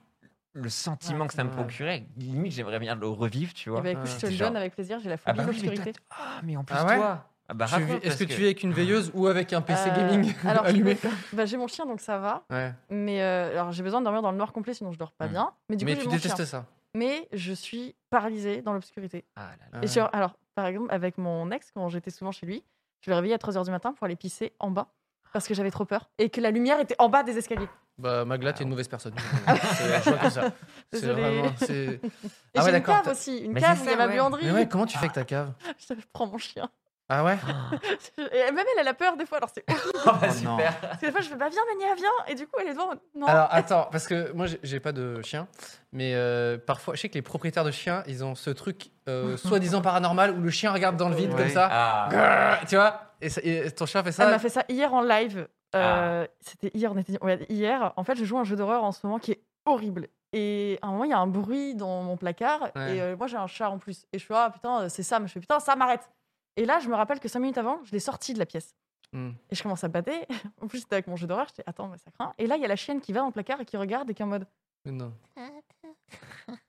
[SPEAKER 2] Le sentiment que ça me
[SPEAKER 1] Ouais.
[SPEAKER 2] procurait, limite, j'aimerais bien le revivre, tu
[SPEAKER 5] Eh
[SPEAKER 2] vois.
[SPEAKER 5] ben, écoute,
[SPEAKER 1] Ouais.
[SPEAKER 5] je te le
[SPEAKER 2] Genre-
[SPEAKER 5] donne avec plaisir, j'ai la
[SPEAKER 2] Ah
[SPEAKER 5] phobie
[SPEAKER 2] bah
[SPEAKER 5] de
[SPEAKER 2] oui, mais toi,
[SPEAKER 5] l'obscurité.
[SPEAKER 2] t- ah, mais en plus,
[SPEAKER 1] Ah ouais
[SPEAKER 2] toi. Ah bah,
[SPEAKER 1] Tu vis- Est-ce
[SPEAKER 2] raconte,
[SPEAKER 1] que,
[SPEAKER 2] parce
[SPEAKER 1] tu es avec une veilleuse ou avec un PC
[SPEAKER 5] Euh,
[SPEAKER 1] gaming
[SPEAKER 5] alors,
[SPEAKER 1] allumé
[SPEAKER 5] Bah, j'ai mon chien, donc ça va.
[SPEAKER 1] Ouais.
[SPEAKER 5] Mais euh, alors, j'ai besoin de dormir dans le noir complet, sinon je dors pas
[SPEAKER 2] Mm.
[SPEAKER 5] bien. Mais du
[SPEAKER 1] Hmm. Mais
[SPEAKER 5] coup,
[SPEAKER 1] tu
[SPEAKER 5] j'ai mon chien.
[SPEAKER 1] détestes ça.
[SPEAKER 5] Mais je suis paralysée dans l'obscurité.
[SPEAKER 2] Ah là là.
[SPEAKER 1] Ah
[SPEAKER 5] Et
[SPEAKER 1] ouais.
[SPEAKER 5] sur- alors, par exemple, avec mon ex, quand j'étais souvent chez lui, je le réveillais à 3h du matin pour aller pisser en bas parce que j'avais trop peur et que la lumière était en bas des escaliers.
[SPEAKER 1] Bah, Magla, t'es une mauvaise personne. C'est- je vois que ça. C'est
[SPEAKER 5] Ah. Désolée.
[SPEAKER 1] vraiment. c'est-
[SPEAKER 5] Et
[SPEAKER 1] Ah ouais,
[SPEAKER 5] j'ai une
[SPEAKER 1] d'accord,
[SPEAKER 5] cave
[SPEAKER 1] t'as-
[SPEAKER 5] aussi, une
[SPEAKER 2] Mais
[SPEAKER 5] cave
[SPEAKER 2] c'est
[SPEAKER 5] où
[SPEAKER 2] ça,
[SPEAKER 5] il y a ma
[SPEAKER 2] ouais.
[SPEAKER 5] buanderie.
[SPEAKER 1] Mais ouais, comment tu fais avec ta cave
[SPEAKER 5] Je prends mon chien.
[SPEAKER 1] Ah ouais
[SPEAKER 5] Et même elle, elle a peur des fois. Alors c'est horrible.
[SPEAKER 2] Oh, bah,
[SPEAKER 4] Oh, non.
[SPEAKER 2] super.
[SPEAKER 5] Parce que des fois, je fais bah viens, Mania, viens. Et du coup, elle est devant. Non.
[SPEAKER 1] Alors attends, parce que moi j'ai- j'ai pas de chien, mais euh, parfois je sais que les propriétaires de chiens ils ont ce truc euh, soi-disant paranormal où le chien regarde dans le vide
[SPEAKER 4] Ouais.
[SPEAKER 1] comme ça,
[SPEAKER 2] Ah.
[SPEAKER 1] Grrr, tu vois, et, ça- et ton chien fait
[SPEAKER 5] elle
[SPEAKER 1] ça.
[SPEAKER 5] m'a fait ça hier en live. Euh,
[SPEAKER 1] Ah.
[SPEAKER 5] C'était hier, on était ouais, hier. En fait, je joue à un jeu d'horreur en ce moment qui est horrible. Et à un moment, il y a un bruit dans mon placard.
[SPEAKER 1] Ouais.
[SPEAKER 5] Et euh, moi, j'ai un chat en plus. Et je suis ah putain, c'est Sam. Je fais putain, Sam, arrête. Et là, je me rappelle que cinq minutes avant, je l'ai sorti de la pièce.
[SPEAKER 1] Hmm.
[SPEAKER 5] Et je commence à bader. En plus, c'était avec mon jeu d'horreur. Je dis attends, mais ça craint. Et là, il y a la chienne qui va dans le placard et qui regarde et qui est en mode.
[SPEAKER 1] Mais non.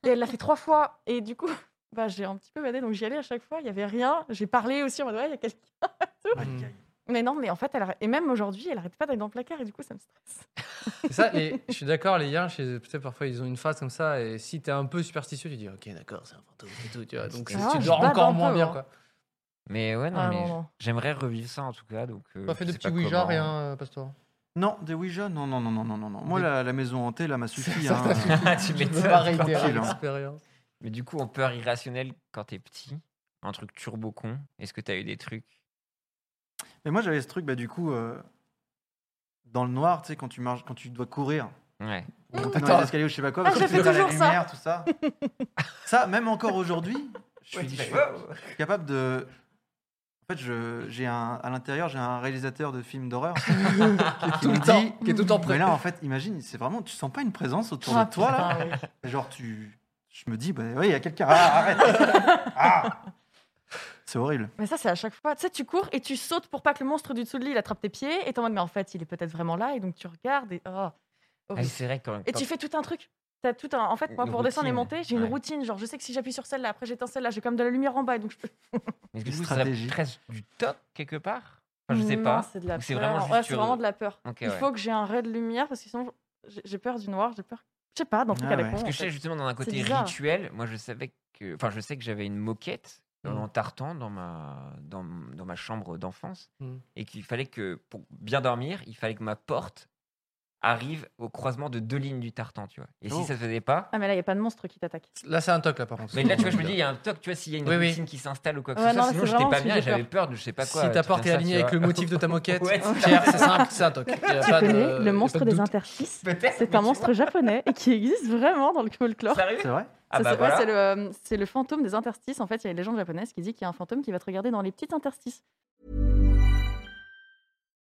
[SPEAKER 5] Et elle l'a fait trois fois. Et du coup, bah, j'ai un petit peu badé, donc j'y allais à chaque fois. Il n'y avait rien. J'ai parlé aussi en mode, ouais, il y a quelqu'un.
[SPEAKER 1] Mm.
[SPEAKER 5] Mais non, mais en fait, elle arrête- et même aujourd'hui, elle n'arrête pas d'aller dans le placard. Et du coup, ça me stresse.
[SPEAKER 1] C'est ça, et je suis d'accord, les liens, tu sais, parfois ils ont une phase comme ça, et si t'es un peu superstitieux, tu dis ok, d'accord, c'est un fantôme et tout, tu vois, donc
[SPEAKER 2] Ah,
[SPEAKER 1] tu
[SPEAKER 2] je
[SPEAKER 1] dors
[SPEAKER 5] bave
[SPEAKER 1] encore
[SPEAKER 5] un peu,
[SPEAKER 1] moins bien
[SPEAKER 5] hein.
[SPEAKER 1] quoi.
[SPEAKER 2] Mais ouais, non,
[SPEAKER 5] Ah,
[SPEAKER 2] mais
[SPEAKER 5] non, non.
[SPEAKER 2] j'aimerais revivre ça en tout cas. Donc, euh,
[SPEAKER 1] Pas fait
[SPEAKER 2] je
[SPEAKER 1] de
[SPEAKER 2] sais
[SPEAKER 1] petits
[SPEAKER 2] pas
[SPEAKER 1] Ouija,
[SPEAKER 2] comment.
[SPEAKER 1] rien, euh, Pastor.
[SPEAKER 4] Non, des Ouija Non, non, non, non, non, non, non. Moi,
[SPEAKER 1] Des-
[SPEAKER 4] la, la maison hantée, là, m'a suffi.
[SPEAKER 1] Ça,
[SPEAKER 4] hein.
[SPEAKER 1] ça suffit.
[SPEAKER 2] Ah, tu
[SPEAKER 1] Je peux
[SPEAKER 2] m'étonnes.
[SPEAKER 1] pas réitérer
[SPEAKER 4] tranquille, hein.
[SPEAKER 1] l'expérience.
[SPEAKER 2] Mais du coup, en peur irrationnelle quand t'es petit, un truc turbo con Est-ce que t'as eu des trucs
[SPEAKER 4] Mais moi, j'avais ce truc, bah, du coup, euh, dans le noir, tu sais, quand tu marches, quand tu dois courir,
[SPEAKER 2] Ouais.
[SPEAKER 4] ou monter dans
[SPEAKER 1] Attends.
[SPEAKER 4] les escaliers ou je sais pas quoi,
[SPEAKER 5] Ah,
[SPEAKER 4] parce
[SPEAKER 5] je
[SPEAKER 4] que
[SPEAKER 5] fais
[SPEAKER 4] tu dois la
[SPEAKER 5] toujours ça.
[SPEAKER 4] lumière, tout ça. ça, même encore aujourd'hui, je suis, je suis capable de. En fait, je- j'ai un, à l'intérieur, j'ai un réalisateur de films d'horreur qui
[SPEAKER 1] tout
[SPEAKER 4] me
[SPEAKER 1] le temps,
[SPEAKER 4] dit.
[SPEAKER 1] qui est tout le temps prêt.
[SPEAKER 4] Mais là, en fait, imagine, c'est vraiment, tu sens pas une présence autour
[SPEAKER 5] Ah,
[SPEAKER 4] de toi là.
[SPEAKER 5] putain, ouais.
[SPEAKER 4] Genre, tu, je me dis, bah ouais, il y a quelqu'un. Ah, arrête. Ah. C'est horrible.
[SPEAKER 5] Mais ça, c'est à chaque fois. Tu sais, tu cours et tu sautes pour pas que le monstre du dessous de l'île attrape tes pieds. Et t'es en mode, mais en fait, il est peut-être vraiment là. Et donc, tu regardes et. oh,
[SPEAKER 2] Ah,
[SPEAKER 5] horrible.
[SPEAKER 2] c'est vrai quand
[SPEAKER 5] Et tu fais tout un truc. T'as tout un... En fait, moi,
[SPEAKER 2] Une
[SPEAKER 5] pour descendre et
[SPEAKER 2] routine.
[SPEAKER 5] monter, j'ai une
[SPEAKER 2] Ouais.
[SPEAKER 5] routine. Genre, je sais que si j'appuie sur celle-là, après j'éteins celle-là, j'ai comme de la lumière en bas. et Donc, je peux...
[SPEAKER 2] Mais est-ce
[SPEAKER 4] Une
[SPEAKER 2] que vous,
[SPEAKER 4] stratégie.
[SPEAKER 2] ça presse du toc quelque part Enfin, Je sais
[SPEAKER 5] Non,
[SPEAKER 2] pas.
[SPEAKER 5] C'est de la
[SPEAKER 2] Ou c'est
[SPEAKER 5] peur.
[SPEAKER 2] vraiment
[SPEAKER 5] Ouais,
[SPEAKER 2] juste
[SPEAKER 5] c'est
[SPEAKER 2] sur-
[SPEAKER 5] vraiment de la peur.
[SPEAKER 2] Ok,
[SPEAKER 5] Il
[SPEAKER 2] ouais.
[SPEAKER 5] faut que j'ai un ray de lumière parce que sinon, j'ai j'ai peur du noir. J'ai peur. Je sais pas, dans tout
[SPEAKER 4] Ah
[SPEAKER 5] cas, la
[SPEAKER 4] ouais.
[SPEAKER 2] Parce
[SPEAKER 5] con,
[SPEAKER 2] que
[SPEAKER 5] en
[SPEAKER 2] je sais
[SPEAKER 5] fait.
[SPEAKER 2] justement dans un côté
[SPEAKER 5] bizarre.
[SPEAKER 2] rituel, moi je savais que, enfin je sais que j'avais une moquette en tartan dans ma dans, m- dans ma chambre d'enfance
[SPEAKER 1] Mm.
[SPEAKER 2] et qu'il fallait que pour bien dormir, il fallait que ma porte arrive au croisement de deux lignes du tartan, tu vois. Et
[SPEAKER 4] Oh.
[SPEAKER 2] si ça se faisait pas,
[SPEAKER 5] Ah, mais là, il n'y a pas de monstre qui t'attaque.
[SPEAKER 1] Là, c'est un toc, là, par contre.
[SPEAKER 2] mais là tu vois je me dis il y a un toc, tu vois s'il y a une
[SPEAKER 1] Oui, oui.
[SPEAKER 2] routine qui s'installe ou quoi que
[SPEAKER 5] Ouais,
[SPEAKER 2] ce
[SPEAKER 5] non,
[SPEAKER 2] soit,
[SPEAKER 5] mais
[SPEAKER 2] sinon
[SPEAKER 5] c'est
[SPEAKER 2] j'étais
[SPEAKER 5] vraiment
[SPEAKER 2] pas
[SPEAKER 5] ce que
[SPEAKER 2] bien,
[SPEAKER 5] j'ai
[SPEAKER 2] et j'avais
[SPEAKER 5] peur.
[SPEAKER 2] peur de je sais pas quoi.
[SPEAKER 1] si
[SPEAKER 2] un
[SPEAKER 1] ta
[SPEAKER 2] truc
[SPEAKER 1] porte
[SPEAKER 2] comme
[SPEAKER 1] est
[SPEAKER 2] ça,
[SPEAKER 1] alignée
[SPEAKER 2] tu
[SPEAKER 1] avec
[SPEAKER 2] vois.
[SPEAKER 1] le motif de ta moquette,
[SPEAKER 2] Ouais, c'est
[SPEAKER 1] Pierre, c'est simple, c'est un toc. Il y a
[SPEAKER 5] Tu
[SPEAKER 1] pas de-
[SPEAKER 5] connais
[SPEAKER 1] y a
[SPEAKER 5] le monstre
[SPEAKER 1] pas de
[SPEAKER 5] des
[SPEAKER 1] doute.
[SPEAKER 5] interstices
[SPEAKER 2] Peut-être, mais
[SPEAKER 5] C'est
[SPEAKER 2] tu
[SPEAKER 5] un
[SPEAKER 2] vois,
[SPEAKER 5] monstre japonais et qui existe vraiment dans le folklore.
[SPEAKER 2] c'est arrivé
[SPEAKER 4] C'est vrai.
[SPEAKER 2] Ah
[SPEAKER 5] Ça,
[SPEAKER 2] bah
[SPEAKER 5] c'est- ouais,
[SPEAKER 2] voilà.
[SPEAKER 5] c'est le, euh, c'est le fantôme des interstices. En fait, il y a une légende japonaise qui dit qu'il y a un fantôme qui va te regarder dans les petits interstices.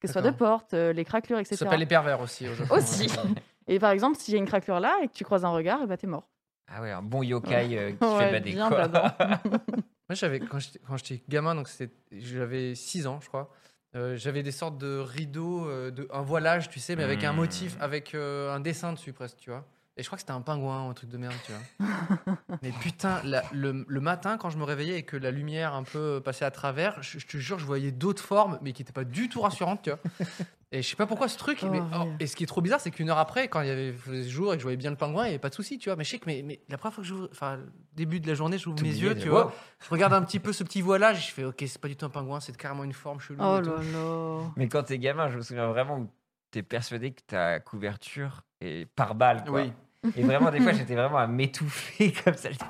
[SPEAKER 5] Que ce soit de
[SPEAKER 1] D'accord.
[SPEAKER 5] porte, euh, les craquelures, etc.
[SPEAKER 1] Ça s'appelle les pervers aussi. au Japon.
[SPEAKER 5] Aussi. Et par exemple, si j'ai une craquelure là et que tu croises un regard, et bah t'es mort.
[SPEAKER 2] Ah ouais, un bon yokai euh, qui
[SPEAKER 5] Ouais,
[SPEAKER 2] fait bader
[SPEAKER 5] bien
[SPEAKER 2] quoi.
[SPEAKER 5] badant.
[SPEAKER 1] Moi, j'avais, quand j'étais- quand j'étais gamin, donc c'était- j'avais 6 ans, je crois, euh, j'avais des sortes de rideaux, euh, de, un voilage, tu sais, mais avec un
[SPEAKER 2] Mm.
[SPEAKER 1] motif, avec euh, un dessin dessus presque, tu vois. Et je crois que c'était un pingouin ou un truc de merde, tu vois. mais putain, la- le, le matin, quand je me réveillais et que la lumière un peu passait à travers, je, je te jure, je voyais d'autres formes, mais qui n'étaient pas du tout rassurantes, tu vois. Et je sais pas pourquoi ce truc.
[SPEAKER 5] Oh,
[SPEAKER 1] mais, oh,
[SPEAKER 5] ouais.
[SPEAKER 1] et ce qui est trop bizarre, c'est qu'une heure après, quand il y avait faisait jour et que je voyais bien le pingouin, il n'y avait pas de souci, tu vois. Mais je sais que mais, mais la première fois que j'ouvre, enfin, début de la journée, j'ouvre mes yeux, tu vois. Je regarde un petit peu ce petit voilage, je fais ok, c'est pas du tout un pingouin, c'est carrément une forme chelou.
[SPEAKER 5] Oh
[SPEAKER 1] et tout.
[SPEAKER 5] là là.
[SPEAKER 2] Mais quand t'es gamin, je me souviens vraiment où t'es persuadé que ta couverture est par balle. Quoi.
[SPEAKER 4] Oui.
[SPEAKER 2] Et vraiment, des fois, j'étais vraiment à m'étouffer comme ça. J'étais-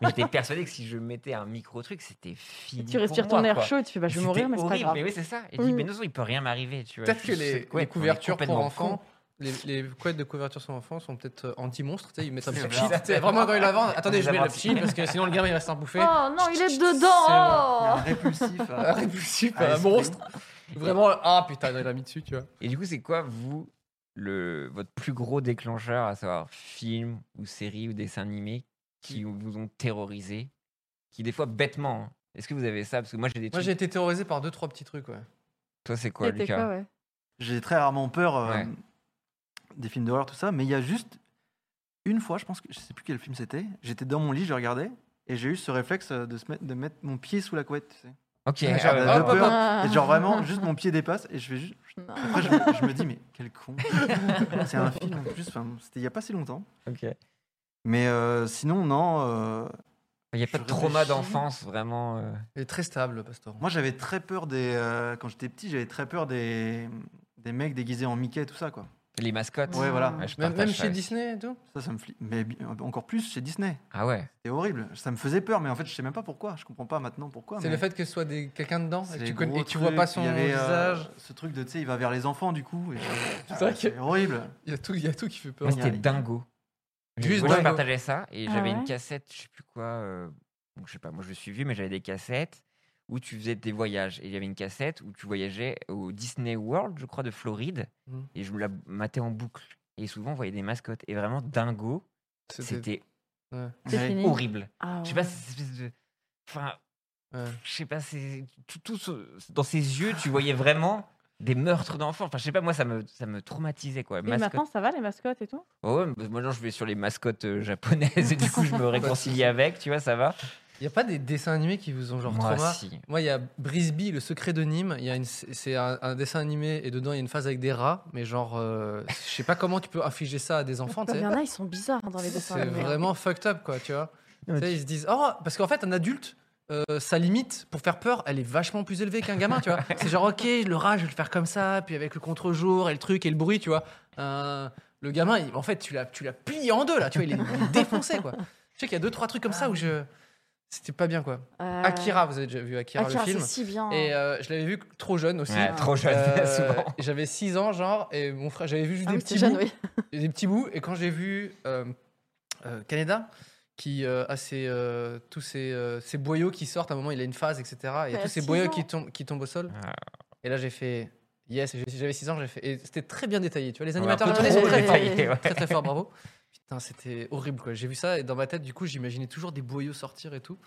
[SPEAKER 2] mais j'étais persuadé que si je mettais un micro-truc, c'était fini.
[SPEAKER 5] Tu respires
[SPEAKER 2] pour moi,
[SPEAKER 5] ton air
[SPEAKER 2] quoi.
[SPEAKER 5] chaud et tu fais bah je
[SPEAKER 2] C'était
[SPEAKER 5] vais mourir, mais c'est pas
[SPEAKER 2] horrible.
[SPEAKER 5] grave.
[SPEAKER 2] Mais oui, c'est ça. Et tu dis,
[SPEAKER 5] Mm.
[SPEAKER 2] mais non, il peut rien m'arriver. tu vois.
[SPEAKER 1] Peut-être
[SPEAKER 2] Je
[SPEAKER 1] que
[SPEAKER 2] suis-
[SPEAKER 1] les,
[SPEAKER 2] cette couette,
[SPEAKER 1] les
[SPEAKER 2] on est
[SPEAKER 1] couvertures pour
[SPEAKER 2] complètement
[SPEAKER 1] enfants,
[SPEAKER 2] con.
[SPEAKER 1] les, les couettes de couverture sur enfants sont peut-être euh, anti-monstres, tu sais, ils mettent un
[SPEAKER 2] C'est
[SPEAKER 1] petit
[SPEAKER 2] vrai.
[SPEAKER 1] pchit. tu sais, Vraiment quand ils la vendent, attendez,
[SPEAKER 2] Les
[SPEAKER 1] je mets le
[SPEAKER 2] amortis.
[SPEAKER 1] pchit parce que sinon le gamin il reste un bouffé.
[SPEAKER 5] Oh non, il est
[SPEAKER 1] C'est
[SPEAKER 4] Il y a un
[SPEAKER 5] dedans. oh.
[SPEAKER 4] répulsif. hein.
[SPEAKER 1] Ah,
[SPEAKER 4] à-
[SPEAKER 1] Répulsif,
[SPEAKER 4] à
[SPEAKER 1] un
[SPEAKER 4] l'esprit.
[SPEAKER 1] monstre. Vraiment, ah putain, il a mis dessus, tu vois.
[SPEAKER 2] Et du coup, c'est quoi, vous, le, votre plus gros déclencheur, à savoir film ou série ou dessin animé, qui
[SPEAKER 1] Mm.
[SPEAKER 2] vous ont terrorisé Qui, des fois, bêtement. hein. Est-ce que vous avez ça Parce que moi, j'ai des
[SPEAKER 1] Moi
[SPEAKER 2] trucs.
[SPEAKER 1] j'ai été terrorisé par deux trois petits trucs, ouais.
[SPEAKER 2] Toi, c'est quoi,
[SPEAKER 5] C'était
[SPEAKER 2] Lucas
[SPEAKER 5] quoi, ouais.
[SPEAKER 4] J'ai très rarement peur euh,
[SPEAKER 2] Ouais.
[SPEAKER 4] des films d'horreur, tout ça, mais il y a juste une fois, je pense que je sais plus quel film c'était, j'étais dans mon lit, je regardais, et j'ai eu ce réflexe euh, de, se mettre, de mettre mon pied sous la couette. tu sais.
[SPEAKER 2] Ok,
[SPEAKER 1] Ouais,
[SPEAKER 2] ah
[SPEAKER 1] genre,
[SPEAKER 2] ouais,
[SPEAKER 4] De-
[SPEAKER 2] bah,
[SPEAKER 4] de
[SPEAKER 1] hop,
[SPEAKER 2] bah,
[SPEAKER 1] hop,
[SPEAKER 4] peur,
[SPEAKER 5] hop.
[SPEAKER 4] et genre vraiment, juste mon pied dépasse, et je fais juste.
[SPEAKER 5] Non.
[SPEAKER 4] Après, je, me- je me dis, mais quel con C'est un film en plus, enfin, c'était il y a pas si longtemps.
[SPEAKER 2] ok.
[SPEAKER 4] Mais euh, sinon, non. euh,
[SPEAKER 2] Il n'y a pas de
[SPEAKER 4] Je
[SPEAKER 2] trauma
[SPEAKER 4] réfléchis.
[SPEAKER 2] d'enfance, vraiment. euh.
[SPEAKER 1] Il est très stable, Pastor.
[SPEAKER 4] moi, j'avais très peur des. euh, quand j'étais petit, j'avais très peur des, des mecs déguisés en Mickey, tout ça, quoi.
[SPEAKER 2] Les mascottes.
[SPEAKER 4] Ouais, voilà.
[SPEAKER 2] Ouais, je
[SPEAKER 1] Même,
[SPEAKER 2] partage
[SPEAKER 1] même
[SPEAKER 2] ça
[SPEAKER 1] chez
[SPEAKER 2] aussi.
[SPEAKER 1] Disney et tout.
[SPEAKER 4] Ça, ça me flippe. Mais bi- encore plus chez Disney.
[SPEAKER 2] Ah ouais.
[SPEAKER 4] C'était horrible. Ça me faisait peur, mais en fait, je sais même pas pourquoi. Je comprends pas maintenant pourquoi.
[SPEAKER 1] C'est
[SPEAKER 4] mais
[SPEAKER 1] le fait que ce soit des- quelqu'un dedans
[SPEAKER 4] c'est
[SPEAKER 1] et que
[SPEAKER 4] les
[SPEAKER 1] tu, connais,
[SPEAKER 4] gros
[SPEAKER 1] et tu vois pas
[SPEAKER 4] trucs.
[SPEAKER 1] son
[SPEAKER 4] Il y avait, euh,
[SPEAKER 1] visage.
[SPEAKER 4] ce truc de, tu sais, il va vers les enfants, du coup. et je- Ah,
[SPEAKER 1] vrai
[SPEAKER 4] C'est
[SPEAKER 1] que-
[SPEAKER 4] horrible.
[SPEAKER 1] Il y, a tout- il y a tout qui fait peur.
[SPEAKER 2] Moi, c'était
[SPEAKER 4] Génial.
[SPEAKER 2] dingo.
[SPEAKER 1] Juste
[SPEAKER 2] moi, je
[SPEAKER 1] dingo.
[SPEAKER 2] partageais ça et
[SPEAKER 5] Ah
[SPEAKER 2] j'avais une
[SPEAKER 5] ouais
[SPEAKER 2] cassette, je sais plus quoi. euh, donc, je sais pas, moi, je suis vieux, mais j'avais des cassettes où tu faisais des voyages. Et il y avait une cassette où tu voyageais au Disney World, je crois, de Floride.
[SPEAKER 1] Mm.
[SPEAKER 2] Et je me la matais en boucle. Et souvent, on voyait des mascottes. Et vraiment, dingo,
[SPEAKER 1] C'était.
[SPEAKER 2] c'était
[SPEAKER 1] ouais,
[SPEAKER 5] C'est
[SPEAKER 4] Ouais.
[SPEAKER 5] fini.
[SPEAKER 2] horrible.
[SPEAKER 5] Ah
[SPEAKER 2] Je sais pas,
[SPEAKER 5] ouais.
[SPEAKER 2] cette espèce de. Enfin,
[SPEAKER 1] ouais.
[SPEAKER 2] je sais pas, c'est tout, tout ce- dans ses yeux, tu voyais vraiment des meurtres d'enfants. Enfin, je sais pas, moi, ça me, ça me traumatisait, quoi.
[SPEAKER 5] Mais
[SPEAKER 2] Mascotte-
[SPEAKER 5] maintenant, ça va, les mascottes et tout
[SPEAKER 2] Ouais, Oh ouais, mais maintenant, je vais sur les mascottes euh, japonaises et du coup, je me réconcilie avec, tu vois, ça va.
[SPEAKER 1] Il n'y a pas des dessins animés qui vous ont genre
[SPEAKER 2] Moi,
[SPEAKER 1] trauma
[SPEAKER 2] si.
[SPEAKER 1] Moi, il y a Brisby, le secret de Nîmes. Il y a une, c'est un, un dessin animé et dedans il y a une phase avec des rats, mais genre, euh, je sais pas comment tu peux afficher ça à des enfants. tu
[SPEAKER 5] Il
[SPEAKER 1] sais.
[SPEAKER 5] y en a, ils sont bizarres dans les dessins
[SPEAKER 1] C'est
[SPEAKER 5] animés. hein.
[SPEAKER 1] vraiment fucked up, quoi, tu vois. Tu sais, ils se disent, oh, parce qu'en fait, un adulte, euh, sa limite pour faire peur, elle est vachement plus élevée qu'un gamin, tu vois. C'est genre, ok, le rat, je vais le faire comme ça, puis avec le contre-jour et le truc et le bruit, tu vois. Euh, le gamin, il- en fait, tu l'as, tu l'as plié en deux, là, tu vois, il est, il est défoncé, quoi. Je sais qu'il y a deux, trois trucs comme ça où je. C'était pas bien, quoi.
[SPEAKER 5] Euh,
[SPEAKER 1] Akira, vous avez déjà vu Akira,
[SPEAKER 5] Akira,
[SPEAKER 1] le film
[SPEAKER 5] c'est si bien.
[SPEAKER 1] et euh, je l'avais vu trop jeune aussi. Euh,
[SPEAKER 2] Ouais, trop jeune,
[SPEAKER 5] Euh,
[SPEAKER 2] souvent.
[SPEAKER 1] J'avais 6 ans, genre, et mon frère, j'avais vu juste
[SPEAKER 5] Ah
[SPEAKER 1] des
[SPEAKER 5] oui, c'est
[SPEAKER 1] petits
[SPEAKER 5] jeune,
[SPEAKER 1] bouts.
[SPEAKER 5] oui.
[SPEAKER 1] Et des petits bouts. Et quand j'ai vu euh, euh, Canada, qui euh, a ses, euh, tous ces euh, ces boyaux qui sortent, à un moment, il a une phase, etc. Et il y
[SPEAKER 5] Mais
[SPEAKER 1] a
[SPEAKER 5] à
[SPEAKER 1] tous ces
[SPEAKER 5] six
[SPEAKER 1] boyaux
[SPEAKER 5] ans.
[SPEAKER 1] qui tombent, qui tombent au sol.
[SPEAKER 2] Ah.
[SPEAKER 1] Et là, j'ai fait yes. Et j'ai- J'avais 6 ans, j'ai fait. Et c'était très bien détaillé. Tu vois, les
[SPEAKER 2] Ouais, un peu
[SPEAKER 1] animateurs
[SPEAKER 2] trop
[SPEAKER 1] japonais sont très forts.
[SPEAKER 2] détaillé, ouais.
[SPEAKER 1] Très, très fort, bravo. Putain, c'était horrible, quoi. J'ai vu ça et dans ma tête, du coup, j'imaginais toujours des boyaux sortir et tout.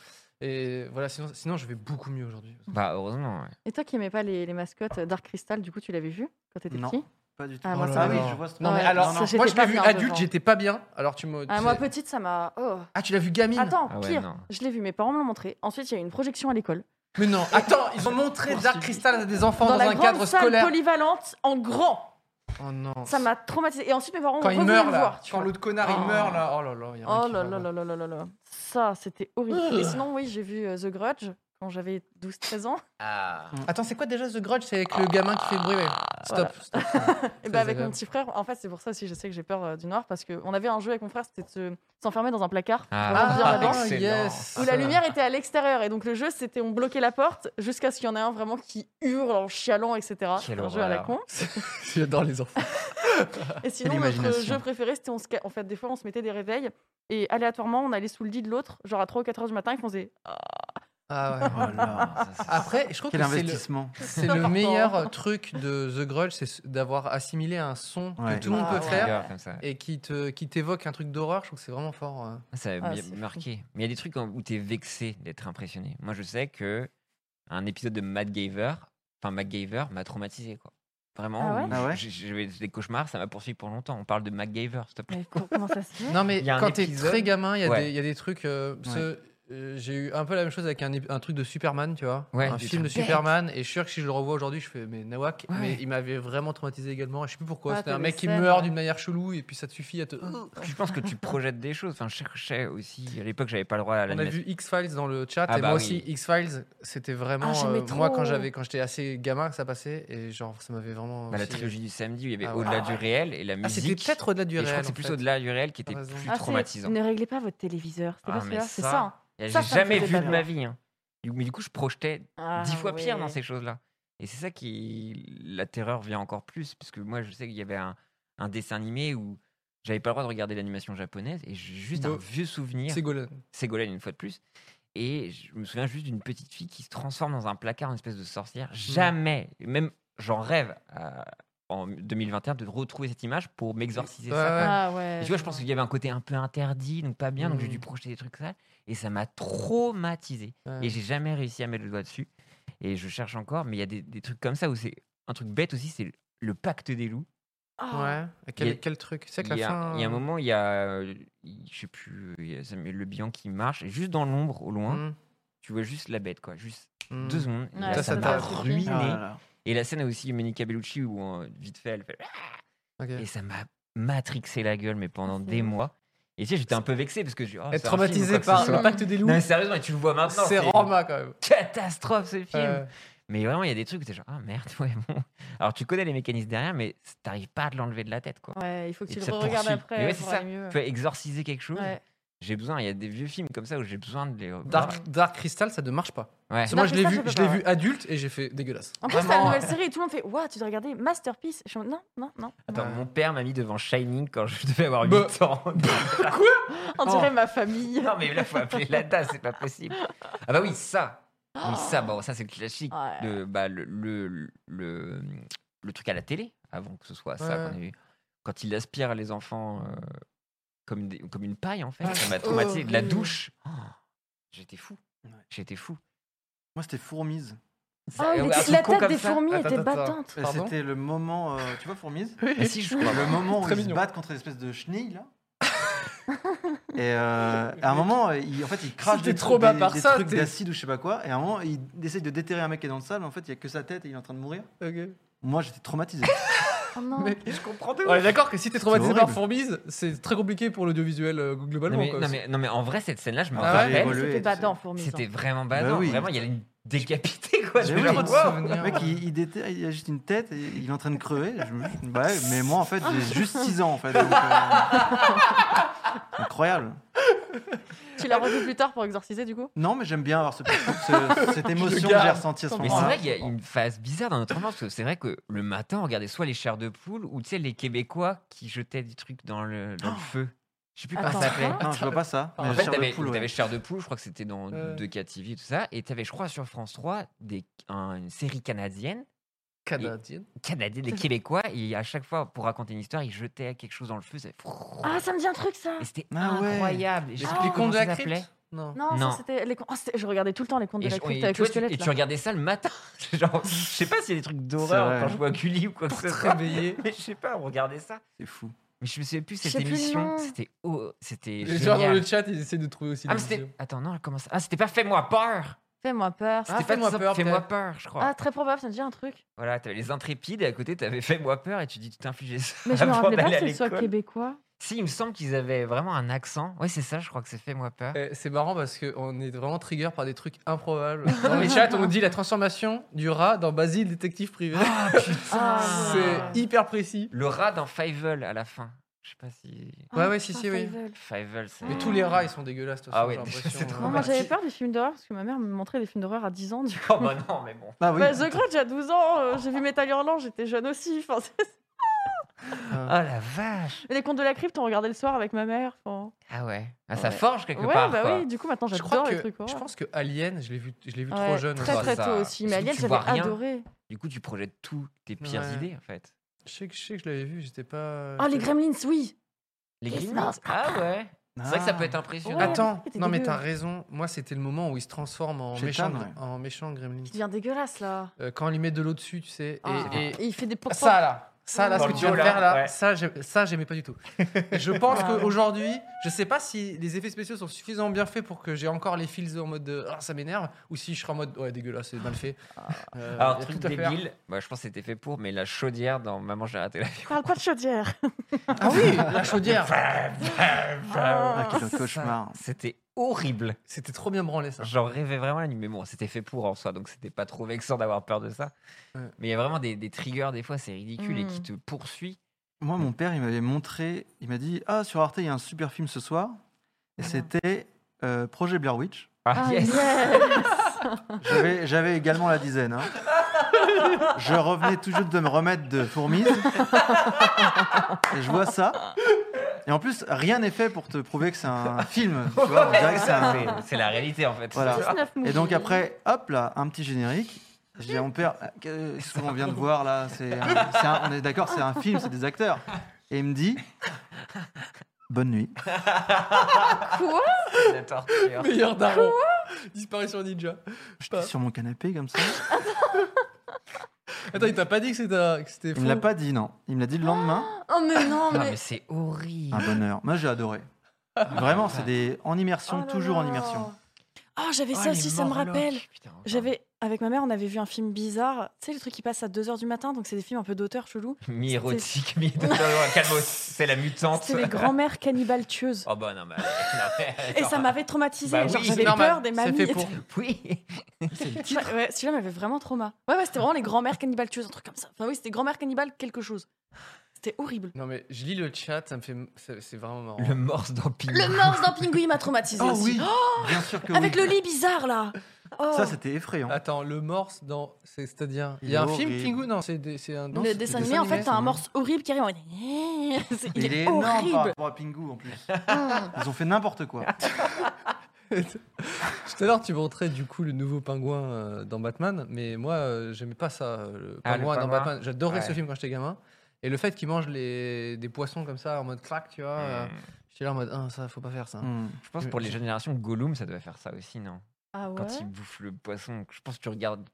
[SPEAKER 1] Et voilà, sinon, sinon je vais beaucoup mieux aujourd'hui.
[SPEAKER 2] Bah, heureusement, ouais.
[SPEAKER 5] Et toi qui aimais pas les, les mascottes euh, Dark Crystal, du coup, tu l'avais vu quand t'étais
[SPEAKER 4] Non.
[SPEAKER 5] petit
[SPEAKER 4] Pas du tout.
[SPEAKER 5] Ah, moi,
[SPEAKER 1] Oh
[SPEAKER 5] ça
[SPEAKER 1] là
[SPEAKER 5] va.
[SPEAKER 1] là.
[SPEAKER 4] oui, je vois ce
[SPEAKER 1] Non,
[SPEAKER 4] truc.
[SPEAKER 1] mais
[SPEAKER 5] Ouais,
[SPEAKER 1] alors,
[SPEAKER 5] ça, j'étais
[SPEAKER 1] moi je l'ai
[SPEAKER 5] pas
[SPEAKER 1] vu
[SPEAKER 5] bien
[SPEAKER 1] adulte,
[SPEAKER 5] devant.
[SPEAKER 1] j'étais pas bien. Alors tu me.
[SPEAKER 5] Ah,
[SPEAKER 1] tu-
[SPEAKER 5] moi, petite, ça m'a. Oh.
[SPEAKER 1] Ah, tu l'as vu gamine
[SPEAKER 5] Attends,
[SPEAKER 2] Ah ouais,
[SPEAKER 5] pire,
[SPEAKER 2] non.
[SPEAKER 5] je l'ai vu, mes parents me l'ont montré. Ensuite, il y a eu une projection à l'école.
[SPEAKER 1] Mais non, attends, ils ont montré Dark Crystal à des enfants
[SPEAKER 5] Dans,
[SPEAKER 1] dans,
[SPEAKER 5] la
[SPEAKER 1] un
[SPEAKER 5] grande
[SPEAKER 1] cadre
[SPEAKER 5] salle
[SPEAKER 1] scolaire.
[SPEAKER 5] polyvalente, en grand.
[SPEAKER 1] Oh non.
[SPEAKER 5] Ça m'a traumatisé. Et ensuite, mes parents
[SPEAKER 1] Quand
[SPEAKER 5] ont
[SPEAKER 1] il
[SPEAKER 5] revu
[SPEAKER 1] meurt
[SPEAKER 5] le
[SPEAKER 1] là,
[SPEAKER 5] voir. tu
[SPEAKER 1] quand
[SPEAKER 5] vois.
[SPEAKER 1] l'autre connard
[SPEAKER 5] Oh.
[SPEAKER 1] il meurt là, oh là là, il y a rien
[SPEAKER 5] Oh
[SPEAKER 1] qui
[SPEAKER 5] là
[SPEAKER 1] va,
[SPEAKER 5] là
[SPEAKER 1] là.
[SPEAKER 5] là là là là là. Ça, c'était horrible. Et sinon, oui, j'ai vu euh, The Grudge quand j'avais 12-13 ans.
[SPEAKER 2] Ah.
[SPEAKER 1] Attends, c'est quoi déjà The Grudge C'est avec
[SPEAKER 5] Ah.
[SPEAKER 1] le gamin qui fait le bruit. ouais. Stop, stop.
[SPEAKER 5] Et
[SPEAKER 1] Très
[SPEAKER 5] bah, avec mon
[SPEAKER 1] agréable.
[SPEAKER 5] petit frère, en fait, c'est pour ça aussi, je sais que j'ai peur euh, du noir parce qu'on avait un jeu avec mon frère, c'était de se- s'enfermer dans un placard.
[SPEAKER 2] Ah.
[SPEAKER 5] pour vraiment bien là-dedans.
[SPEAKER 2] excellent.
[SPEAKER 1] yes.
[SPEAKER 5] où la lumière était à l'extérieur. Et donc le jeu, c'était on bloquait la porte jusqu'à ce qu'il y en ait un vraiment qui hurle en chialant, etc.
[SPEAKER 2] Quelle
[SPEAKER 5] un jeu à la
[SPEAKER 2] horreur.
[SPEAKER 5] con.
[SPEAKER 1] J'adore les enfants.
[SPEAKER 5] Et sinon, notre
[SPEAKER 1] imagination.
[SPEAKER 5] jeu préféré, c'était on se... ca- En fait, des fois, on se mettait des réveils et aléatoirement, on allait sous le lit de l'autre, genre à 3 ou 4 heures du matin, et qu'on faisait Ah,
[SPEAKER 1] Ah ouais.
[SPEAKER 4] Oh là,
[SPEAKER 2] Ça, c'est-
[SPEAKER 1] Après, je trouve
[SPEAKER 4] Quel
[SPEAKER 1] que c'est le,
[SPEAKER 4] investissement.
[SPEAKER 1] c'est le
[SPEAKER 5] important.
[SPEAKER 2] euh,
[SPEAKER 1] meilleur truc de The Grudge, c'est d'avoir assimilé un son
[SPEAKER 4] Ouais.
[SPEAKER 1] que tout le monde
[SPEAKER 5] Ah
[SPEAKER 1] peut
[SPEAKER 5] ouais.
[SPEAKER 1] faire.
[SPEAKER 2] comme ça.
[SPEAKER 1] et qui te qui t'évoque un truc d'horreur, je trouve que c'est vraiment fort. euh.
[SPEAKER 2] Ça m'a
[SPEAKER 5] Ah,
[SPEAKER 2] bien
[SPEAKER 5] c'est fou.
[SPEAKER 2] marqué. Mais il y a des trucs en- où tu es vexé d'être impressionné. Moi, je sais que un épisode de Matt Gaver, enfin MacGyver, m'a traumatisé, quoi. Vraiment,
[SPEAKER 5] Ah ouais
[SPEAKER 2] où
[SPEAKER 4] Ah ouais
[SPEAKER 2] j'ai- j'avais des cauchemars, ça m'a poursuivi pour longtemps. On parle de MacGyver, s'il te plaît.
[SPEAKER 5] Mais pour- comment ça se fait
[SPEAKER 1] Non mais
[SPEAKER 2] Il y a un
[SPEAKER 1] quand t'es
[SPEAKER 2] épisode-
[SPEAKER 1] très gamin, il y, a
[SPEAKER 2] Ouais.
[SPEAKER 1] des- il y a des trucs. euh, parce que, euh, J'ai eu un peu la même chose avec un, ép- un truc de Superman, tu vois,
[SPEAKER 2] Ouais,
[SPEAKER 1] un
[SPEAKER 2] des
[SPEAKER 1] film de
[SPEAKER 2] trucs bêtes.
[SPEAKER 1] Superman. Et je suis sûr que si je le revois aujourd'hui, je fais mais Nawak.
[SPEAKER 2] Ouais.
[SPEAKER 1] Mais il m'avait vraiment traumatisé également. et Je sais plus pourquoi.
[SPEAKER 5] Ah,
[SPEAKER 1] C'était
[SPEAKER 5] t'as
[SPEAKER 1] un
[SPEAKER 5] des
[SPEAKER 1] mec qui
[SPEAKER 5] scènes,
[SPEAKER 1] meurt
[SPEAKER 5] ouais.
[SPEAKER 1] d'une manière chelou et puis ça te suffit à te.
[SPEAKER 2] Puis je pense que tu projettes des choses. Enfin, je cherchais aussi. À l'époque, j'avais pas le droit à
[SPEAKER 1] On a
[SPEAKER 2] l'animation.
[SPEAKER 1] vu X Files dans le chat
[SPEAKER 2] Ah
[SPEAKER 1] et
[SPEAKER 2] bah
[SPEAKER 1] moi
[SPEAKER 2] oui.
[SPEAKER 1] aussi X Files. C'était vraiment
[SPEAKER 5] Ah, j'aimais
[SPEAKER 1] euh, moi
[SPEAKER 5] trop.
[SPEAKER 1] quand j'avais quand j'étais assez gamin que ça passait et genre ça m'avait vraiment.
[SPEAKER 2] Bah, la
[SPEAKER 1] aussi-
[SPEAKER 2] trilogie du samedi, où il y avait
[SPEAKER 1] Ah ouais.
[SPEAKER 2] au-delà
[SPEAKER 1] Ah
[SPEAKER 2] du
[SPEAKER 1] ouais.
[SPEAKER 2] réel et la
[SPEAKER 1] Ah
[SPEAKER 2] musique.
[SPEAKER 1] c'était peut-être au-delà du
[SPEAKER 2] Et
[SPEAKER 1] réel.
[SPEAKER 2] je crois que
[SPEAKER 1] en
[SPEAKER 2] c'est plus
[SPEAKER 1] fait.
[SPEAKER 2] au-delà du réel qui était
[SPEAKER 1] T'as raison.
[SPEAKER 2] plus
[SPEAKER 5] Ah, c'est-
[SPEAKER 2] traumatisant.
[SPEAKER 5] Ne réglez pas votre téléviseur.
[SPEAKER 2] Ah,
[SPEAKER 5] C'était pas
[SPEAKER 2] mais
[SPEAKER 5] celui-là, c'est
[SPEAKER 2] ça,
[SPEAKER 5] ça. hein.
[SPEAKER 2] Et
[SPEAKER 5] Ça,
[SPEAKER 2] J'ai
[SPEAKER 5] ça me
[SPEAKER 2] jamais
[SPEAKER 5] faisait
[SPEAKER 2] vu
[SPEAKER 5] pas
[SPEAKER 2] de
[SPEAKER 5] peur.
[SPEAKER 2] ma vie. hein. Du- Mais du coup, je projetais
[SPEAKER 5] Ah,
[SPEAKER 2] dix fois pire dans
[SPEAKER 5] ouais.
[SPEAKER 2] ces choses-là. Et c'est ça qui. La terreur vient encore plus, parce que moi, je sais qu'il y avait un, un dessin animé où j'avais pas le droit de regarder l'animation japonaise, et j'ai juste un
[SPEAKER 1] Beau.
[SPEAKER 2] vieux souvenir,
[SPEAKER 1] Ségolène.
[SPEAKER 2] Ségolène une fois de plus. Et je me souviens juste d'une petite fille qui se transforme dans un placard, une espèce de sorcière.
[SPEAKER 1] Mmh.
[SPEAKER 2] Jamais, même j'en rêve euh, en 2021 de retrouver cette image pour m'exorciser
[SPEAKER 1] Ouais,
[SPEAKER 2] ça. quoi.
[SPEAKER 1] ouais.
[SPEAKER 5] Ah ouais.
[SPEAKER 2] Et tu vois, je pense qu'il y avait un côté un peu interdit, donc pas bien, donc j'ai
[SPEAKER 1] Mm.
[SPEAKER 2] dû projeter des trucs sales. Et ça m'a traumatisé.
[SPEAKER 1] Ouais.
[SPEAKER 2] Et j'ai jamais réussi à mettre le doigt dessus. Et je cherche encore, mais il y a des, des trucs comme ça où c'est un truc bête aussi, c'est le pacte des loups.
[SPEAKER 1] Ouais.
[SPEAKER 5] Ah.
[SPEAKER 2] Il y a-
[SPEAKER 1] Quel, quel truc C'est que la
[SPEAKER 2] il, y a,
[SPEAKER 1] fin.
[SPEAKER 2] il y a un moment, il y a, euh, il- je sais plus, il y a Samuel Le Bihan qui marche, et juste dans l'ombre, au loin,
[SPEAKER 1] Mm,
[SPEAKER 2] tu vois juste la bête, quoi. Juste
[SPEAKER 1] mm.
[SPEAKER 2] hein. deux secondes. Et
[SPEAKER 5] Ouais,
[SPEAKER 2] là,
[SPEAKER 1] ça,
[SPEAKER 2] ça
[SPEAKER 1] ça
[SPEAKER 2] m'a
[SPEAKER 1] t'a
[SPEAKER 5] fait
[SPEAKER 2] ruiné.
[SPEAKER 4] Oh là
[SPEAKER 1] Ah.
[SPEAKER 4] là.
[SPEAKER 2] Et la scène a aussi Monica Bellucci où, euh, vite fait, elle fait
[SPEAKER 1] Ok.
[SPEAKER 2] Et ça m'a matrixé la gueule, mais pendant
[SPEAKER 5] C'est
[SPEAKER 2] des
[SPEAKER 5] ouf.
[SPEAKER 2] mois. Et tu sais, j'étais un peu vexé parce que je dis, oh,
[SPEAKER 1] Être
[SPEAKER 2] c'est un film ou
[SPEAKER 1] traumatisé
[SPEAKER 2] quoi que ce
[SPEAKER 1] par
[SPEAKER 2] soit.
[SPEAKER 1] le pacte des loups,
[SPEAKER 2] Non, mais sérieusement, et tu le vois maintenant.
[SPEAKER 1] c'est Roma quand même.
[SPEAKER 2] Catastrophe ce film.
[SPEAKER 1] Euh,
[SPEAKER 2] Mais vraiment, il y a des trucs où t'es genre, ah merde, ouais, bon. Alors tu connais les mécanismes derrière, mais t'arrives pas à te l'enlever de la tête, quoi.
[SPEAKER 5] Ouais, il faut que
[SPEAKER 2] Et
[SPEAKER 5] tu le
[SPEAKER 2] ça
[SPEAKER 5] regardes
[SPEAKER 2] poursuit. Mais
[SPEAKER 5] après euh,
[SPEAKER 2] ouais,
[SPEAKER 5] pour
[SPEAKER 2] c'est
[SPEAKER 5] aller mieux.
[SPEAKER 2] Tu peux exorciser quelque chose.
[SPEAKER 5] Ouais.
[SPEAKER 2] J'ai besoin, il y a des vieux films comme ça où j'ai besoin de les. revoir.
[SPEAKER 1] Dark, Dark Crystal, ça ne marche pas.
[SPEAKER 2] Ouais.
[SPEAKER 1] Parce que moi,
[SPEAKER 5] Dark
[SPEAKER 1] je l'ai
[SPEAKER 5] Crystal,
[SPEAKER 1] vu,
[SPEAKER 5] je peux
[SPEAKER 1] je l'ai
[SPEAKER 5] pas,
[SPEAKER 1] vu adulte et j'ai fait dégueulasse.
[SPEAKER 5] En plus, c'est la
[SPEAKER 1] Vraiment.
[SPEAKER 5] nouvelle série et tout le monde fait Waouh, tu dois regarder Masterpiece. Je suis en mode, Non, non, non.
[SPEAKER 2] Attends,
[SPEAKER 1] Ouais.
[SPEAKER 2] mon père m'a mis devant Shining quand je devais avoir 8
[SPEAKER 1] Bah.
[SPEAKER 2] ans. Oh.
[SPEAKER 5] On dirait ma famille. Oh,
[SPEAKER 2] non, mais là, faut appeler la DAS, c'est pas possible. Ah bah oui, ça. Oui, ça, bon, ça c'est le classique.
[SPEAKER 5] Ouais.
[SPEAKER 2] de- bah, le, le, le, le truc à la télé, avant que ce soit ça
[SPEAKER 1] Ouais.
[SPEAKER 2] qu'on ait eu. Quand il aspire les enfants euh, comme, des- comme une paille, en fait, ça m'a traumatisé. De la
[SPEAKER 5] horrible.
[SPEAKER 2] douche. Oh, J'étais fou.
[SPEAKER 4] Ouais.
[SPEAKER 2] J'étais fou.
[SPEAKER 4] Moi, c'était Fourmise.
[SPEAKER 7] Ah, il
[SPEAKER 2] Ouais,
[SPEAKER 7] était-
[SPEAKER 2] un truc
[SPEAKER 7] la
[SPEAKER 2] con
[SPEAKER 7] tête
[SPEAKER 2] comme
[SPEAKER 7] des
[SPEAKER 2] ça.
[SPEAKER 7] fourmis
[SPEAKER 2] Attends,
[SPEAKER 7] était
[SPEAKER 2] attends, attends.
[SPEAKER 7] battante.
[SPEAKER 4] Et
[SPEAKER 2] Pardon
[SPEAKER 5] Oh,
[SPEAKER 4] C'était le moment, euh, tu vois, fourmise
[SPEAKER 2] Ah, si, je crois.
[SPEAKER 4] Le moment où
[SPEAKER 1] Très
[SPEAKER 4] ils se
[SPEAKER 1] mignon.
[SPEAKER 4] battent contre l'espèce de chenille, là. et euh, à un moment, il, en fait, il crache
[SPEAKER 1] C'était
[SPEAKER 4] des,
[SPEAKER 1] trop
[SPEAKER 4] trucs-
[SPEAKER 1] bas
[SPEAKER 4] des-
[SPEAKER 1] par
[SPEAKER 4] des
[SPEAKER 1] ça,
[SPEAKER 4] trucs
[SPEAKER 1] t'es-
[SPEAKER 4] d'acide ou je sais pas quoi. Et à un moment, il essaye de déterrer un mec qui est dans le salle. En fait, il y a que sa tête et il est en train de mourir.
[SPEAKER 1] Ok.
[SPEAKER 4] Moi, j'étais traumatisé.
[SPEAKER 7] Oh non.
[SPEAKER 1] Mec,
[SPEAKER 2] Je comprends de
[SPEAKER 1] On est d'accord que si t'es traumatisé
[SPEAKER 4] C'est
[SPEAKER 1] par
[SPEAKER 4] horrible.
[SPEAKER 1] Fourmise, c'est très compliqué pour l'audiovisuel euh,
[SPEAKER 2] Non
[SPEAKER 1] globalement.
[SPEAKER 2] mais,
[SPEAKER 1] quoi.
[SPEAKER 2] non, mais, non, mais en vrai, cette scène-là, je me
[SPEAKER 1] Ah ouais
[SPEAKER 4] J'ai
[SPEAKER 2] rappelle.
[SPEAKER 4] évolué,
[SPEAKER 5] C'était
[SPEAKER 4] tu
[SPEAKER 5] badant,
[SPEAKER 4] sais.
[SPEAKER 5] fourmis. hein.
[SPEAKER 2] C'était vraiment badant.
[SPEAKER 4] Bah oui.
[SPEAKER 2] Vraiment, il y a une décapitée, quoi.
[SPEAKER 4] Mais
[SPEAKER 2] Je me
[SPEAKER 4] oui,
[SPEAKER 2] dis,
[SPEAKER 4] j'ai pas de
[SPEAKER 2] waouh.
[SPEAKER 1] souvenir.
[SPEAKER 4] Le mec, il, il, déterre- il a juste une tête et il est en train de crever. Je me dis, bah ouais, mais moi, en fait, j'ai juste 6 ans, en fait. donc, euh, Incroyable.
[SPEAKER 5] Tu l'as revu plus tard pour exorciser, du coup
[SPEAKER 4] Non, mais j'aime bien avoir ce, ce- cette émotion que
[SPEAKER 1] garde.
[SPEAKER 4] j'ai ressentie à ce
[SPEAKER 2] Mais
[SPEAKER 4] moment-là.
[SPEAKER 2] c'est vrai qu'il y a une phase bizarre dans notre enfance, parce que c'est vrai que le matin, on regardait soit les chairs de poule ou tu sais, les Québécois qui jetaient des trucs dans le, dans le feu. Je sais plus comment ça
[SPEAKER 5] Attends,
[SPEAKER 2] s'appelait.
[SPEAKER 4] Non, je vois pas ça.
[SPEAKER 1] En
[SPEAKER 4] mais
[SPEAKER 2] En fait,
[SPEAKER 4] chair Ah. de
[SPEAKER 2] t'avais
[SPEAKER 4] poule, ouais.
[SPEAKER 2] t'avais chair de poule, je crois que c'était dans
[SPEAKER 1] Euh.
[SPEAKER 2] 2K TV et tout ça, et t'avais, je crois, sur France 3, des, un- une série canadienne,
[SPEAKER 1] Canadienne.
[SPEAKER 2] canadienne, des Québécois, et à chaque fois, pour raconter une histoire, ils jetaient quelque chose dans le feu, ça fait
[SPEAKER 7] Ah, ça me dit un truc ça.
[SPEAKER 2] et c'était
[SPEAKER 4] Ah ouais.
[SPEAKER 2] incroyable. Et je sais plus
[SPEAKER 1] Les
[SPEAKER 2] comment
[SPEAKER 1] contes de
[SPEAKER 2] ça
[SPEAKER 1] la
[SPEAKER 2] s'appelait.
[SPEAKER 1] crypte Non.
[SPEAKER 7] Non,
[SPEAKER 2] Non.
[SPEAKER 7] ça c'était les con- oh, c'était- je regardais tout le temps les contes de
[SPEAKER 2] Et,
[SPEAKER 7] la
[SPEAKER 2] je- et
[SPEAKER 7] crypte avec
[SPEAKER 2] tu
[SPEAKER 7] le
[SPEAKER 2] vois, tu- et
[SPEAKER 7] squelette.
[SPEAKER 2] tu
[SPEAKER 7] là.
[SPEAKER 2] regardais ça le matin. Genre, je sais pas s'il y a des trucs d'horreur
[SPEAKER 4] vrai.
[SPEAKER 2] quand je vois Gulli ou quoi que ce
[SPEAKER 1] Très
[SPEAKER 2] soit.
[SPEAKER 1] réveillé.
[SPEAKER 2] Mais je sais pas, on regardait ça.
[SPEAKER 4] C'est fou.
[SPEAKER 2] Mais je me souviens plus
[SPEAKER 7] Je
[SPEAKER 2] cette
[SPEAKER 7] sais plus le nom.
[SPEAKER 2] émission. C'était oh, c'était
[SPEAKER 1] Les gens dans
[SPEAKER 2] génial.
[SPEAKER 1] le chat, ils essaient de trouver aussi
[SPEAKER 2] Ah, mais
[SPEAKER 1] des
[SPEAKER 2] c'était
[SPEAKER 1] vidéos.
[SPEAKER 2] attends non, comment ça Ah, c'était pas fais-moi peur.
[SPEAKER 5] Fais-moi peur.
[SPEAKER 1] Ah,
[SPEAKER 2] C'était pas
[SPEAKER 1] Fais-moi
[SPEAKER 2] ça,
[SPEAKER 1] peur,
[SPEAKER 2] Fais-moi
[SPEAKER 1] peut-être.
[SPEAKER 2] peur, je crois.
[SPEAKER 5] Ah, très probable, ça me dit un truc.
[SPEAKER 2] Voilà, t'avais les intrépides et à côté t'avais fais-moi peur et tu dis tu t'infligeais ça.
[SPEAKER 7] Mais je me
[SPEAKER 2] avant
[SPEAKER 7] rappelais
[SPEAKER 2] d'aller
[SPEAKER 7] pas
[SPEAKER 2] à
[SPEAKER 7] qu'ils soient
[SPEAKER 2] l'école.
[SPEAKER 7] québécois.
[SPEAKER 2] Si, il me semble qu'ils avaient vraiment un accent. Ouais, c'est ça, je crois que c'est fais-moi peur.
[SPEAKER 1] Eh, C'est marrant parce qu'on est vraiment trigger par des trucs improbables. Dans les chats, on nous dit la transformation du rat dans Basile, détective privé.
[SPEAKER 2] Ah putain.
[SPEAKER 7] Ah,
[SPEAKER 1] C'est hyper précis.
[SPEAKER 2] Le rat dans Fievel à la fin. Je sais pas si
[SPEAKER 1] Ouais,
[SPEAKER 7] Ah,
[SPEAKER 1] ouais, si, si,
[SPEAKER 7] putain,
[SPEAKER 1] oui.
[SPEAKER 7] Fievel.
[SPEAKER 2] Fievel c'est
[SPEAKER 1] Mais tous les rats, ils sont dégueulasses. de toute
[SPEAKER 2] Ah
[SPEAKER 1] façon,
[SPEAKER 2] ouais,
[SPEAKER 1] j'ai l'impression. euh,
[SPEAKER 2] c'est trop
[SPEAKER 5] Non,
[SPEAKER 1] Ouais.
[SPEAKER 5] moi j'avais peur des films d'horreur parce que ma mère me montrait les films d'horreur à 10 ans. Du coup.
[SPEAKER 2] Oh bah non, mais bon.
[SPEAKER 4] Bah oui.
[SPEAKER 5] Bah, The Grudge, à 12 ans, euh, j'ai vu Metal Hurlant, j'étais jeune aussi. enfin, c'est-
[SPEAKER 2] Ah la vache.
[SPEAKER 5] Mais les contes de la crypte, on regardait le soir avec ma mère. enfin.
[SPEAKER 2] Ah ouais. Ah, ça
[SPEAKER 5] Ouais.
[SPEAKER 2] forge quelque
[SPEAKER 5] Ouais,
[SPEAKER 2] part.
[SPEAKER 5] bah
[SPEAKER 2] quoi.
[SPEAKER 5] oui, du coup maintenant
[SPEAKER 1] Je crois
[SPEAKER 5] j'adore les
[SPEAKER 1] que-
[SPEAKER 5] trucs.
[SPEAKER 1] Je
[SPEAKER 5] horreurs.
[SPEAKER 1] pense que Alien, je l'ai vu, je l'ai vu
[SPEAKER 5] Ouais,
[SPEAKER 1] trop jeune.
[SPEAKER 5] Très
[SPEAKER 2] genre,
[SPEAKER 5] très
[SPEAKER 2] ça-
[SPEAKER 5] tôt aussi. Mais
[SPEAKER 2] surtout,
[SPEAKER 5] Alien,
[SPEAKER 2] tu vois
[SPEAKER 5] j'avais
[SPEAKER 2] rien.
[SPEAKER 5] adoré.
[SPEAKER 2] Du coup, tu projettes tout tes pires
[SPEAKER 1] Ouais.
[SPEAKER 2] idées en fait.
[SPEAKER 1] Je sais, que- je sais que je l'avais vu, j'étais pas.
[SPEAKER 7] Ah, les
[SPEAKER 1] j'étais-
[SPEAKER 7] Gremlins, oui.
[SPEAKER 2] Les
[SPEAKER 7] Qu'est-ce
[SPEAKER 2] Gremlins
[SPEAKER 7] que-
[SPEAKER 2] Ah ouais C'est vrai que ça peut
[SPEAKER 4] Ah.
[SPEAKER 2] être
[SPEAKER 5] Ouais,
[SPEAKER 2] impressionnant.
[SPEAKER 1] Attends,
[SPEAKER 7] c'était
[SPEAKER 1] non mais
[SPEAKER 7] dégueu.
[SPEAKER 1] t'as raison. Moi, c'était le moment où il se transforme en
[SPEAKER 4] Chez
[SPEAKER 1] méchant,
[SPEAKER 4] Tan,
[SPEAKER 1] gr-
[SPEAKER 4] ouais.
[SPEAKER 1] en méchant gremlin.
[SPEAKER 7] Qui devient dégueulasse là.
[SPEAKER 1] Euh, quand il met de l'eau dessus, tu sais. et-
[SPEAKER 7] Ah.
[SPEAKER 1] et,
[SPEAKER 5] Et il fait des pourpoints.
[SPEAKER 1] Ça là, ça là,
[SPEAKER 2] Dans
[SPEAKER 1] ce que
[SPEAKER 2] le
[SPEAKER 1] tu viens de
[SPEAKER 2] dos, là,
[SPEAKER 1] faire là,
[SPEAKER 2] ouais.
[SPEAKER 1] ça, j'ai- ça, j'aimais pas du tout. Je pense
[SPEAKER 7] Ah ouais.
[SPEAKER 1] qu'aujourd'hui, je sais pas si les effets spéciaux sont suffisamment bien faits pour que j'ai encore les fils en mode de, ah, ça m'énerve, ou si je serai en mode ouais dégueulasse, c'est mal fait.
[SPEAKER 5] Ah.
[SPEAKER 1] Euh,
[SPEAKER 2] Alors,
[SPEAKER 1] y a
[SPEAKER 2] truc
[SPEAKER 1] tout à faire.
[SPEAKER 2] débile, bah, je pense que c'était fait pour, mais la chaudière dans Maman, j'ai raté la vie.
[SPEAKER 5] Parle pas de chaudière.
[SPEAKER 1] Ah oui, la chaudière.
[SPEAKER 4] Ah, quel
[SPEAKER 2] Ça,
[SPEAKER 4] cauchemar.
[SPEAKER 2] C'était horrible.
[SPEAKER 1] C'était trop bien branlé ça.
[SPEAKER 2] J'en rêvais vraiment la nuit, mais bon, c'était fait pour en soi, donc c'était pas trop vexant d'avoir peur de ça.
[SPEAKER 1] Ouais.
[SPEAKER 2] Mais il y a vraiment des, des triggers, des fois, c'est ridicule et qui
[SPEAKER 5] Mm.
[SPEAKER 2] te poursuit.
[SPEAKER 4] Moi, mon père, il m'avait montré, il m'a dit Ah, sur Arte, il y a un super film ce soir. Et c'était euh, Projet Blair Witch.
[SPEAKER 2] Ah, yes.
[SPEAKER 4] J'avais j'avais également la dizaine. hein. Je revenais tout juste de me remettre de fourmise. Et je vois ça. Et en plus, rien n'est fait pour te prouver que c'est un film. Tu vois, on dirait que c'est un-
[SPEAKER 2] C'est- C'est la réalité, en fait.
[SPEAKER 4] Voilà.
[SPEAKER 2] C'est ça.
[SPEAKER 4] Et donc après, hop là, un petit générique. Je dis à mon père, Ah, qu'est-ce qu'on vient de voir là C'est, un- c'est un- on est d'accord, c'est un film, c'est des acteurs. Et il me dit, bonne nuit.
[SPEAKER 5] Quoi
[SPEAKER 2] La torture.
[SPEAKER 1] Meilleur daron. Disparition ninja.
[SPEAKER 4] J'étais sur mon canapé comme ça.
[SPEAKER 1] Attends, il t'a pas dit que c'était que c'était
[SPEAKER 4] Il me l'a
[SPEAKER 1] faux
[SPEAKER 4] pas dit, non. Il me l'a dit le lendemain.
[SPEAKER 7] Oh, mais non,
[SPEAKER 2] Non,
[SPEAKER 7] mais.
[SPEAKER 2] mais Ah, c'est horrible.
[SPEAKER 4] Un bonheur. Moi, j'ai adoré. Vraiment, c'est des en
[SPEAKER 7] Oh
[SPEAKER 4] immersion,
[SPEAKER 7] là
[SPEAKER 4] toujours en
[SPEAKER 7] là.
[SPEAKER 4] immersion.
[SPEAKER 5] Oh, j'avais
[SPEAKER 2] Oh,
[SPEAKER 5] ça
[SPEAKER 2] les
[SPEAKER 5] aussi, ça me
[SPEAKER 2] Morlocks.
[SPEAKER 5] rappelle.
[SPEAKER 2] Putain, encore.
[SPEAKER 5] J'avais, avec ma mère, on avait vu un film bizarre. Tu sais, le truc qui passe à 2h du matin, donc c'est des films un peu d'auteur chelou.
[SPEAKER 2] Mi-érotique, mi calme C'est la mutante.
[SPEAKER 5] C'était les grands-mères cannibales tueuses.
[SPEAKER 2] Oh bah non, mais. non, mais
[SPEAKER 5] Et ça
[SPEAKER 2] attends.
[SPEAKER 5] m'avait traumatisée.
[SPEAKER 2] Bah
[SPEAKER 5] genre,
[SPEAKER 2] oui,
[SPEAKER 5] j'avais
[SPEAKER 2] c'est normal,
[SPEAKER 5] peur des
[SPEAKER 1] c'est
[SPEAKER 5] mamies.
[SPEAKER 1] fait
[SPEAKER 5] et
[SPEAKER 1] pour.
[SPEAKER 5] tout.
[SPEAKER 2] Oui.
[SPEAKER 5] Ouais, celui-là m'avait vraiment trauma. Ouais, ouais, c'était vraiment les grands-mères cannibales tueuses, un truc comme ça. Enfin, oui, c'était grands-mères cannibales quelque chose. C'était horrible.
[SPEAKER 1] Non mais je lis le chat, ça me fait, c'est c'est vraiment marrant.
[SPEAKER 2] Le morse dans Pingu.
[SPEAKER 7] Le morse dans Pinguin m'a
[SPEAKER 5] Ah
[SPEAKER 7] traumatisé
[SPEAKER 4] Oh
[SPEAKER 7] aussi.
[SPEAKER 4] oui, bien sûr que
[SPEAKER 7] Avec
[SPEAKER 4] oui.
[SPEAKER 7] le lit bizarre là. Oh.
[SPEAKER 4] Ça, c'était effrayant.
[SPEAKER 1] Attends, le morse dans, c'est- c'est-à-dire, il y
[SPEAKER 4] Il est
[SPEAKER 1] a un film
[SPEAKER 4] horrible.
[SPEAKER 1] Pingu, non, c'est des- c'est un. non,
[SPEAKER 5] le
[SPEAKER 1] c'est des
[SPEAKER 5] dessin
[SPEAKER 1] dessins
[SPEAKER 5] animé, en fait,
[SPEAKER 1] animés.
[SPEAKER 5] t'as un morse horrible qui arrive. en- C'est- Il,
[SPEAKER 4] Il, est,
[SPEAKER 5] est
[SPEAKER 4] énorme par
[SPEAKER 5] horrible.
[SPEAKER 4] rapport à Pingu en plus. Ils ont fait n'importe quoi.
[SPEAKER 1] Tout à l'heure, tu montrais du coup le nouveau pingouin euh, dans Batman, mais moi, euh, j'aimais pas ça, euh, le pingouin,
[SPEAKER 2] Ah, le
[SPEAKER 1] dans
[SPEAKER 2] pingouin.
[SPEAKER 1] Batman. J'adorais ce
[SPEAKER 2] Ouais.
[SPEAKER 1] film quand j'étais gamin. Et le fait qu'il mange les... des poissons comme ça en mode claque, tu vois,
[SPEAKER 5] Hmm.
[SPEAKER 1] euh, j'étais là en mode, ah, ça, faut pas faire ça.
[SPEAKER 4] Hmm.
[SPEAKER 2] Je pense pour les générations Gollum, ça doit faire ça aussi, non
[SPEAKER 5] Ah ouais.
[SPEAKER 2] Quand il bouffe le poisson, je pense que tu regardes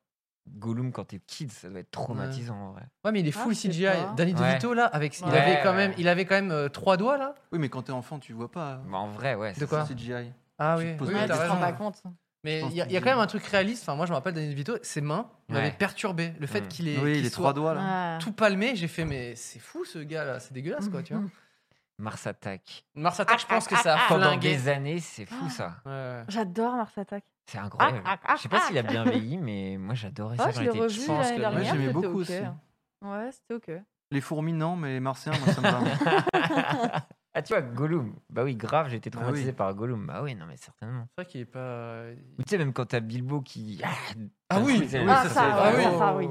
[SPEAKER 2] Gollum quand t'es kid, ça doit être traumatisant en vrai.
[SPEAKER 1] Ouais, mais il est
[SPEAKER 3] Ah,
[SPEAKER 1] full CGI. Danny
[SPEAKER 2] Ouais.
[SPEAKER 1] DeVito, là, avec, il,
[SPEAKER 2] Ouais,
[SPEAKER 1] avait quand
[SPEAKER 2] ouais.
[SPEAKER 1] même, il avait quand même euh, trois doigts, là.
[SPEAKER 4] Oui, mais quand t'es enfant, tu vois pas. hein.
[SPEAKER 2] Bah, en vrai, ouais.
[SPEAKER 1] De quoi
[SPEAKER 4] C'est CGI.
[SPEAKER 1] Ah
[SPEAKER 4] Tu
[SPEAKER 1] oui,
[SPEAKER 4] te poses
[SPEAKER 1] oui,
[SPEAKER 4] pas la
[SPEAKER 1] t'as
[SPEAKER 4] question.
[SPEAKER 1] raison.
[SPEAKER 5] Pas compte.
[SPEAKER 1] Mais
[SPEAKER 4] Je pense
[SPEAKER 1] il y, a-
[SPEAKER 4] que-
[SPEAKER 1] il y a quand même un truc réaliste. Enfin, moi, je me rappelle Danny DeVito, ses mains m'avaient
[SPEAKER 2] Ouais.
[SPEAKER 1] perturbé. Le fait
[SPEAKER 2] Mm.
[SPEAKER 1] qu'il ait
[SPEAKER 4] Oui,
[SPEAKER 1] qu'il
[SPEAKER 4] les
[SPEAKER 1] soit
[SPEAKER 4] trois doigts là.
[SPEAKER 5] Ah.
[SPEAKER 1] tout palmé, j'ai fait, mais c'est fou ce gars-là, c'est dégueulasse, quoi, tu vois.
[SPEAKER 2] Mars Attack.
[SPEAKER 3] Mm-hmm.
[SPEAKER 1] Mars Attack, je pense que ça a
[SPEAKER 3] Ah,
[SPEAKER 2] Pendant
[SPEAKER 1] flingué.
[SPEAKER 2] des années, c'est fou ça.
[SPEAKER 1] Ouais, ouais.
[SPEAKER 3] J'adore Mars Attack.
[SPEAKER 2] C'est incroyable.
[SPEAKER 3] Ah, ah, ah,
[SPEAKER 2] Je sais pas
[SPEAKER 3] ah.
[SPEAKER 2] s'il a bien vieilli, mais moi j'adorais ça
[SPEAKER 5] Ah,
[SPEAKER 2] quand
[SPEAKER 5] je l'ai
[SPEAKER 2] j'étais petit.
[SPEAKER 5] revu l'année
[SPEAKER 2] que-
[SPEAKER 4] Moi,
[SPEAKER 5] dernière.
[SPEAKER 4] j'aimais
[SPEAKER 5] c'était
[SPEAKER 4] beaucoup
[SPEAKER 5] ok.
[SPEAKER 4] aussi.
[SPEAKER 5] Ouais, c'était ok.
[SPEAKER 4] Les fourmis, non, mais les martiens, moi, ça me va. C'est
[SPEAKER 2] Ah, tu vois, Gollum. Bah oui, grave, j'étais
[SPEAKER 4] Bah
[SPEAKER 2] traumatisé
[SPEAKER 4] oui.
[SPEAKER 2] par Gollum. Bah oui, non, mais certainement.
[SPEAKER 1] C'est vrai qu'il est pas.
[SPEAKER 2] Ou tu sais, même quand t'as Bilbo qui.
[SPEAKER 1] Ah oui,
[SPEAKER 2] c'est-
[SPEAKER 1] oui,
[SPEAKER 3] Ah, ça,
[SPEAKER 1] ça, c'est- ah
[SPEAKER 3] ouais,
[SPEAKER 1] oui.
[SPEAKER 3] ça, oui.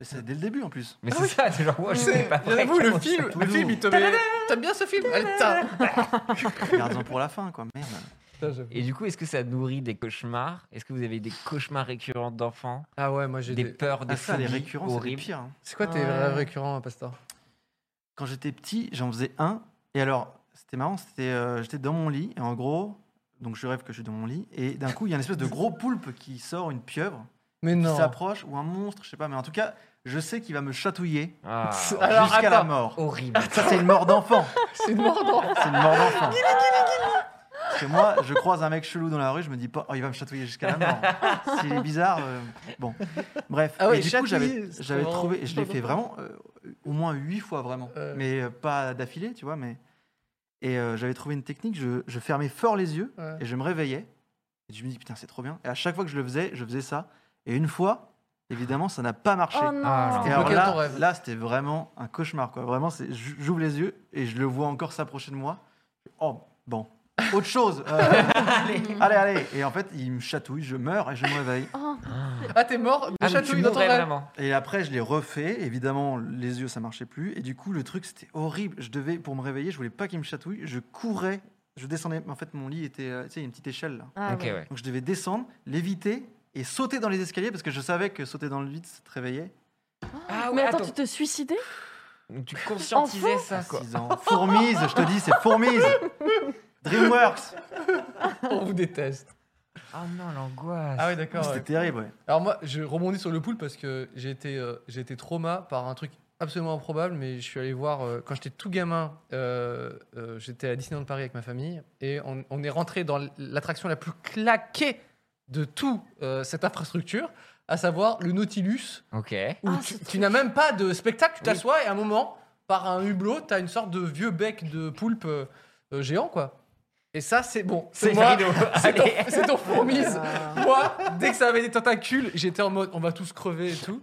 [SPEAKER 4] C'est dès le début en plus.
[SPEAKER 2] Mais c'est ça, c'est genre, ouais, je
[SPEAKER 3] Mm-hmm.
[SPEAKER 2] sais pas. vrai,
[SPEAKER 1] J'avoue, le
[SPEAKER 2] comment ça-
[SPEAKER 1] film,
[SPEAKER 4] tout
[SPEAKER 1] le
[SPEAKER 4] doux.
[SPEAKER 1] film, il te met. T'aimes bien ce film Allez, tiens.
[SPEAKER 4] Garde-en pour la fin, quoi. Merde.
[SPEAKER 2] Et du coup, est-ce que ça nourrit des cauchemars Est-ce que vous avez des cauchemars récurrents d'enfants
[SPEAKER 1] Ah ouais, moi j'ai
[SPEAKER 2] Des
[SPEAKER 1] des.
[SPEAKER 2] peurs, des
[SPEAKER 4] Ah, ça, les
[SPEAKER 2] phobies
[SPEAKER 4] récurrents, c'est les
[SPEAKER 2] horribles
[SPEAKER 4] pires. hein.
[SPEAKER 1] C'est quoi tes
[SPEAKER 5] Ouais.
[SPEAKER 1] rêves récurrents, Pastor
[SPEAKER 4] quand j'étais petit, j'en faisais un. Et alors, c'était marrant, c'était, euh, j'étais dans mon lit, et en gros, donc je rêve que je suis dans mon lit, et d'un coup, il y a une espèce de gros poulpe qui sort, une pieuvre,
[SPEAKER 1] Mais
[SPEAKER 4] qui
[SPEAKER 1] non.
[SPEAKER 4] s'approche, ou un monstre, je sais pas, mais en tout cas, je sais qu'il va me chatouiller
[SPEAKER 2] Ah,
[SPEAKER 1] Alors,
[SPEAKER 4] jusqu'à la
[SPEAKER 1] attends.
[SPEAKER 4] mort.
[SPEAKER 2] horrible.
[SPEAKER 4] Ça, c'est une mort d'enfant.
[SPEAKER 1] C'est mort dans.
[SPEAKER 4] C'est une mort d'enfant. Parce que moi, je croise un mec chelou dans la rue, je me dis pas, oh, il va me chatouiller jusqu'à la mort. S'il est bizarre, euh, bon. Bref,
[SPEAKER 1] Ah ouais,
[SPEAKER 4] et du coup, j'avais
[SPEAKER 1] chatouiller, c'est
[SPEAKER 4] j'avais
[SPEAKER 1] vraiment-
[SPEAKER 4] trouvé, et je l'ai fait vraiment euh, au moins huit fois vraiment,
[SPEAKER 1] Euh.
[SPEAKER 4] mais euh, pas d'affilée, tu vois. Mais et euh, j'avais trouvé une technique, je, je fermais fort les yeux
[SPEAKER 1] Ouais.
[SPEAKER 4] et je me réveillais. Et je me dis putain, c'est trop bien. Et à chaque fois que je le faisais, je faisais ça. Et une fois, évidemment, ça n'a pas marché.
[SPEAKER 3] Oh non.
[SPEAKER 2] Ah,
[SPEAKER 4] Et
[SPEAKER 1] C'était
[SPEAKER 4] alors
[SPEAKER 1] bloqué dans ton
[SPEAKER 4] là,
[SPEAKER 1] rêve.
[SPEAKER 4] là c'était vraiment un cauchemar. Quoi. Vraiment, c'est- j- j'ouvre les yeux et je le vois encore s'approcher de moi. Oh, bon. Autre chose. euh, allez, allez, allez. Et en fait, il me chatouille, je meurs et je me réveille.
[SPEAKER 1] Ah, t'es mort de
[SPEAKER 2] Ah, mais tu
[SPEAKER 1] chatouille dans ton
[SPEAKER 2] mourrais
[SPEAKER 1] rêve.
[SPEAKER 2] vraiment.
[SPEAKER 4] Et après, je l'ai refait. Évidemment, les yeux, ça marchait plus. Et du coup, le truc, c'était horrible. Je devais, pour me réveiller, je voulais pas qu'il me chatouille. Je courais. Je descendais. En fait, mon lit était. euh, Tu sais, il y a une petite échelle là.
[SPEAKER 5] Ah,
[SPEAKER 2] Ok,
[SPEAKER 5] ouais.
[SPEAKER 2] ouais.
[SPEAKER 4] Donc je devais descendre, l'éviter et sauter dans les escaliers parce que je savais que sauter dans le vide, ça te réveillait.
[SPEAKER 2] Ah
[SPEAKER 7] Mais attends, tu te suicidais
[SPEAKER 2] Donc tu conscientisais ça, quoi.
[SPEAKER 4] Six ans. Fourmise, je te dis, c'est fourmise. DreamWorks.
[SPEAKER 1] On vous déteste.
[SPEAKER 2] Ah non, l'angoisse.
[SPEAKER 1] Ah oui, d'accord.
[SPEAKER 4] C'était
[SPEAKER 1] ouais.
[SPEAKER 4] terrible, ouais.
[SPEAKER 1] Alors moi, je rebondis sur le poule parce que j'ai été, euh, j'ai été trauma par un truc absolument improbable, mais je suis allé voir, euh, quand j'étais tout gamin, euh, euh, j'étais à Disneyland Paris avec ma famille, et on, on est rentré dans l'attraction la plus claquée de toute cette infrastructure, à savoir le Nautilus,
[SPEAKER 2] Ok.
[SPEAKER 1] où
[SPEAKER 7] Ah,
[SPEAKER 1] tu,
[SPEAKER 7] ce
[SPEAKER 1] tu
[SPEAKER 7] truc.
[SPEAKER 1] n'as même pas de spectacle, tu t'assois, et à un moment, par un hublot, tu as une sorte de vieux bec de poulpe euh, euh, géant, quoi. Et ça, c'est bon.
[SPEAKER 2] C'est
[SPEAKER 1] moi,
[SPEAKER 2] rideau.
[SPEAKER 1] c'est ton,
[SPEAKER 2] Allez.
[SPEAKER 1] c'est ton fourmise.
[SPEAKER 5] Ah.
[SPEAKER 1] Moi, dès que ça avait des tentacules, j'étais en mode on va tous crever et tout.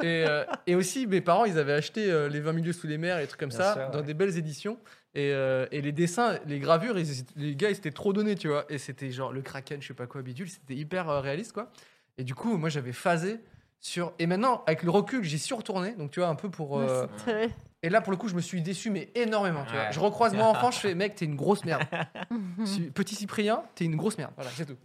[SPEAKER 1] Et, euh, et aussi, mes parents, ils avaient acheté euh, les 20 milieux sous les mers et des trucs comme
[SPEAKER 2] Bien
[SPEAKER 1] ça
[SPEAKER 2] sûr,
[SPEAKER 1] dans
[SPEAKER 2] ouais.
[SPEAKER 1] des belles éditions. Et, euh, et les dessins, les gravures, ils- les gars, ils s'étaient trop donnés, tu vois. Et c'était genre le kraken, je sais pas quoi, bidule, c'était hyper euh, réaliste, quoi. Et du coup, moi, j'avais phasé sur. Et maintenant, avec le recul, j'y suis retourné, donc tu vois, un peu pour. euh, Et là, pour le coup, je me suis déçu, mais énormément, tu vois.
[SPEAKER 2] Ouais.
[SPEAKER 1] Je recroise mon enfant, je fais, mec, t'es une grosse merde. Ci- Petit Cyprien, t'es une grosse merde. Voilà, c'est tout.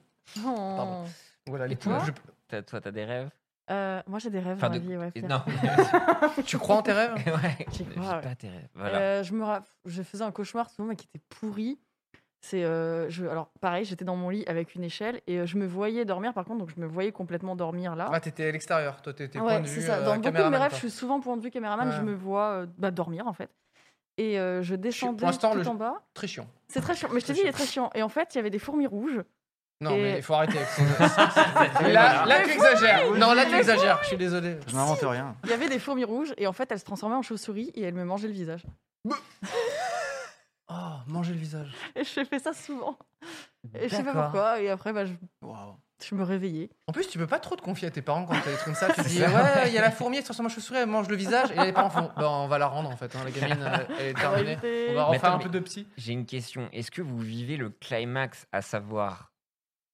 [SPEAKER 1] Pardon. Voilà, les
[SPEAKER 2] Et toi
[SPEAKER 1] poules,
[SPEAKER 2] T'as- Toi, t'as des rêves
[SPEAKER 5] Euh, moi, j'ai des rêves
[SPEAKER 2] Enfin, de-
[SPEAKER 5] dans la vie. Ouais,
[SPEAKER 2] Et
[SPEAKER 5] fier.
[SPEAKER 2] Non.
[SPEAKER 1] je- Tu crois en tes rêves
[SPEAKER 2] ouais.
[SPEAKER 5] Je sais
[SPEAKER 2] Vis
[SPEAKER 5] pas, ouais.
[SPEAKER 2] pas tes rêves. Voilà.
[SPEAKER 5] Euh, je, me rapp- je faisais un cauchemar souvent, mais qui était pourri. C'est, euh, je... Alors, pareil, j'étais dans mon lit avec une échelle et euh, je me voyais dormir, par contre, donc je me voyais complètement dormir là.
[SPEAKER 1] Ah, t'étais à l'extérieur, toi t'étais point
[SPEAKER 5] Ouais,
[SPEAKER 1] de
[SPEAKER 5] c'est
[SPEAKER 1] vue.
[SPEAKER 5] ça.
[SPEAKER 1] euh,
[SPEAKER 5] Dans beaucoup de mes
[SPEAKER 1] caméraman,
[SPEAKER 5] rêves,
[SPEAKER 1] quoi.
[SPEAKER 5] je suis souvent point de vue caméraman, je
[SPEAKER 1] Ouais.
[SPEAKER 5] me vois euh, bah, dormir en fait. Et euh, je descendais
[SPEAKER 1] l'instant,
[SPEAKER 5] tout
[SPEAKER 1] le-
[SPEAKER 5] en bas.
[SPEAKER 1] Très chiant.
[SPEAKER 5] C'est très chiant, mais je t'ai
[SPEAKER 1] Très
[SPEAKER 5] dit, il est
[SPEAKER 1] chiant.
[SPEAKER 5] très chiant. Et en fait, il y avait des fourmis rouges.
[SPEAKER 1] Non,
[SPEAKER 5] Et-
[SPEAKER 1] mais il faut arrêter avec ça. là, là, tu exagères. Non, là, tu exagères. Je suis désolé.
[SPEAKER 4] Je n'invente rien.
[SPEAKER 5] Il y avait des fourmis rouges et en fait, elles se transformaient en chauves-souris et elles me mangeaient le visage.
[SPEAKER 1] Oh, manger le visage.
[SPEAKER 5] Et je fais ça souvent. Et je sais pas
[SPEAKER 2] D'accord.
[SPEAKER 5] pourquoi. Et après, bah, je,
[SPEAKER 4] Waouh.
[SPEAKER 5] je me réveillais.
[SPEAKER 1] En plus, tu peux pas trop te confier à tes parents quand t'as des trucs comme ça. Tu te dis,
[SPEAKER 2] ça.
[SPEAKER 1] ouais, il y a la fourmi, elle se transforme en chauve-souris, elle mange le visage. Et là, les parents font, bah, on va la rendre en fait. hein, la gamine, euh, elle est
[SPEAKER 5] Ah, bah,
[SPEAKER 1] terminée. On va
[SPEAKER 2] Mais
[SPEAKER 1] refaire
[SPEAKER 2] attends,
[SPEAKER 1] un
[SPEAKER 2] mais-
[SPEAKER 1] peu de psy.
[SPEAKER 2] J'ai une question. Est-ce que vous vivez le climax, à savoir,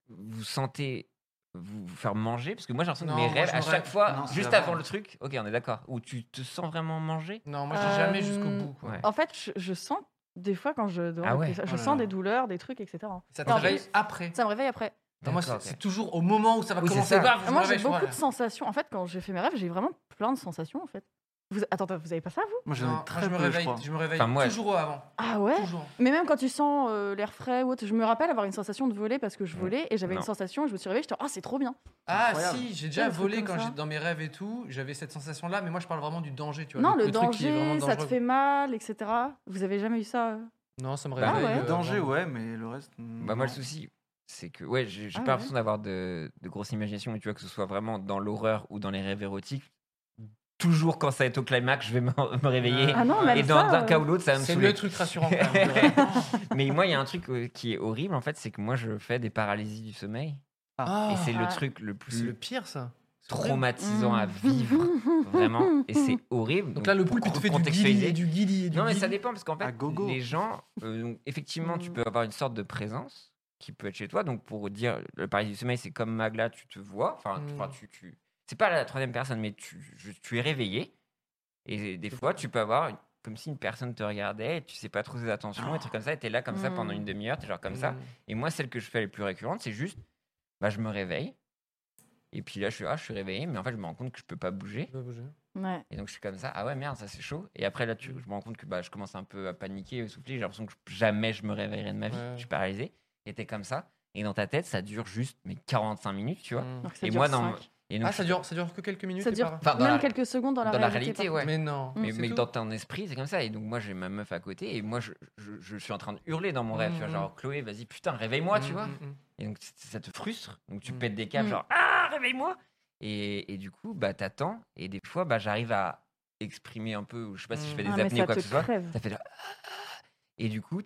[SPEAKER 2] vous sentez vous vous faire manger Parce que moi, j'ai l'impression que
[SPEAKER 1] Non,
[SPEAKER 2] mes
[SPEAKER 1] moi,
[SPEAKER 2] rêves,
[SPEAKER 1] je me
[SPEAKER 2] à
[SPEAKER 1] rêve-
[SPEAKER 2] chaque fois,
[SPEAKER 4] non, c'est
[SPEAKER 2] juste
[SPEAKER 4] avant.
[SPEAKER 2] avant le truc, ok, on est d'accord, où tu te sens vraiment manger
[SPEAKER 1] Non, moi, je dis
[SPEAKER 5] Euh,
[SPEAKER 1] jamais jusqu'au bout. quoi.
[SPEAKER 2] Ouais.
[SPEAKER 5] En fait, je, je sens des fois quand je dors,
[SPEAKER 2] Ah ouais.
[SPEAKER 5] je
[SPEAKER 4] Oh là
[SPEAKER 5] sens
[SPEAKER 4] là.
[SPEAKER 5] des douleurs, des trucs, etc.
[SPEAKER 1] Ça
[SPEAKER 5] Non,
[SPEAKER 1] t'éveille
[SPEAKER 5] mais-
[SPEAKER 1] après.
[SPEAKER 5] Ça me réveille après.
[SPEAKER 1] Non, Moi, c'est
[SPEAKER 2] D'accord, ok.
[SPEAKER 1] c'est toujours au moment où ça va
[SPEAKER 2] Oui, c'est
[SPEAKER 1] commencer.
[SPEAKER 2] ça.
[SPEAKER 1] Baf, je me
[SPEAKER 5] Moi, j'ai
[SPEAKER 1] réveille, je
[SPEAKER 5] beaucoup
[SPEAKER 1] vois,
[SPEAKER 5] de
[SPEAKER 1] là.
[SPEAKER 5] sensations. En fait, quand j'ai fait mes rêves, j'ai vraiment plein de sensations en fait. Vous... Attends, attends, vous avez pas ça, vous
[SPEAKER 4] Moi, j'en ai
[SPEAKER 1] Non,
[SPEAKER 4] très
[SPEAKER 1] moi, je me
[SPEAKER 4] peu, je
[SPEAKER 1] réveille,
[SPEAKER 4] crois.
[SPEAKER 1] je me réveille
[SPEAKER 2] Enfin, moi,
[SPEAKER 1] toujours au avant.
[SPEAKER 5] Ah ouais
[SPEAKER 1] Toujours.
[SPEAKER 5] Mais même quand tu sens euh, l'air frais ou autre, je me rappelle avoir une sensation de voler parce que je
[SPEAKER 2] Mm.
[SPEAKER 5] volais et j'avais une
[SPEAKER 2] Non.
[SPEAKER 5] sensation, je me suis réveillée, j'étais, ah, c'est trop bien.
[SPEAKER 1] Ah
[SPEAKER 4] incroyable.
[SPEAKER 1] si, j'ai
[SPEAKER 5] Ouais,
[SPEAKER 1] déjà
[SPEAKER 5] un truc
[SPEAKER 1] volé
[SPEAKER 5] comme
[SPEAKER 1] quand
[SPEAKER 5] ça.
[SPEAKER 1] j'ai- dans mes rêves et tout, j'avais cette sensation-là, mais moi je parle vraiment du danger, tu vois.
[SPEAKER 5] non, le,
[SPEAKER 1] truc qui est vraiment
[SPEAKER 5] danger, ça te
[SPEAKER 1] dangereux.
[SPEAKER 5] fait mal, etc. Vous avez jamais eu ça euh
[SPEAKER 1] Non, ça me
[SPEAKER 2] Bah,
[SPEAKER 1] réveille.
[SPEAKER 5] ouais.
[SPEAKER 1] euh,
[SPEAKER 4] Le danger,
[SPEAKER 1] vraiment.
[SPEAKER 4] ouais, mais le reste. mm,
[SPEAKER 2] Bah, moi, le
[SPEAKER 4] non.
[SPEAKER 2] souci, c'est que ouais, j'ai j'ai
[SPEAKER 5] Ah
[SPEAKER 2] pas l'impression d'avoir de, de grosse imagination, mais tu vois, que ce soit vraiment dans l'horreur ou dans les rêves érotiques, toujours quand ça est au climax, je vais me me réveiller.
[SPEAKER 5] Ah non, même
[SPEAKER 2] Et dans
[SPEAKER 5] ça,
[SPEAKER 2] un
[SPEAKER 5] euh,
[SPEAKER 2] cas ou l'autre, ça va me
[SPEAKER 1] C'est
[SPEAKER 2] saouler.
[SPEAKER 1] le truc rassurant. quand même, le rêve.
[SPEAKER 2] Mais moi, il y a un truc euh, qui est horrible, en fait, c'est que moi, je fais des paralysies du sommeil. et c'est le
[SPEAKER 5] Ah.
[SPEAKER 2] truc le
[SPEAKER 1] C'est le
[SPEAKER 2] plus
[SPEAKER 1] pire, ça. C'est horrible.
[SPEAKER 2] traumatisant
[SPEAKER 5] Mm. Mmh.
[SPEAKER 2] à vivre, vraiment. Et c'est horrible.
[SPEAKER 1] Donc là, le
[SPEAKER 2] pour
[SPEAKER 1] poulpe, il te fait du
[SPEAKER 2] contextualiser-
[SPEAKER 1] guili et du guili et du
[SPEAKER 2] Non, mais ça
[SPEAKER 1] guili.
[SPEAKER 2] dépend, parce qu'en
[SPEAKER 4] À
[SPEAKER 2] fait,
[SPEAKER 4] gogo.
[SPEAKER 2] les gens, euh, donc, effectivement, tu
[SPEAKER 5] Mm.
[SPEAKER 2] peux avoir une sorte de présence qui peut être chez toi. Donc, pour dire, le paradis du sommeil, c'est comme Magla, tu te vois. Enfin, tu-
[SPEAKER 1] Mm.
[SPEAKER 2] enfin, tu, tu- c'est pas la troisième personne, mais tu, je- tu es réveillé. Et des fois, tu peux avoir une- comme si une personne te regardait, et tu sais pas trop ses attentions, et trucs comme ça, et t'es là comme ça pendant
[SPEAKER 5] Mm.
[SPEAKER 2] une demi-heure, t'es genre comme ça. Et moi, celle que je fais les plus récurrentes, c'est juste, bah, je me réveille. Et puis là, je suis, ah, je suis réveillé, mais en fait, je me rends compte que je peux pas bouger.
[SPEAKER 5] Ouais.
[SPEAKER 2] Et donc, je suis comme ça, ah ouais, merde, ça c'est chaud. Et après, là, tu, je me rends compte que bah, je commence un peu à paniquer, à souffler. J'ai l'impression que je- jamais je me réveillerai de ma vie.
[SPEAKER 1] Ouais.
[SPEAKER 2] Je suis paralysé. Et t'es comme ça. Et dans ta tête, ça dure juste mais 45 minutes, tu vois.
[SPEAKER 1] Mm.
[SPEAKER 5] Alors que ça
[SPEAKER 2] Et
[SPEAKER 5] dure
[SPEAKER 2] moi, dans,
[SPEAKER 5] cinq.
[SPEAKER 2] et donc,
[SPEAKER 1] Ah, ça dure, ça dure que quelques minutes.
[SPEAKER 5] Ça
[SPEAKER 1] c'est
[SPEAKER 5] dure
[SPEAKER 1] pas grave.
[SPEAKER 2] enfin, dans
[SPEAKER 5] même
[SPEAKER 2] la-
[SPEAKER 5] quelques secondes dans la
[SPEAKER 2] dans la
[SPEAKER 5] réalité.
[SPEAKER 2] réalité,
[SPEAKER 5] par
[SPEAKER 2] ouais.
[SPEAKER 1] Mais non.
[SPEAKER 2] Mais,
[SPEAKER 1] c'est
[SPEAKER 2] mais
[SPEAKER 1] tout.
[SPEAKER 2] dans ton esprit, c'est comme ça. Et donc, moi, j'ai ma meuf à côté. Et moi, je, je- je suis en train de hurler dans mon rêve. Tu vois,
[SPEAKER 1] Mhm.
[SPEAKER 2] genre, Chloé, vas-y, putain, réveille-moi, tu
[SPEAKER 1] Mm,
[SPEAKER 2] vois.
[SPEAKER 1] mm, mm.
[SPEAKER 2] Et donc, c- ça te frustre. Donc, tu
[SPEAKER 1] Mm.
[SPEAKER 2] pètes des câbles,
[SPEAKER 5] Mm.
[SPEAKER 2] genre, ah, réveille-moi. Et, et du coup, bah, t'attends. Et des fois, bah, j'arrive à exprimer un peu, ou je sais pas si je
[SPEAKER 1] Mm.
[SPEAKER 2] fais des
[SPEAKER 5] contre. Ah, mais
[SPEAKER 2] apnées ou
[SPEAKER 5] ça
[SPEAKER 2] quoi
[SPEAKER 5] te
[SPEAKER 2] que ce soit.
[SPEAKER 5] crève.
[SPEAKER 2] Ça fait genre, «Ah!» Et du coup,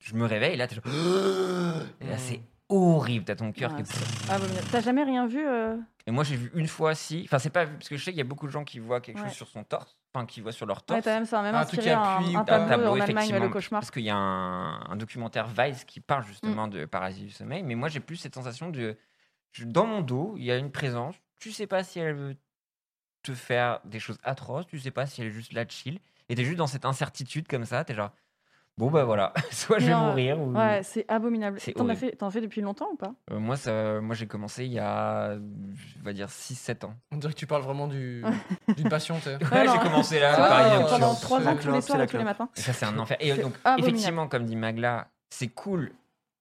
[SPEAKER 2] je me réveille et là, t'es genre, «Ah!» Et là,
[SPEAKER 1] Mm.
[SPEAKER 2] c'est horrible. T'as ton cœur
[SPEAKER 5] Mmh. Ouais,
[SPEAKER 2] qui.
[SPEAKER 5] Ah, bah, mais T'as jamais rien vu euh,
[SPEAKER 2] Et moi, j'ai vu une fois, si. Enfin, c'est pas. Parce que je sais qu'il y a beaucoup de gens qui voient quelque
[SPEAKER 5] Ouais.
[SPEAKER 2] chose sur son torse. Enfin, qui voient sur leur
[SPEAKER 5] Ouais,
[SPEAKER 2] torse.
[SPEAKER 5] t'as même ça, a même
[SPEAKER 1] Un truc
[SPEAKER 5] inspiré
[SPEAKER 1] qui
[SPEAKER 5] un,
[SPEAKER 1] appuie
[SPEAKER 5] un
[SPEAKER 1] ou
[SPEAKER 2] Un
[SPEAKER 5] tableau,
[SPEAKER 1] tableau,
[SPEAKER 5] en Allemagne,
[SPEAKER 2] effectivement,
[SPEAKER 5] le cauchemar.
[SPEAKER 2] Parce qu'il y a un, un documentaire Vice qui parle
[SPEAKER 5] Mm.
[SPEAKER 2] justement de paralysie du sommeil. Mais moi, j'ai plus cette sensation de. je- Dans mon dos, il y a une présence. Tu sais pas si elle veut te faire des choses atroces. Tu sais pas si elle est juste là chill. Et t'es juste dans cette incertitude comme ça. T'es genre. Bon, bah voilà. Soit je vais
[SPEAKER 5] Non,
[SPEAKER 2] mourir. Ou...
[SPEAKER 5] Ouais, c'est abominable.
[SPEAKER 2] Mm. C'est
[SPEAKER 5] T'en as,
[SPEAKER 2] horrible.
[SPEAKER 5] fait- t'en as fait depuis longtemps ou pas
[SPEAKER 2] Euh, moi, ça, moi j'ai commencé il y a, euh, je vais dire, 6-7 ans.
[SPEAKER 1] On dirait que tu parles vraiment du- d'une hein. passion, tu sais.
[SPEAKER 2] Ouais,
[SPEAKER 5] non.
[SPEAKER 2] j'ai commencé là,
[SPEAKER 1] Ah,
[SPEAKER 2] le Parisien,
[SPEAKER 1] ouais,
[SPEAKER 2] tu
[SPEAKER 5] Pendant
[SPEAKER 2] vois.
[SPEAKER 5] trois
[SPEAKER 4] La
[SPEAKER 5] ans, tous les
[SPEAKER 4] clope, c'est
[SPEAKER 5] soirs
[SPEAKER 4] la
[SPEAKER 5] et tous les
[SPEAKER 4] clope.
[SPEAKER 5] matins.
[SPEAKER 2] Et ça, c'est un enfer. Et euh,
[SPEAKER 5] C'est
[SPEAKER 2] donc,
[SPEAKER 5] abominable.
[SPEAKER 2] effectivement, comme dit Magla, c'est cool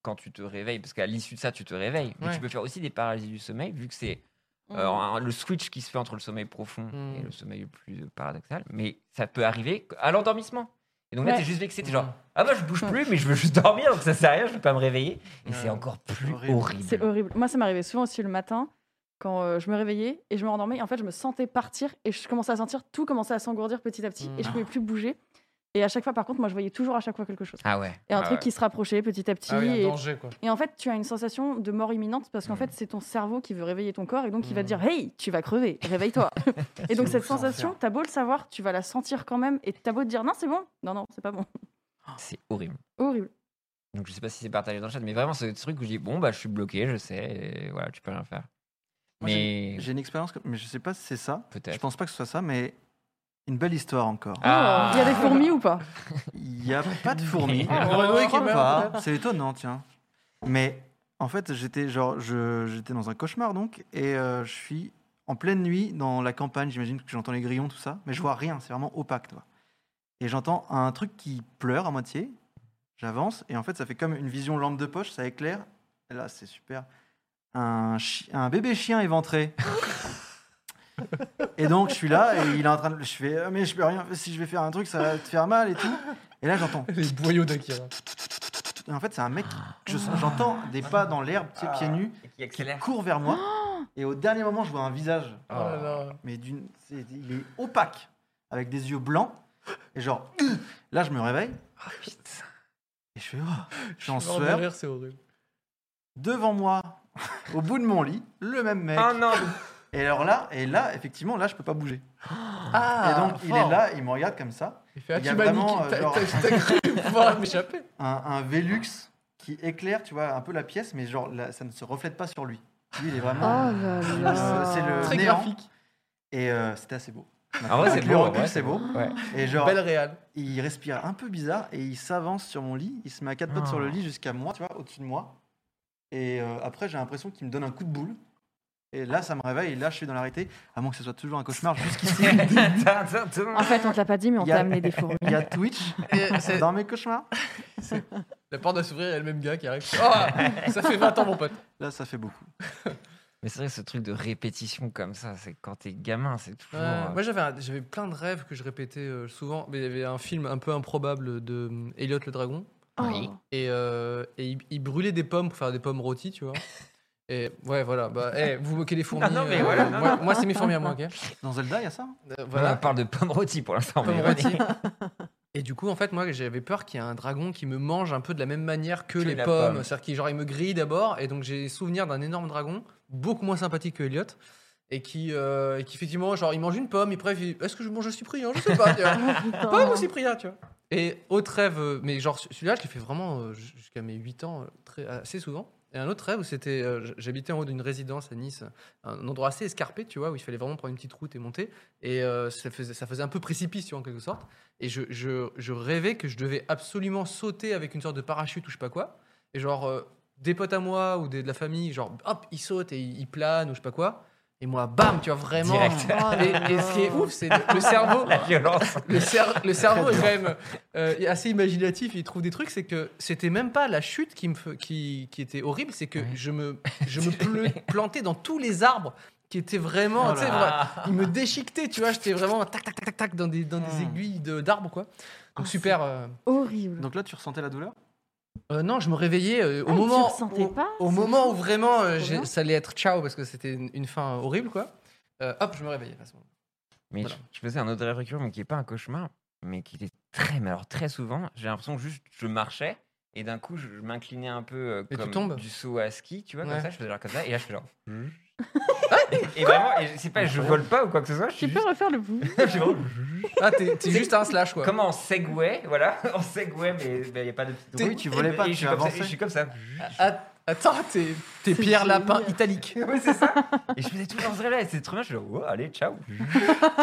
[SPEAKER 2] quand tu te réveilles, parce qu'à l'issue de ça, tu te réveilles. Mais
[SPEAKER 1] Ouais.
[SPEAKER 2] tu peux faire aussi des paralysies du sommeil, vu que c'est
[SPEAKER 5] Mmh.
[SPEAKER 2] euh, un- le switch qui se fait entre le sommeil profond et
[SPEAKER 1] Mm.
[SPEAKER 2] le sommeil le plus euh, paradoxal. Mais ça peut arriver à l'endormissement. Et donc là,
[SPEAKER 5] Ouais.
[SPEAKER 2] t'es juste vexé, t'es
[SPEAKER 1] Mmh.
[SPEAKER 2] genre, ah bah je bouge plus, mais je veux juste dormir, donc ça sert à rien, je vais pas me réveiller. Et
[SPEAKER 1] Ouais.
[SPEAKER 2] c'est encore plus
[SPEAKER 4] Horrible.
[SPEAKER 2] horrible.
[SPEAKER 5] C'est horrible. Moi, ça m'arrivait souvent aussi le matin quand euh, je me réveillais et je me rendormais. En fait, je me sentais partir et je commençais à sentir tout commencer à s'engourdir petit à petit et je pouvais plus bouger. Et à chaque fois, par contre, moi, je voyais toujours à chaque fois quelque chose.
[SPEAKER 2] Ah ouais.
[SPEAKER 5] Et un
[SPEAKER 2] Ah
[SPEAKER 5] truc
[SPEAKER 2] ouais.
[SPEAKER 5] qui se rapprochait petit à petit.
[SPEAKER 1] Ah oui, un
[SPEAKER 5] et,
[SPEAKER 1] danger, quoi.
[SPEAKER 5] et en fait, tu as une sensation de mort imminente parce qu'en
[SPEAKER 2] Mm.
[SPEAKER 5] fait, c'est ton cerveau qui veut réveiller ton corps et donc il va
[SPEAKER 1] Mm.
[SPEAKER 5] te dire Hey, tu vas crever, réveille-toi. et donc,
[SPEAKER 4] C'est
[SPEAKER 5] cette
[SPEAKER 4] ouf, c'est
[SPEAKER 5] sensation,
[SPEAKER 4] l'enfer.
[SPEAKER 5] t'as beau le savoir, tu vas la sentir quand même et t'as beau te dire Non, c'est bon. Non, non, c'est pas bon.
[SPEAKER 2] C'est horrible.
[SPEAKER 5] Horrible.
[SPEAKER 2] Donc je sais pas si c'est partagé dans le chat, mais vraiment c'est ce truc où je dis bon bah je suis bloqué, je sais, et voilà, tu peux rien faire.
[SPEAKER 4] Moi,
[SPEAKER 2] mais
[SPEAKER 4] J'ai une expérience, comme- mais je sais pas si c'est ça. Je
[SPEAKER 2] peut-être.
[SPEAKER 4] pense pas que ce soit ça, mais une belle histoire encore.
[SPEAKER 2] Ah.
[SPEAKER 5] Il y a des fourmis ou pas
[SPEAKER 4] Il n'y a pas de fourmis.
[SPEAKER 2] Ah,
[SPEAKER 4] Je
[SPEAKER 1] Renaud qui
[SPEAKER 4] crois
[SPEAKER 1] meurt.
[SPEAKER 4] pas. C'est étonnant, tiens. Mais en fait, j'étais genre, je- j'étais dans un cauchemar donc, et euh, je suis en pleine nuit dans la campagne. J'imagine que j'entends les grillons, tout ça, mais je vois rien. C'est vraiment opaque, toi. Et j'entends un truc qui pleure à moitié. J'avance et en fait, ça fait comme une vision lampe de poche. Ça éclaire. Et là, c'est super. Un, chi- un bébé chien éventré. et donc, je suis là et il est en train de. Je fais, Ah, mais je peux rien. Si je vais faire un truc, ça va te faire mal et tout. Et là, j'entends.
[SPEAKER 1] Les boyaux d'Akira.
[SPEAKER 2] Oh.
[SPEAKER 4] Et En fait, c'est un mec. que je sens- J'entends des pas dans l'herbe, tu sais, pieds nus,
[SPEAKER 2] Ah, Qui accélère.
[SPEAKER 4] court vers moi. Et au dernier moment, je vois un visage,
[SPEAKER 1] Oh là là.
[SPEAKER 4] mais d'une, c'est- il est opaque, avec des yeux blancs. Et genre, là, je me réveille. Et je fais, oh, je suis en
[SPEAKER 1] Ah, Je meurs de
[SPEAKER 4] sueur.
[SPEAKER 1] rire, c'est horrible.
[SPEAKER 4] Devant moi, au bout de mon lit, le même mec.
[SPEAKER 2] Oh non.
[SPEAKER 4] Et alors là, et là, effectivement, là, je peux pas bouger. et
[SPEAKER 1] Ah,
[SPEAKER 4] donc, il est là, il me regarde comme ça.
[SPEAKER 1] Il fait Ah,
[SPEAKER 4] Il y a
[SPEAKER 1] tu m'as
[SPEAKER 4] vraiment,
[SPEAKER 1] niqué,
[SPEAKER 4] euh,
[SPEAKER 1] t'as-
[SPEAKER 4] genre-
[SPEAKER 1] t'as- t'as cru pouvoir m'échapper.
[SPEAKER 4] Un, un Velux qui éclaire, tu vois, un peu la pièce, mais genre, là, ça ne se reflète pas sur lui. Lui, il est
[SPEAKER 5] Oh
[SPEAKER 4] vraiment. euh,
[SPEAKER 5] là
[SPEAKER 2] Ah.
[SPEAKER 5] là.
[SPEAKER 4] C'est le
[SPEAKER 1] Très
[SPEAKER 4] néant.
[SPEAKER 1] graphique.
[SPEAKER 4] Et euh, c'était assez beau.
[SPEAKER 2] Ah ouais, c'est
[SPEAKER 4] Avec le
[SPEAKER 2] beau,
[SPEAKER 4] recul,
[SPEAKER 2] ouais,
[SPEAKER 4] c'est beau.
[SPEAKER 2] Ouais.
[SPEAKER 4] Et genre,
[SPEAKER 1] Belle réal.
[SPEAKER 4] il respire un peu bizarre et il s'avance sur mon lit. Il se met à quatre pattes sur le
[SPEAKER 2] Ah.
[SPEAKER 4] lit jusqu'à moi, tu vois, au-dessus de moi. Et euh, après, j'ai l'impression qu'il me donne un coup de boule. Et là, ça me réveille, et là, je suis dans l'arrêté, à moins que ce soit toujours un cauchemar jusqu'ici.
[SPEAKER 5] En fait, on te l'a pas dit, mais on
[SPEAKER 4] Il y a-
[SPEAKER 5] t'a amené des fourmis.
[SPEAKER 4] Il y a Twitch
[SPEAKER 1] Et c'est-
[SPEAKER 4] dans mes cauchemars.
[SPEAKER 1] La porte doit s'ouvrir, il y a le même gars qui arrive. Oh, ça fait 20 ans, mon pote.
[SPEAKER 4] Là, ça fait beaucoup.
[SPEAKER 2] Mais c'est vrai que ce truc de répétition comme ça, c'est quand t'es gamin, c'est toujours.
[SPEAKER 1] Ouais,
[SPEAKER 2] euh,
[SPEAKER 1] moi j'avais un- j'avais plein de rêves que je répétais euh, souvent. Mais il y avait un film un peu improbable de euh, Elliot le dragon
[SPEAKER 2] Oui.
[SPEAKER 5] Oh.
[SPEAKER 1] et, euh, et il, il brûlait des pommes pour faire des pommes rôties, tu vois. Et ouais, voilà. Bah, eh, vous moquez des fourmis.
[SPEAKER 2] Ah Non, non, mais
[SPEAKER 1] euh,
[SPEAKER 2] voilà, non,
[SPEAKER 1] moi, moi, c'est mes fourmis à moi, ok.
[SPEAKER 4] Dans Zelda, il y a ça hein.
[SPEAKER 1] Euh,
[SPEAKER 2] On
[SPEAKER 1] voilà.
[SPEAKER 2] parle de pommes rôties pour l'instant. mais
[SPEAKER 1] Pommes
[SPEAKER 2] voilà.
[SPEAKER 1] rôties. Et du coup, en fait, moi, j'avais peur qu'il y ait un dragon qui me mange un peu de la même manière que,
[SPEAKER 2] Que
[SPEAKER 1] les
[SPEAKER 2] la
[SPEAKER 1] pommes.
[SPEAKER 2] pomme.
[SPEAKER 1] C'est-à-dire qu'il genre, il me grille d'abord, et donc j'ai souvenir d'un énorme dragon, beaucoup moins sympathique que Elliot, et qui, euh, et qui effectivement, genre, il mange une pomme, et après, il fait, est-ce que je mange le cyprien Je sais pas, tu vois. pomme ou cyprien, tu vois. Et autre rêve, euh, mais genre, celui-là, je l'ai fait vraiment euh, jus- jusqu'à mes 8 ans, euh, très, assez souvent. Et un autre rêve où c'était, euh, j- j'habitais en haut d'une résidence à Nice, un endroit assez escarpé, tu vois, où il fallait vraiment prendre une petite route et monter. Et euh, ça, faisait, ça faisait un peu précipice, tu vois, en quelque sorte. Et je, je- je rêvais que je devais absolument sauter avec une sorte de parachute ou je sais pas quoi. Et genre, euh, des potes à moi ou des, de la famille, genre, hop, ils sautent et ils, ils planent ou je sais pas quoi. Et moi, bam, tu vois, vraiment.
[SPEAKER 5] Oh
[SPEAKER 2] Direct.
[SPEAKER 1] Et, et ce qui est ouf, c'est le, le cerveau.
[SPEAKER 2] La violence.
[SPEAKER 1] Le, cer- le cerveau est quand même euh, assez imaginatif, il trouve des trucs. C'est que c'était même pas la chute qui, me fe- qui, qui était horrible, c'est que
[SPEAKER 2] Ouais.
[SPEAKER 1] je me, je me ple- plantais dans tous les arbres qui étaient vraiment.
[SPEAKER 4] Oh
[SPEAKER 1] tu sais,
[SPEAKER 4] là.
[SPEAKER 1] vra- ils me déchiquetaient, tu vois, j'étais vraiment tac, tac, tac, tac, tac, dans des, dans des
[SPEAKER 4] Hmm.
[SPEAKER 1] aiguilles de- d'arbres, quoi. Donc
[SPEAKER 5] Ah,
[SPEAKER 1] super. euh,
[SPEAKER 5] Horrible.
[SPEAKER 4] Donc là, tu ressentais la douleur
[SPEAKER 1] euh, non, je me réveillais euh, au
[SPEAKER 5] Ah, et tu
[SPEAKER 1] moment.
[SPEAKER 5] ressentais
[SPEAKER 1] au-
[SPEAKER 5] pas,
[SPEAKER 1] au
[SPEAKER 5] c'est
[SPEAKER 1] moment
[SPEAKER 5] fou.
[SPEAKER 1] où vraiment euh,
[SPEAKER 5] Trop
[SPEAKER 1] j'ai-
[SPEAKER 5] bien.
[SPEAKER 1] ça allait être ciao parce que c'était une, une fin horrible, quoi. Euh, hop, je me réveillais à ce moment.
[SPEAKER 2] Mais
[SPEAKER 1] Voilà.
[SPEAKER 2] je, je faisais un autre rêve récurrent, mais qui n'est pas un cauchemar, mais qui était très, mais alors très souvent, j'ai l'impression que juste je marchais et d'un coup je, je m'inclinais un peu euh,
[SPEAKER 1] Et tu
[SPEAKER 2] comme
[SPEAKER 1] tombes
[SPEAKER 2] du saut à ski, tu vois,
[SPEAKER 1] Ouais.
[SPEAKER 2] comme ça, je faisais genre comme ça, et là je fais genre. Ah, et vraiment, et je sais pas, je vole pas ou quoi que ce soit, je suis
[SPEAKER 5] Tu peux
[SPEAKER 2] juste.
[SPEAKER 5] refaire le bout
[SPEAKER 2] je suis vraiment
[SPEAKER 1] Ah, t'es t'es juste un slash, quoi.
[SPEAKER 2] comme en segway, voilà, en segway, mais il n'y a pas de petite
[SPEAKER 1] T'es-
[SPEAKER 2] roue.
[SPEAKER 4] Oui, tu volais
[SPEAKER 2] Et-
[SPEAKER 4] pas,
[SPEAKER 2] et
[SPEAKER 4] tu
[SPEAKER 2] je suis comme ça- et
[SPEAKER 4] avançais.
[SPEAKER 2] Je suis comme ça.
[SPEAKER 1] Ah, Attends, t'es t'es Pierre
[SPEAKER 5] génial.
[SPEAKER 1] Lapin italique.
[SPEAKER 2] Oui, c'est ça. Et je faisais tout dans ce rêve-là, et c'est trop bien, je suis genre, oh, allez, ciao.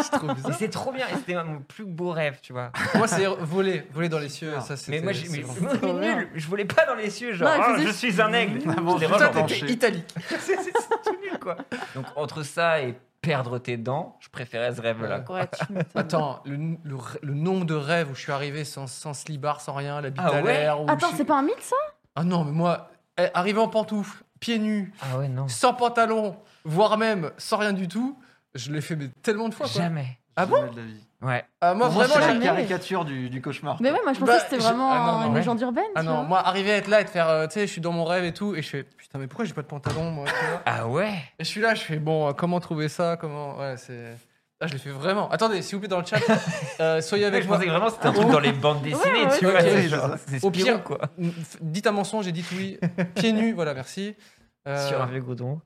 [SPEAKER 1] C'est trop
[SPEAKER 2] Et
[SPEAKER 1] bizarre.
[SPEAKER 2] c'est trop bien, et c'était mon plus beau rêve, tu vois.
[SPEAKER 1] Moi, c'est voler, voler dans les cieux. Ça,
[SPEAKER 2] Mais
[SPEAKER 1] c'était-
[SPEAKER 2] moi, j'ai- mais,
[SPEAKER 1] c'est-
[SPEAKER 2] mais-
[SPEAKER 5] trop
[SPEAKER 2] mais
[SPEAKER 5] bien.
[SPEAKER 2] nul, je volais pas dans les cieux, genre,
[SPEAKER 5] Non, il
[SPEAKER 2] oh,
[SPEAKER 5] faisait-
[SPEAKER 2] je suis un aigle.
[SPEAKER 4] Vraiment,
[SPEAKER 2] Je l'ai
[SPEAKER 1] Toi,
[SPEAKER 4] putain,
[SPEAKER 2] vraiment-
[SPEAKER 1] t'étais
[SPEAKER 4] branché.
[SPEAKER 1] italique.
[SPEAKER 2] C'est- c'est- c'est tout nul, quoi. Donc, entre ça et perdre tes dents, je préférais ce rêve-là.
[SPEAKER 5] Ouais, tu m'étonnes.
[SPEAKER 1] Attends, le, le, le nombre de rêves où je suis arrivé sans, sans slibard, sans rien, la bite
[SPEAKER 2] Ah
[SPEAKER 1] à
[SPEAKER 2] ouais
[SPEAKER 1] l'air. où
[SPEAKER 5] Attends,
[SPEAKER 1] je-
[SPEAKER 5] c'est pas un mythe ça
[SPEAKER 1] Ah non, mais moi, eh, arrivé en pantoufles, pieds nus,
[SPEAKER 2] Ah ouais, non.
[SPEAKER 1] sans pantalon, voire même sans rien du tout, je l'ai fait mais, tellement de fois. Quoi.
[SPEAKER 2] Jamais.
[SPEAKER 1] Ah bon
[SPEAKER 4] Jamais de la vie.
[SPEAKER 2] Ouais.
[SPEAKER 1] Ah, moi,
[SPEAKER 4] Moi,
[SPEAKER 1] vraiment,
[SPEAKER 4] c'est
[SPEAKER 1] j'ai-
[SPEAKER 4] la
[SPEAKER 5] jamais.
[SPEAKER 4] caricature du, du cauchemar.
[SPEAKER 5] Mais ouais, moi je pensais
[SPEAKER 1] Bah,
[SPEAKER 5] que c'était
[SPEAKER 1] je-
[SPEAKER 5] vraiment
[SPEAKER 1] Ah non, non,
[SPEAKER 5] une
[SPEAKER 1] ouais.
[SPEAKER 5] légende urbaine.
[SPEAKER 1] Ah
[SPEAKER 5] tu
[SPEAKER 1] non,
[SPEAKER 5] vois.
[SPEAKER 1] moi, arriver à être là et de faire, euh, tu sais, je suis dans mon rêve et tout, et je fais, putain, mais pourquoi j'ai pas de pantalon, moi tu vois
[SPEAKER 2] Ah ouais
[SPEAKER 1] Et je suis là, je fais bon, euh, comment trouver ça Comment Ouais, c'est. Ah, je l'ai fait vraiment. Attendez, s'il vous plaît, dans le chat, euh, soyez
[SPEAKER 2] Ouais,
[SPEAKER 1] avec
[SPEAKER 2] Je
[SPEAKER 1] moi.
[SPEAKER 2] pensais que vraiment c'était un truc dans les bandes dessinées,
[SPEAKER 5] ouais,
[SPEAKER 2] tu
[SPEAKER 1] ouais.
[SPEAKER 2] vois.
[SPEAKER 1] Ok,
[SPEAKER 2] c'est
[SPEAKER 4] c'est
[SPEAKER 2] genre-
[SPEAKER 4] ça.
[SPEAKER 2] C'est
[SPEAKER 1] Au
[SPEAKER 2] Spirou,
[SPEAKER 1] pire-
[SPEAKER 2] quoi.
[SPEAKER 1] Mm, f- Dites un mensonge et dites oui. Pieds nus, voilà, merci. Euh,
[SPEAKER 2] Sur un vieux goudron.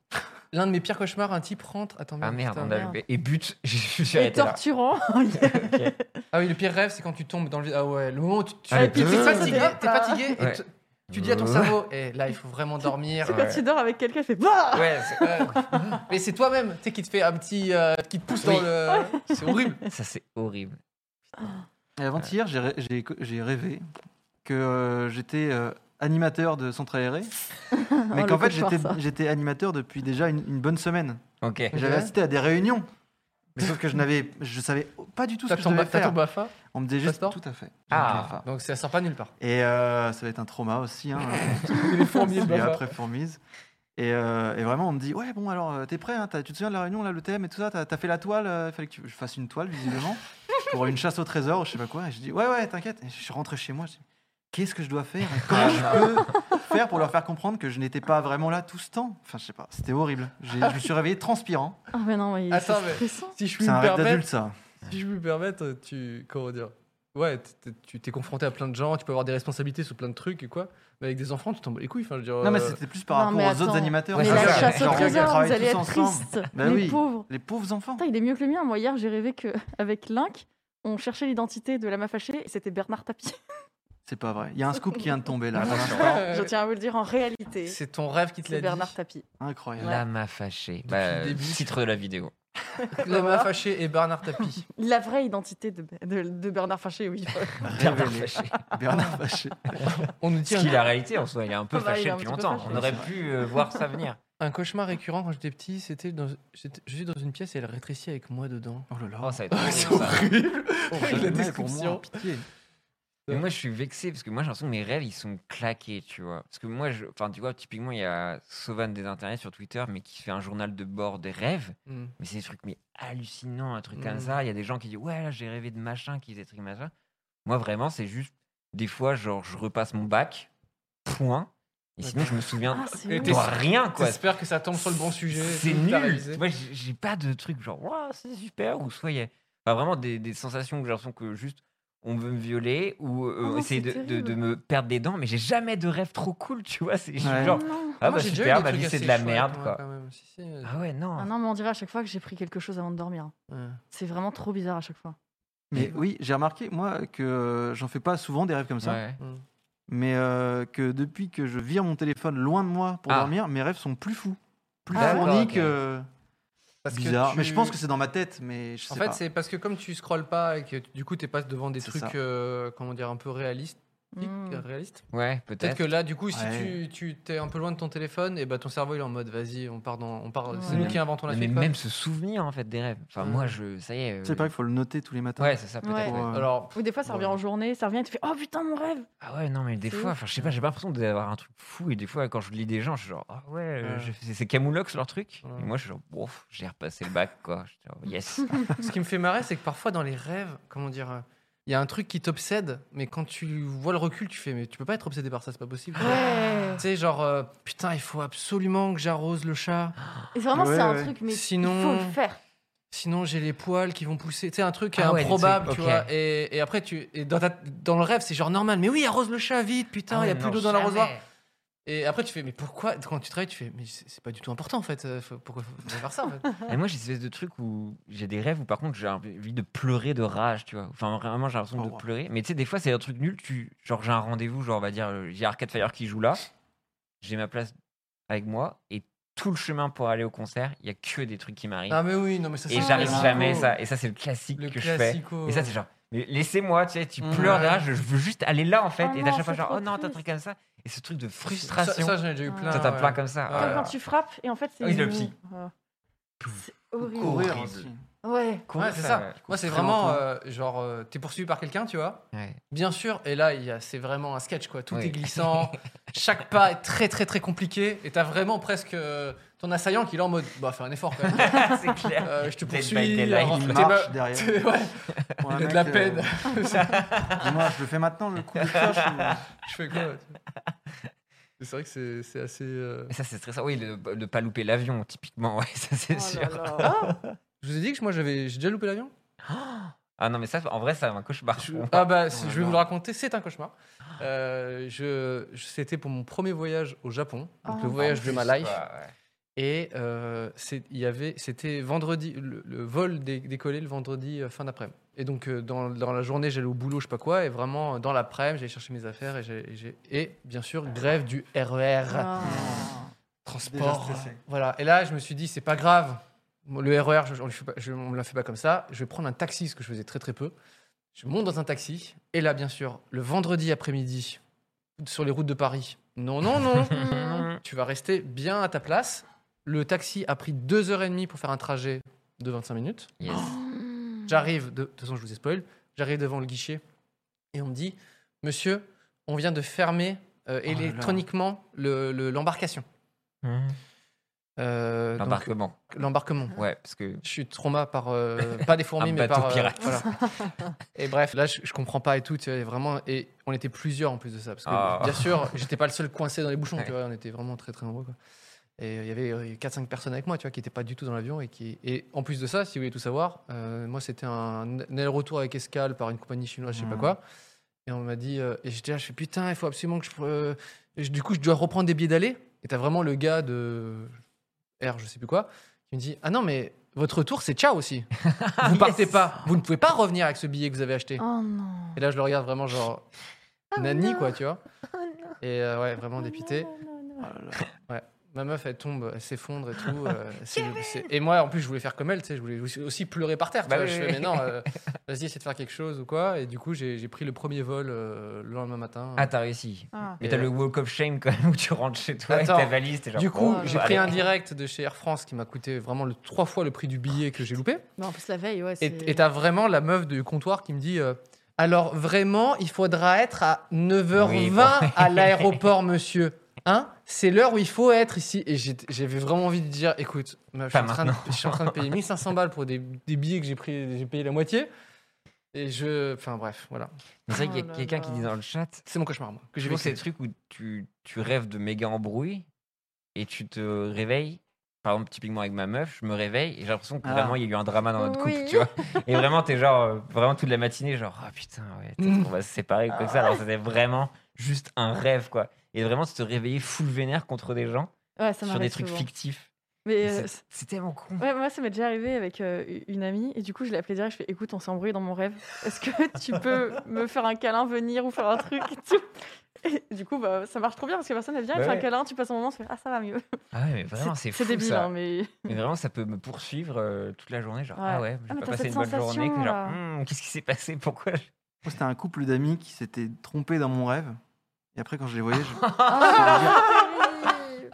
[SPEAKER 1] L'un de mes pires cauchemars, un type rentre. Attends,
[SPEAKER 2] Ah merde,
[SPEAKER 1] putain.
[SPEAKER 2] on a
[SPEAKER 5] Oh, merde.
[SPEAKER 2] levé. Et but, j'ai j'ai
[SPEAKER 5] Et
[SPEAKER 2] arrêté là.
[SPEAKER 5] torturant.
[SPEAKER 1] Ah oui, le pire rêve, c'est quand tu tombes dans le vide. Ah ouais, le moment où tu, tu-
[SPEAKER 2] Ah, le
[SPEAKER 1] t'es
[SPEAKER 2] pire.
[SPEAKER 1] fatigué, t'es fatigué, et
[SPEAKER 2] Ouais.
[SPEAKER 1] tu- tu dis à ton
[SPEAKER 2] Ouais.
[SPEAKER 1] cerveau, et là, il faut vraiment dormir.
[SPEAKER 5] C'est quand
[SPEAKER 2] Ouais.
[SPEAKER 5] tu dors avec quelqu'un, il fait bah
[SPEAKER 2] Ouais, c'est-
[SPEAKER 1] Ouais. Mais c'est toi-même, tu sais, qui te fait un petit, euh, qui te pousse dans
[SPEAKER 2] Oui.
[SPEAKER 1] le. C'est horrible.
[SPEAKER 2] ça c'est horrible.
[SPEAKER 4] Et avant-hier, j'ai ré- j'ai co- j'ai rêvé que euh, j'étais euh, animateur de centre aéré, mais
[SPEAKER 5] le
[SPEAKER 4] qu'en fait
[SPEAKER 5] cauchemar,
[SPEAKER 4] j'étais-
[SPEAKER 5] ça.
[SPEAKER 4] j'étais animateur depuis déjà une, une bonne semaine.
[SPEAKER 2] Ok.
[SPEAKER 4] Et J'avais assisté à des réunions, mais sauf que je n'avais, je savais pas du tout ce
[SPEAKER 1] T'as
[SPEAKER 4] que je
[SPEAKER 1] ton,
[SPEAKER 4] devais
[SPEAKER 1] ba- t'as
[SPEAKER 4] faire.
[SPEAKER 1] ton BAFA,
[SPEAKER 4] On me disait juste
[SPEAKER 1] passeport
[SPEAKER 4] tout à fait.
[SPEAKER 2] Ah.
[SPEAKER 4] J'ai le BAFA.
[SPEAKER 1] donc ça sort pas nulle part.
[SPEAKER 4] Et euh, ça va être un trauma aussi. Hein.
[SPEAKER 1] Les fourmis, le
[SPEAKER 4] Et
[SPEAKER 1] BAFA.
[SPEAKER 4] après fourmise. Et, euh, et vraiment, on me dit Ouais, bon, alors, euh, t'es prêt hein, t'as- Tu te souviens de la réunion, là, le thème et tout ça T'as as fait la toile euh, Il fallait que tu- je fasse une toile, visiblement, pour une chasse au trésor, ou je sais pas quoi. Et je dis Ouais, ouais, t'inquiète. Et je suis rentré chez moi. Je dis Qu'est-ce que je dois faire et Comment je peux faire pour leur faire comprendre que je n'étais pas vraiment là tout ce temps Enfin, je sais pas, c'était horrible. J'ai- Je me suis réveillé transpirant.
[SPEAKER 5] Ah mais non, mais
[SPEAKER 1] Attends, mais-
[SPEAKER 5] c'est stressant.
[SPEAKER 1] Si je puis
[SPEAKER 4] C'est un
[SPEAKER 1] me
[SPEAKER 4] rêve
[SPEAKER 1] permettre,
[SPEAKER 4] d'adulte, ça.
[SPEAKER 1] Si je peux me permettre, tu. Comment dire Ouais, t- t- tu t'es confronté à plein de gens, tu peux avoir des responsabilités sur plein de trucs et quoi. Mais avec des enfants, tu t'en bats les couilles. Enfin, je veux dire,
[SPEAKER 4] Non, mais
[SPEAKER 1] euh,
[SPEAKER 4] c'était plus par
[SPEAKER 5] Non,
[SPEAKER 4] rapport
[SPEAKER 5] mais
[SPEAKER 4] aux autres
[SPEAKER 5] attends.
[SPEAKER 4] animateurs.
[SPEAKER 2] Ouais,
[SPEAKER 5] Mais
[SPEAKER 2] c'est
[SPEAKER 5] la
[SPEAKER 2] ça.
[SPEAKER 5] chasse au
[SPEAKER 4] Genre, on
[SPEAKER 5] trésor,
[SPEAKER 4] travaille
[SPEAKER 5] vous allez
[SPEAKER 4] tous
[SPEAKER 5] être
[SPEAKER 4] ensemble.
[SPEAKER 5] tristes.
[SPEAKER 4] Bah
[SPEAKER 5] les
[SPEAKER 4] oui.
[SPEAKER 5] pauvres.
[SPEAKER 4] Les pauvres enfants.
[SPEAKER 5] Putain, il est mieux que le mien. Moi, hier, j'ai rêvé que avec Link, on cherchait l'identité de la mafachée et c'était Bernard Tapie.
[SPEAKER 4] C'est pas vrai. Il y a un scoop qui vient de tomber là. pour l'instant.
[SPEAKER 5] Je tiens à vous le dire en réalité.
[SPEAKER 1] Euh, C'est ton rêve qui te l'a
[SPEAKER 5] C'est
[SPEAKER 1] dit.
[SPEAKER 5] Bernard Tapie.
[SPEAKER 4] Incroyable.
[SPEAKER 2] Lama fâchée.
[SPEAKER 1] Depuis
[SPEAKER 2] Bah,
[SPEAKER 1] le début.
[SPEAKER 2] titre de la vidéo.
[SPEAKER 1] Lama fâché et Bernard Tapie.
[SPEAKER 5] La vraie identité de, de- de Bernard Faché, oui.
[SPEAKER 2] Bernard
[SPEAKER 4] Révélé.
[SPEAKER 2] fâché.
[SPEAKER 4] Bernard Faché.
[SPEAKER 1] On nous
[SPEAKER 2] Ce
[SPEAKER 1] tient.
[SPEAKER 2] qui est la réalité en soi, il est un peu
[SPEAKER 5] Pas mal,
[SPEAKER 2] fâché
[SPEAKER 5] Oh, bah, il est un
[SPEAKER 2] depuis
[SPEAKER 5] petit peu
[SPEAKER 2] longtemps.
[SPEAKER 5] fâché,
[SPEAKER 2] On aurait
[SPEAKER 4] c'est
[SPEAKER 2] pu euh, voir ça venir.
[SPEAKER 1] Un cauchemar récurrent quand j'étais petit, c'était dans... j'étais- je suis dans une pièce et elle rétrécit avec moi dedans.
[SPEAKER 4] Oh là là.
[SPEAKER 2] Oh, ça va être
[SPEAKER 1] c'est
[SPEAKER 2] horrible, ça.
[SPEAKER 1] horrible.
[SPEAKER 4] Horrible.
[SPEAKER 1] La
[SPEAKER 4] Ouais, pour
[SPEAKER 1] description.
[SPEAKER 4] moi, pitié.
[SPEAKER 2] Mais moi, je suis vexé parce que moi, j'ai l'impression que mes rêves, ils sont claqués, tu vois. Parce que moi, je... enfin, tu vois, typiquement, il y a Sauvan des internets sur Twitter, mais qui fait un journal de bord des rêves.
[SPEAKER 1] Mm.
[SPEAKER 2] Mais c'est des trucs mais hallucinants, un truc comme
[SPEAKER 1] Mm.
[SPEAKER 2] ça. Il y a des gens qui disent Ouais, là, j'ai rêvé de machin, qui faisait des trucs machin. Moi, vraiment, c'est juste des fois, genre, je repasse mon bac, point.
[SPEAKER 1] Ouais,
[SPEAKER 2] Et
[SPEAKER 1] bah
[SPEAKER 2] sinon, je me souviens
[SPEAKER 5] Ah, c'est
[SPEAKER 1] Et
[SPEAKER 5] ouf.
[SPEAKER 2] de
[SPEAKER 1] t'es-
[SPEAKER 2] rien, quoi.
[SPEAKER 1] J'espère que ça tombe sur le bon sujet.
[SPEAKER 2] C'est
[SPEAKER 1] tout, t'as
[SPEAKER 2] nul.
[SPEAKER 1] révisé.
[SPEAKER 2] Moi, j'ai j'ai pas de truc genre, Ouah, c'est super, ou soit il y a enfin, vraiment des, des sensations que j'ai l'impression que juste on veut me violer ou
[SPEAKER 1] Ah
[SPEAKER 2] euh,
[SPEAKER 5] Oh,
[SPEAKER 2] essayer de,
[SPEAKER 5] c'est
[SPEAKER 2] de- de
[SPEAKER 5] terrible.
[SPEAKER 2] me perdre des dents, mais j'ai jamais de rêve trop cool, tu vois. C'est je suis
[SPEAKER 4] Ouais.
[SPEAKER 2] genre,
[SPEAKER 5] Non.
[SPEAKER 2] ah
[SPEAKER 1] Moi,
[SPEAKER 2] bah
[SPEAKER 1] j'ai déjà eu
[SPEAKER 2] super,
[SPEAKER 1] des
[SPEAKER 2] ma
[SPEAKER 1] trucs
[SPEAKER 2] vie c'est de
[SPEAKER 1] assez
[SPEAKER 2] la
[SPEAKER 1] chouettes,
[SPEAKER 2] merde,
[SPEAKER 1] moi,
[SPEAKER 2] quoi.
[SPEAKER 1] quand même. Si, si, euh,
[SPEAKER 2] Ah ouais, non.
[SPEAKER 5] Ah non, mais on dirait à chaque fois que j'ai pris quelque chose avant de dormir.
[SPEAKER 1] ouais.
[SPEAKER 5] C'est vraiment trop bizarre à chaque fois.
[SPEAKER 4] Mais oui, j'ai remarqué, moi, que euh, j'en fais pas souvent des rêves comme ça.
[SPEAKER 2] Ouais.
[SPEAKER 4] Mais euh, que depuis que je vire mon téléphone loin de moi pour
[SPEAKER 2] Ah.
[SPEAKER 4] dormir, mes rêves sont plus fous. Plus
[SPEAKER 2] Ah,
[SPEAKER 4] fournis
[SPEAKER 2] d'accord, ok.
[SPEAKER 4] que.
[SPEAKER 1] Parce que
[SPEAKER 4] Bizarre. Mais
[SPEAKER 1] tu-
[SPEAKER 4] je pense que c'est dans ma tête, mais je sais
[SPEAKER 1] En fait,
[SPEAKER 4] pas.
[SPEAKER 1] c'est parce que comme tu scrolles pas et que tu- du coup t'es pas devant des
[SPEAKER 4] C'est
[SPEAKER 1] trucs,
[SPEAKER 4] ça.
[SPEAKER 1] euh, comment dire, un peu réalistes,
[SPEAKER 5] Mm.
[SPEAKER 1] réalistes.
[SPEAKER 2] Ouais, peut-être.
[SPEAKER 1] Peut-être que là, du coup, si tu,
[SPEAKER 4] Ouais.
[SPEAKER 1] tu t'es un peu loin de ton téléphone, et bah ton cerveau il est en mode vas-y, on part dans, on part. C'est
[SPEAKER 5] Ouais.
[SPEAKER 1] nous qui inventons la
[SPEAKER 2] Mais
[SPEAKER 1] suite. quoi.
[SPEAKER 2] même se souvenir en fait des rêves. Enfin,
[SPEAKER 1] Ouais.
[SPEAKER 2] moi, je, ça y est.
[SPEAKER 4] C'est
[SPEAKER 2] euh,
[SPEAKER 4] pareil, il faut le noter tous les matins.
[SPEAKER 2] Ouais, c'est ça, peut-être.
[SPEAKER 5] Ouais.
[SPEAKER 2] ouais.
[SPEAKER 4] Ouais.
[SPEAKER 1] Alors,
[SPEAKER 5] Ou des fois, ça revient
[SPEAKER 1] Ouais.
[SPEAKER 5] en journée, ça revient et tu fais Oh putain, mon rêve
[SPEAKER 2] Ah ouais, non, mais des
[SPEAKER 5] C'est
[SPEAKER 2] fois,
[SPEAKER 5] ouf.
[SPEAKER 2] enfin, je sais pas, j'ai pas l'impression d'avoir un truc fou. Et des fois, quand je lis des gens, je suis genre, ah ouais, euh,
[SPEAKER 1] Ouais.
[SPEAKER 2] je- c'est- c'est Camoulox leur truc.
[SPEAKER 1] Ouais.
[SPEAKER 2] Et moi, je suis genre, ouf, j'ai repassé le bac, quoi. J'étais genre, yes.
[SPEAKER 1] ce qui me fait marrer, c'est que parfois dans les rêves, comment dire, euh, il y a un truc qui t'obsède, mais quand tu vois le recul, tu fais mais tu peux pas être obsédé par ça, c'est pas possible. Tu sais, genre euh, putain, il faut absolument que j'arrose le chat,
[SPEAKER 5] Et c'est vraiment,
[SPEAKER 4] Ouais,
[SPEAKER 5] c'est un
[SPEAKER 4] ouais.
[SPEAKER 5] truc, mais il faut
[SPEAKER 1] Sinon-
[SPEAKER 5] le faire.
[SPEAKER 1] sinon j'ai les poils qui vont pousser. Tu sais, un truc
[SPEAKER 2] Ah ouais, des
[SPEAKER 1] improbable,
[SPEAKER 2] trucs,
[SPEAKER 1] tu
[SPEAKER 2] ok.
[SPEAKER 1] vois. Et, et après, tu, et dans, ta- dans le rêve, c'est genre normal, mais oui, arrose le chat vite, putain, il
[SPEAKER 2] Ah
[SPEAKER 1] y a
[SPEAKER 2] ouais,
[SPEAKER 1] plus
[SPEAKER 2] non,
[SPEAKER 1] d'eau dans l'arrosoir.
[SPEAKER 2] jamais.
[SPEAKER 1] Et après, tu fais, mais pourquoi Quand tu travailles, tu fais, mais c'est c'est pas du tout important en fait. euh, faut- pourquoi faut faut faire ça en fait
[SPEAKER 2] Et moi, j'ai cette espèce de truc où j'ai des rêves où, par contre, j'ai envie de pleurer de rage, tu vois. Enfin, vraiment, j'ai l'impression
[SPEAKER 4] Oh,
[SPEAKER 2] de
[SPEAKER 4] wow.
[SPEAKER 2] pleurer. Mais tu sais, des fois, c'est un truc nul. Tu... Genre, j'ai un rendez-vous, genre, on va dire, euh, j'ai Arcade Fire qui joue là. J'ai ma place avec moi. Et tout le chemin pour aller au concert, il y a que des trucs qui m'arrivent.
[SPEAKER 1] Ah, mais oui, non, mais ça
[SPEAKER 2] et
[SPEAKER 1] c'est
[SPEAKER 2] j'arrive
[SPEAKER 1] le
[SPEAKER 2] jamais,
[SPEAKER 1] classico.
[SPEAKER 2] ça. Et ça, c'est le classique
[SPEAKER 1] Le
[SPEAKER 2] que je
[SPEAKER 1] classico.
[SPEAKER 2] fais. Et ça, c'est genre, mais laissez-moi, tu sais, tu
[SPEAKER 1] Mm.
[SPEAKER 2] pleures de rage, je veux juste aller là, en fait.
[SPEAKER 1] Ah
[SPEAKER 5] Oh
[SPEAKER 2] et
[SPEAKER 5] non,
[SPEAKER 2] à chaque fois,
[SPEAKER 5] c'est
[SPEAKER 2] genre,
[SPEAKER 5] trop
[SPEAKER 2] oh non, t'as un truc
[SPEAKER 5] triste.
[SPEAKER 2] comme ça. Et ce truc de
[SPEAKER 1] Ça,
[SPEAKER 2] frustration.
[SPEAKER 1] ça j'en ai déjà eu plein.
[SPEAKER 2] Toi, t'as
[SPEAKER 1] ouais.
[SPEAKER 2] plein comme ça.
[SPEAKER 1] Ouais.
[SPEAKER 5] Comme
[SPEAKER 2] Ah,
[SPEAKER 5] quand tu frappes, et en fait, c'est.
[SPEAKER 2] Oui, le
[SPEAKER 5] une-
[SPEAKER 2] petit.
[SPEAKER 5] Ah. C'est horrible.
[SPEAKER 2] Courir.
[SPEAKER 4] Courir
[SPEAKER 2] Horrible.
[SPEAKER 4] aussi.
[SPEAKER 5] Ouais.
[SPEAKER 1] Ouais, c'est ça.
[SPEAKER 2] ouais.
[SPEAKER 1] Moi, c'est
[SPEAKER 4] Très
[SPEAKER 1] vraiment
[SPEAKER 4] lentement.
[SPEAKER 1] euh, genre, euh, t'es poursuivi par quelqu'un, tu vois.
[SPEAKER 2] Ouais.
[SPEAKER 1] Bien sûr. Et là, il y a- c'est vraiment un sketch, quoi. Tout
[SPEAKER 2] Oui.
[SPEAKER 1] est glissant. Chaque pas est très, très, très compliqué. Et t'as vraiment presque euh, ton assaillant qui est là en mode, bah, fais un effort quand même.
[SPEAKER 2] c'est clair.
[SPEAKER 1] Euh, je te
[SPEAKER 2] Dead by
[SPEAKER 1] poursuis.
[SPEAKER 2] Daylight,
[SPEAKER 1] alors,
[SPEAKER 4] il
[SPEAKER 1] t'es
[SPEAKER 4] marche
[SPEAKER 1] ma-
[SPEAKER 4] derrière.
[SPEAKER 1] t'es- ouais,
[SPEAKER 4] Pour
[SPEAKER 1] il a
[SPEAKER 4] un
[SPEAKER 1] de
[SPEAKER 4] mec,
[SPEAKER 1] la
[SPEAKER 4] euh,
[SPEAKER 1] peine.
[SPEAKER 4] Dis-moi, je le fais maintenant, le coup de cloche. ou-
[SPEAKER 1] Je fais quoi là, tu vois C'est vrai que c'est- c'est assez. euh,
[SPEAKER 2] Mais ça, c'est stressant. Oui, de ne pas louper l'avion, typiquement. Ouais, ça, c'est
[SPEAKER 5] Oh
[SPEAKER 2] sûr.
[SPEAKER 5] là là.
[SPEAKER 1] Je vous ai dit que moi, j'avais, j'ai déjà loupé l'avion.
[SPEAKER 2] Ah non, mais ça, en vrai, c'est un cauchemar.
[SPEAKER 1] Je-
[SPEAKER 2] pour moi.
[SPEAKER 1] Ah bah, c'est- je vais
[SPEAKER 4] non.
[SPEAKER 1] vous le raconter, c'est un cauchemar. Euh, je, je- c'était pour mon premier voyage au Japon, donc
[SPEAKER 5] Oh.
[SPEAKER 1] le voyage
[SPEAKER 2] En
[SPEAKER 1] de ma
[SPEAKER 2] plus,
[SPEAKER 1] life.
[SPEAKER 2] quoi, ouais.
[SPEAKER 1] Et euh, c'est- il y avait, c'était vendredi, le, le vol dé- décollait le vendredi euh, fin d'après-midi. Et donc euh, dans, dans la journée, j'allais au boulot, je sais pas quoi, et vraiment euh, dans l'après-midi, j'allais chercher mes affaires et, j'ai- et j'ai- et, bien sûr grève du E RER
[SPEAKER 5] Ah.
[SPEAKER 1] transport. euh,
[SPEAKER 4] Déjà stressé.
[SPEAKER 1] Voilà. Et là, je me suis dit, c'est pas grave. Moi, Le RER, je, on, le fait pas- je- on me la fait pas comme ça. Je vais prendre un taxi, ce que je faisais très très peu. Je monte dans un taxi. Et là, bien sûr, le vendredi après-midi, sur les routes de Paris. Non, non, non. tu vas rester bien à ta place. Le taxi a pris deux heures et demie pour faire un trajet de 25 minutes.
[SPEAKER 2] Yes.
[SPEAKER 1] J'arrive, de de toute façon, je vous ai spoil, j'arrive devant le guichet et on me dit Monsieur, on vient de fermer euh,
[SPEAKER 4] Oh là là.
[SPEAKER 1] électroniquement le- le- l'embarcation. Euh, donc,
[SPEAKER 2] L'embarquement.
[SPEAKER 1] l'embarquement.
[SPEAKER 5] euh,
[SPEAKER 2] Ouais, parce que.
[SPEAKER 1] Je suis trauma par euh, pas des fourmis
[SPEAKER 2] Un
[SPEAKER 1] mais
[SPEAKER 2] bateau
[SPEAKER 1] par euh,
[SPEAKER 2] pirate.
[SPEAKER 1] voilà. Et bref, là je, je comprends pas et tout, tu vois, et vraiment et on était plusieurs en plus de ça parce que
[SPEAKER 2] Ah.
[SPEAKER 1] bien sûr, j'étais pas le seul coincé dans les bouchons, tu
[SPEAKER 2] Ouais.
[SPEAKER 1] vois, on était vraiment très très nombreux quoi. Et euh, il y avait euh, 4-5 personnes avec moi, tu vois, qui n'étaient pas du tout dans l'avion. Et, qui... et en plus de ça, si vous voulez tout savoir, euh, moi, c'était un, un aller-retour avec escale par une compagnie chinoise, je sais pas
[SPEAKER 4] Mhm.
[SPEAKER 1] quoi. Et on m'a dit, euh, et j'étais là, je fais putain, il faut absolument que je. pre- et je- du coup, je dois reprendre des billets d'aller. Et t'as vraiment le gars de R, je sais plus quoi, qui me dit Ah non, mais votre retour, c'est ciao aussi. Vous partez pas. Vous ne pouvez pas revenir avec ce billet que vous avez acheté.
[SPEAKER 5] Oh non.
[SPEAKER 1] Et là, je le regarde vraiment, genre, nani,
[SPEAKER 5] non. Oh
[SPEAKER 1] quoi, tu vois. Et euh, ouais, vraiment dépité.
[SPEAKER 5] Non, non, non, non.
[SPEAKER 4] Oh là là.
[SPEAKER 1] Ma meuf, elle tombe, elle s'effondre et tout. euh, c'est- c'est- Et moi, en plus, je voulais faire comme elle, tu sais, je voulais aussi- aussi pleurer par terre. tu
[SPEAKER 2] Bah
[SPEAKER 1] vois,
[SPEAKER 2] oui,
[SPEAKER 1] je
[SPEAKER 2] oui,
[SPEAKER 1] fais, mais
[SPEAKER 2] oui.
[SPEAKER 1] non, euh, vas-y, essaie de faire quelque chose ou quoi. Et du coup, j'ai j'ai pris le premier vol euh, le lendemain matin.
[SPEAKER 2] Ah, t'as réussi.
[SPEAKER 5] Ah.
[SPEAKER 2] Mais t'as
[SPEAKER 1] Et- euh,
[SPEAKER 2] le walk of shame quand même où tu rentres chez toi
[SPEAKER 1] Attends,
[SPEAKER 2] avec ta valise. t'es genre,
[SPEAKER 1] du coup,
[SPEAKER 2] bon,
[SPEAKER 1] j'ai
[SPEAKER 2] bah,
[SPEAKER 1] pris un
[SPEAKER 2] allez.
[SPEAKER 1] direct de chez Air France qui m'a coûté vraiment le, trois fois le prix du billet que j'ai loupé.
[SPEAKER 5] Mais en plus, la veille, ouais.
[SPEAKER 1] Et et t'as vraiment la meuf du comptoir qui me dit euh, Alors vraiment, il faudra être à 9h20
[SPEAKER 2] Oui, bon.
[SPEAKER 1] à l'aéroport, monsieur. Hein C'est l'heure où il faut être ici. Et j'ai- j'avais vraiment envie de dire Écoute, meuf, je, suis
[SPEAKER 2] Pas
[SPEAKER 1] en train de,
[SPEAKER 2] maintenant.
[SPEAKER 1] je suis en train de payer 1500 balles pour des, des billets que j'ai pris, j'ai payé la moitié. Et je. Enfin bref, voilà.
[SPEAKER 2] Mais C'est vrai qu'il y
[SPEAKER 5] Oh
[SPEAKER 2] a
[SPEAKER 5] là
[SPEAKER 2] quelqu'un qui
[SPEAKER 5] là.
[SPEAKER 2] dit dans le chat
[SPEAKER 1] C'est mon cauchemar, moi. Que j'ai
[SPEAKER 2] toujours ces
[SPEAKER 1] vécu.
[SPEAKER 2] trucs où tu, tu rêves de méga embrouilles et tu te réveilles. Par exemple, typiquement avec ma meuf, je me réveille et j'ai l'impression que
[SPEAKER 4] Ah.
[SPEAKER 2] vraiment il y a eu un drama dans notre
[SPEAKER 7] Oui.
[SPEAKER 2] couple, tu vois. Et vraiment, t'es genre, euh, vraiment toute la matinée, genre, ah putain, ouais, peut-être qu'on va se séparer ou quoi que ça. Alors c'était vraiment juste un rêve, quoi. Et vraiment, se réveiller full vénère contre des gens
[SPEAKER 5] Ouais, ça
[SPEAKER 2] sur
[SPEAKER 5] m'arrive
[SPEAKER 2] des trucs
[SPEAKER 5] souvent.
[SPEAKER 2] fictifs. Et
[SPEAKER 5] Mais euh,
[SPEAKER 2] c'est- C'est tellement con.
[SPEAKER 5] Ouais, moi, ça m'est déjà arrivé avec euh, une amie. Et du coup, je l'ai appelée direct. Je fais Écoute, on s'est embrouillé dans mon rêve. Est-ce que tu peux me faire un câlin, venir ou faire un truc et tout Et du coup, bah, ça marche trop bien parce que personne, elle vient, elle
[SPEAKER 2] Bah
[SPEAKER 5] fait un
[SPEAKER 2] ouais.
[SPEAKER 5] câlin, tu passes un moment, tu fais Ah, ça va mieux.
[SPEAKER 2] Ah ouais, mais vraiment, c'est fou.
[SPEAKER 5] C'est débile,
[SPEAKER 2] ça.
[SPEAKER 5] hein, mais.
[SPEAKER 2] Mais vraiment, ça peut me poursuivre euh, toute la journée. Genre,
[SPEAKER 5] Ouais.
[SPEAKER 2] ah ouais, j'ai
[SPEAKER 5] Ah, mais
[SPEAKER 2] pas
[SPEAKER 5] t'as
[SPEAKER 2] passé
[SPEAKER 5] cette
[SPEAKER 2] une bonne journée.
[SPEAKER 5] sensation,
[SPEAKER 2] que genre,
[SPEAKER 5] là.
[SPEAKER 2] Hmm, qu'est-ce qui s'est passé Pourquoi je-
[SPEAKER 4] Moi, C'était un couple d'amis qui s'était trompé dans mon rêve. Et après, quand je les voyais, je,
[SPEAKER 5] Ah,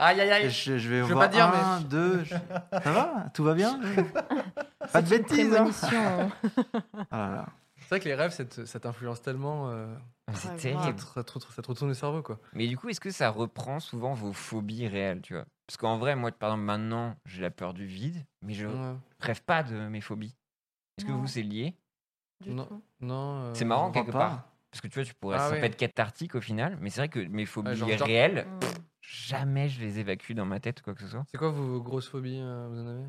[SPEAKER 1] Aïe aïe
[SPEAKER 4] je,
[SPEAKER 1] aïe
[SPEAKER 4] je- je vais
[SPEAKER 1] Je veux
[SPEAKER 4] voir
[SPEAKER 1] pas dire, mais-
[SPEAKER 4] un, deux. je- Ça va Tout va bien Pas de bêtises hein
[SPEAKER 5] Prémonition.
[SPEAKER 4] Ah là là.
[SPEAKER 1] C'est vrai que les rêves, ça te- ça t'influence tellement. euh,
[SPEAKER 2] Ah, C'est
[SPEAKER 5] Ouais,
[SPEAKER 2] terrible.
[SPEAKER 5] grave.
[SPEAKER 1] ça, te, re- ça te retourne le cerveau, quoi.
[SPEAKER 2] Mais du coup, est-ce que ça reprend souvent vos phobies réelles, tu vois Parce qu'en vrai, moi, par exemple, maintenant, j'ai la peur du vide, mais je
[SPEAKER 5] Mm.
[SPEAKER 1] Ouais.
[SPEAKER 2] rêve pas de mes phobies. Est-ce que
[SPEAKER 5] Non.
[SPEAKER 2] vous, c'est lié
[SPEAKER 5] Du
[SPEAKER 1] Non.
[SPEAKER 5] tout.
[SPEAKER 1] Non. euh,
[SPEAKER 2] C'est marrant,
[SPEAKER 4] je
[SPEAKER 2] quelque
[SPEAKER 4] crois pas.
[SPEAKER 2] part. Parce que tu vois, tu pourrais,
[SPEAKER 1] Ah
[SPEAKER 2] ça
[SPEAKER 1] ouais. Ah,
[SPEAKER 2] peut être cathartique au final, mais c'est vrai que mes phobies
[SPEAKER 1] genre, genre-
[SPEAKER 2] réelles,
[SPEAKER 5] Mm.
[SPEAKER 2] jamais je les évacue dans ma tête ou quoi que ce soit.
[SPEAKER 1] C'est quoi vos, vos grosses phobies euh, Vous en avez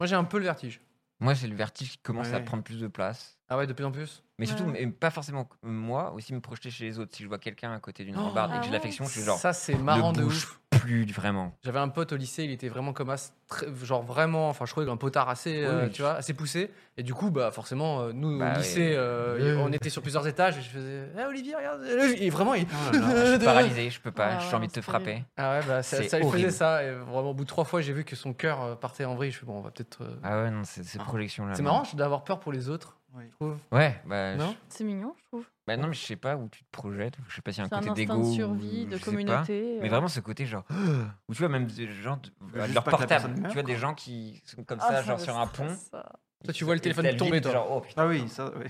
[SPEAKER 1] Moi, j'ai un peu le vertige.
[SPEAKER 2] Moi, j'ai le vertige qui commence à
[SPEAKER 4] Ouais.
[SPEAKER 2] prendre plus de place.
[SPEAKER 1] Ah ouais, de plus en plus
[SPEAKER 2] Mais surtout,
[SPEAKER 5] Ouais.
[SPEAKER 2] mais pas forcément que moi, aussi me projeter chez les autres. Si je vois quelqu'un à côté d'une
[SPEAKER 1] Oh,
[SPEAKER 2] rambarde et
[SPEAKER 5] ah
[SPEAKER 2] que j'ai
[SPEAKER 5] ouais.
[SPEAKER 2] l'affection, je suis genre,
[SPEAKER 1] Ça, c'est marrant
[SPEAKER 2] ne
[SPEAKER 1] de
[SPEAKER 2] bouge
[SPEAKER 1] ouf.
[SPEAKER 2] plus vraiment.
[SPEAKER 1] J'avais un pote au lycée, il était vraiment comme as, très- genre vraiment, enfin, je trouvais un potard assez, euh,
[SPEAKER 2] Oui.
[SPEAKER 1] tu vois, assez poussé. Et du coup, bah, forcément, euh, nous,
[SPEAKER 2] Bah
[SPEAKER 1] au
[SPEAKER 2] oui.
[SPEAKER 1] lycée, euh,
[SPEAKER 2] Euh.
[SPEAKER 1] on était sur plusieurs étages et je faisais, Eh, Olivier, regarde, le- et vraiment, il.
[SPEAKER 4] Oh là là.
[SPEAKER 2] Je suis paralysé, je peux pas,
[SPEAKER 5] Ah
[SPEAKER 2] j'ai
[SPEAKER 5] ouais,
[SPEAKER 2] envie de te
[SPEAKER 5] c'est
[SPEAKER 2] frapper.
[SPEAKER 1] Ah ouais, bah, ça,
[SPEAKER 2] C'est
[SPEAKER 1] ça, il faisait
[SPEAKER 2] horrible.
[SPEAKER 1] ça. Et vraiment, au bout de trois fois, j'ai vu que son cœur euh, partait en vrille. Je fais, bon, on va peut-être. euh,
[SPEAKER 2] Ah ouais, non, c'est- ces projections-là.
[SPEAKER 1] C'est
[SPEAKER 2] non.
[SPEAKER 1] marrant d'avoir peur pour les autres.
[SPEAKER 4] Oui.
[SPEAKER 2] Ouais, bah je-
[SPEAKER 1] Non
[SPEAKER 5] C'est mignon, je trouve.
[SPEAKER 2] bah non, mais je sais pas où tu te projettes, je sais pas s'il y a un
[SPEAKER 5] C'est un
[SPEAKER 2] côté
[SPEAKER 5] instinct
[SPEAKER 2] d'ego.
[SPEAKER 5] de
[SPEAKER 2] ou
[SPEAKER 5] survie, de
[SPEAKER 2] je sais pas.
[SPEAKER 5] communauté.
[SPEAKER 2] Mais
[SPEAKER 5] euh.
[SPEAKER 2] vraiment ce côté genre où tu vois même des gens de-
[SPEAKER 4] veux juste
[SPEAKER 2] leur
[SPEAKER 4] pas que la
[SPEAKER 2] portable,
[SPEAKER 4] personne
[SPEAKER 2] tu
[SPEAKER 4] meure,
[SPEAKER 2] vois des
[SPEAKER 4] quoi.
[SPEAKER 2] gens qui sont comme
[SPEAKER 5] Ah,
[SPEAKER 2] ça genre
[SPEAKER 5] me
[SPEAKER 2] sur un pont.
[SPEAKER 5] stresse, ça.
[SPEAKER 1] Toi, tu vois le
[SPEAKER 2] Et
[SPEAKER 1] téléphone
[SPEAKER 2] t'as
[SPEAKER 1] tomber,
[SPEAKER 2] vide,
[SPEAKER 1] toi.
[SPEAKER 2] Genre, oh, putain.
[SPEAKER 4] Ah oui, ça, oui.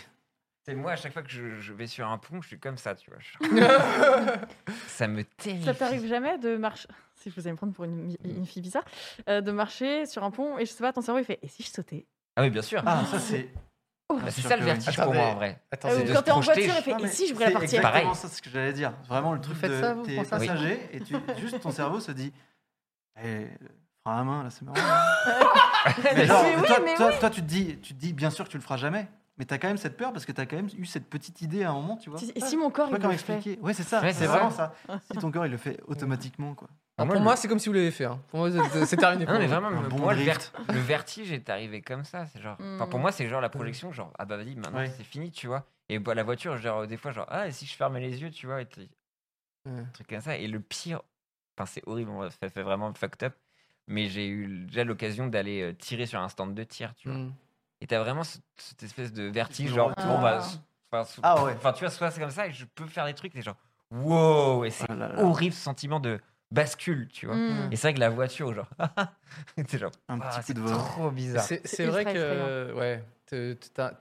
[SPEAKER 2] C'est moi à chaque fois que je, je vais sur un pont, je suis comme ça, tu vois. ça me terrifie.
[SPEAKER 5] Ça t'arrive jamais de marcher Si je vous allez me prendre pour une, mi- une fille bizarre, euh, de marcher sur un pont et je sais pas, ton cerveau il fait Et si je sautais
[SPEAKER 2] Ah oui, bien sûr.
[SPEAKER 4] Ah, ça c'est.
[SPEAKER 2] Bah,
[SPEAKER 5] Oh,
[SPEAKER 4] Ah,
[SPEAKER 2] c'est
[SPEAKER 4] sûr
[SPEAKER 2] ça
[SPEAKER 4] que
[SPEAKER 2] le
[SPEAKER 4] oui.
[SPEAKER 2] vertige
[SPEAKER 1] Attendez.
[SPEAKER 2] pour moi en vrai.
[SPEAKER 1] Attends,
[SPEAKER 5] Euh,
[SPEAKER 2] c'est
[SPEAKER 5] ou
[SPEAKER 2] de
[SPEAKER 5] Quand
[SPEAKER 2] se
[SPEAKER 5] t'es en
[SPEAKER 2] projeter,
[SPEAKER 5] voiture, il
[SPEAKER 2] je-
[SPEAKER 5] fait
[SPEAKER 4] Non,
[SPEAKER 5] Et
[SPEAKER 4] mais
[SPEAKER 5] si je voulais
[SPEAKER 4] c'est
[SPEAKER 5] partir
[SPEAKER 4] exactement
[SPEAKER 2] Pareil.
[SPEAKER 4] ça, c'est ce que j'allais dire. Vraiment, le truc
[SPEAKER 1] faites
[SPEAKER 4] de.
[SPEAKER 1] ça, vous,
[SPEAKER 4] T'es
[SPEAKER 1] pensez à
[SPEAKER 2] ça
[SPEAKER 4] passager et tu, juste ton cerveau se dit. Eh, frein à main, là, c'est marrant. hein. Mais genre,
[SPEAKER 5] Mais oui,
[SPEAKER 4] toi,
[SPEAKER 5] mais
[SPEAKER 4] toi- toi, tu te dis, tu te dis, bien sûr que tu le feras jamais. Mais t'as quand même cette peur parce que t'as quand même eu cette petite idée à un moment, tu vois.
[SPEAKER 5] Et si mon corps
[SPEAKER 4] Je
[SPEAKER 5] il
[SPEAKER 4] sais pas comment
[SPEAKER 5] me le fait
[SPEAKER 4] expliquer. Ouais, c'est ça.
[SPEAKER 2] Ouais,
[SPEAKER 4] c'est
[SPEAKER 2] c'est
[SPEAKER 4] vraiment
[SPEAKER 2] vrai.
[SPEAKER 4] ça. Si ton corps, il le fait automatiquement, quoi.
[SPEAKER 2] Ah,
[SPEAKER 1] Pour moi, c'est comme si vous l'avez fait. hein. Pour moi, c'est- c'est terminé.
[SPEAKER 2] Ah
[SPEAKER 1] pour
[SPEAKER 2] non, mais
[SPEAKER 1] moi.
[SPEAKER 2] vraiment,
[SPEAKER 4] Un
[SPEAKER 2] le-
[SPEAKER 4] bon
[SPEAKER 2] moi, le, ver-
[SPEAKER 4] drift.
[SPEAKER 2] le vertige est arrivé comme ça. C'est genre, enfin, pour
[SPEAKER 5] Hmm.
[SPEAKER 2] moi, c'est genre la projection, genre, ah bah vas-y, maintenant
[SPEAKER 4] Ouais.
[SPEAKER 2] c'est fini, tu vois. Et bah, la voiture, genre, des fois, genre, ah, si je fermais les yeux, tu vois, et t'es-
[SPEAKER 1] Ouais.
[SPEAKER 2] un truc comme ça. Et le pire, enfin, c'est horrible, en vrai, ça fait vraiment fucked up. Mais j'ai eu déjà l'occasion d'aller euh, tirer sur un stand de tir, tu vois.
[SPEAKER 1] Mm.
[SPEAKER 2] Et t'as vraiment ce- cette espèce de vertige,
[SPEAKER 4] Tu
[SPEAKER 2] genre,
[SPEAKER 4] retournes.
[SPEAKER 2] bon, bah,
[SPEAKER 5] Ah.
[SPEAKER 2] so- enfin, so-
[SPEAKER 4] Ah ouais.
[SPEAKER 2] enfin, tu vois, soit c'est comme ça, et je peux faire des trucs, t'es genre, wow, et c'est
[SPEAKER 4] Ah là là.
[SPEAKER 2] horrible ce sentiment de bascule, tu vois.
[SPEAKER 5] Hmm.
[SPEAKER 2] Et c'est vrai que la voiture, genre, t'es genre,
[SPEAKER 4] Un
[SPEAKER 2] ah,
[SPEAKER 4] petit coup
[SPEAKER 2] c'est
[SPEAKER 4] de vent.
[SPEAKER 2] trop bizarre.
[SPEAKER 1] C'est
[SPEAKER 5] C'est
[SPEAKER 1] c'est vrai
[SPEAKER 5] ultra
[SPEAKER 1] que euh, ouais, te- te- t'as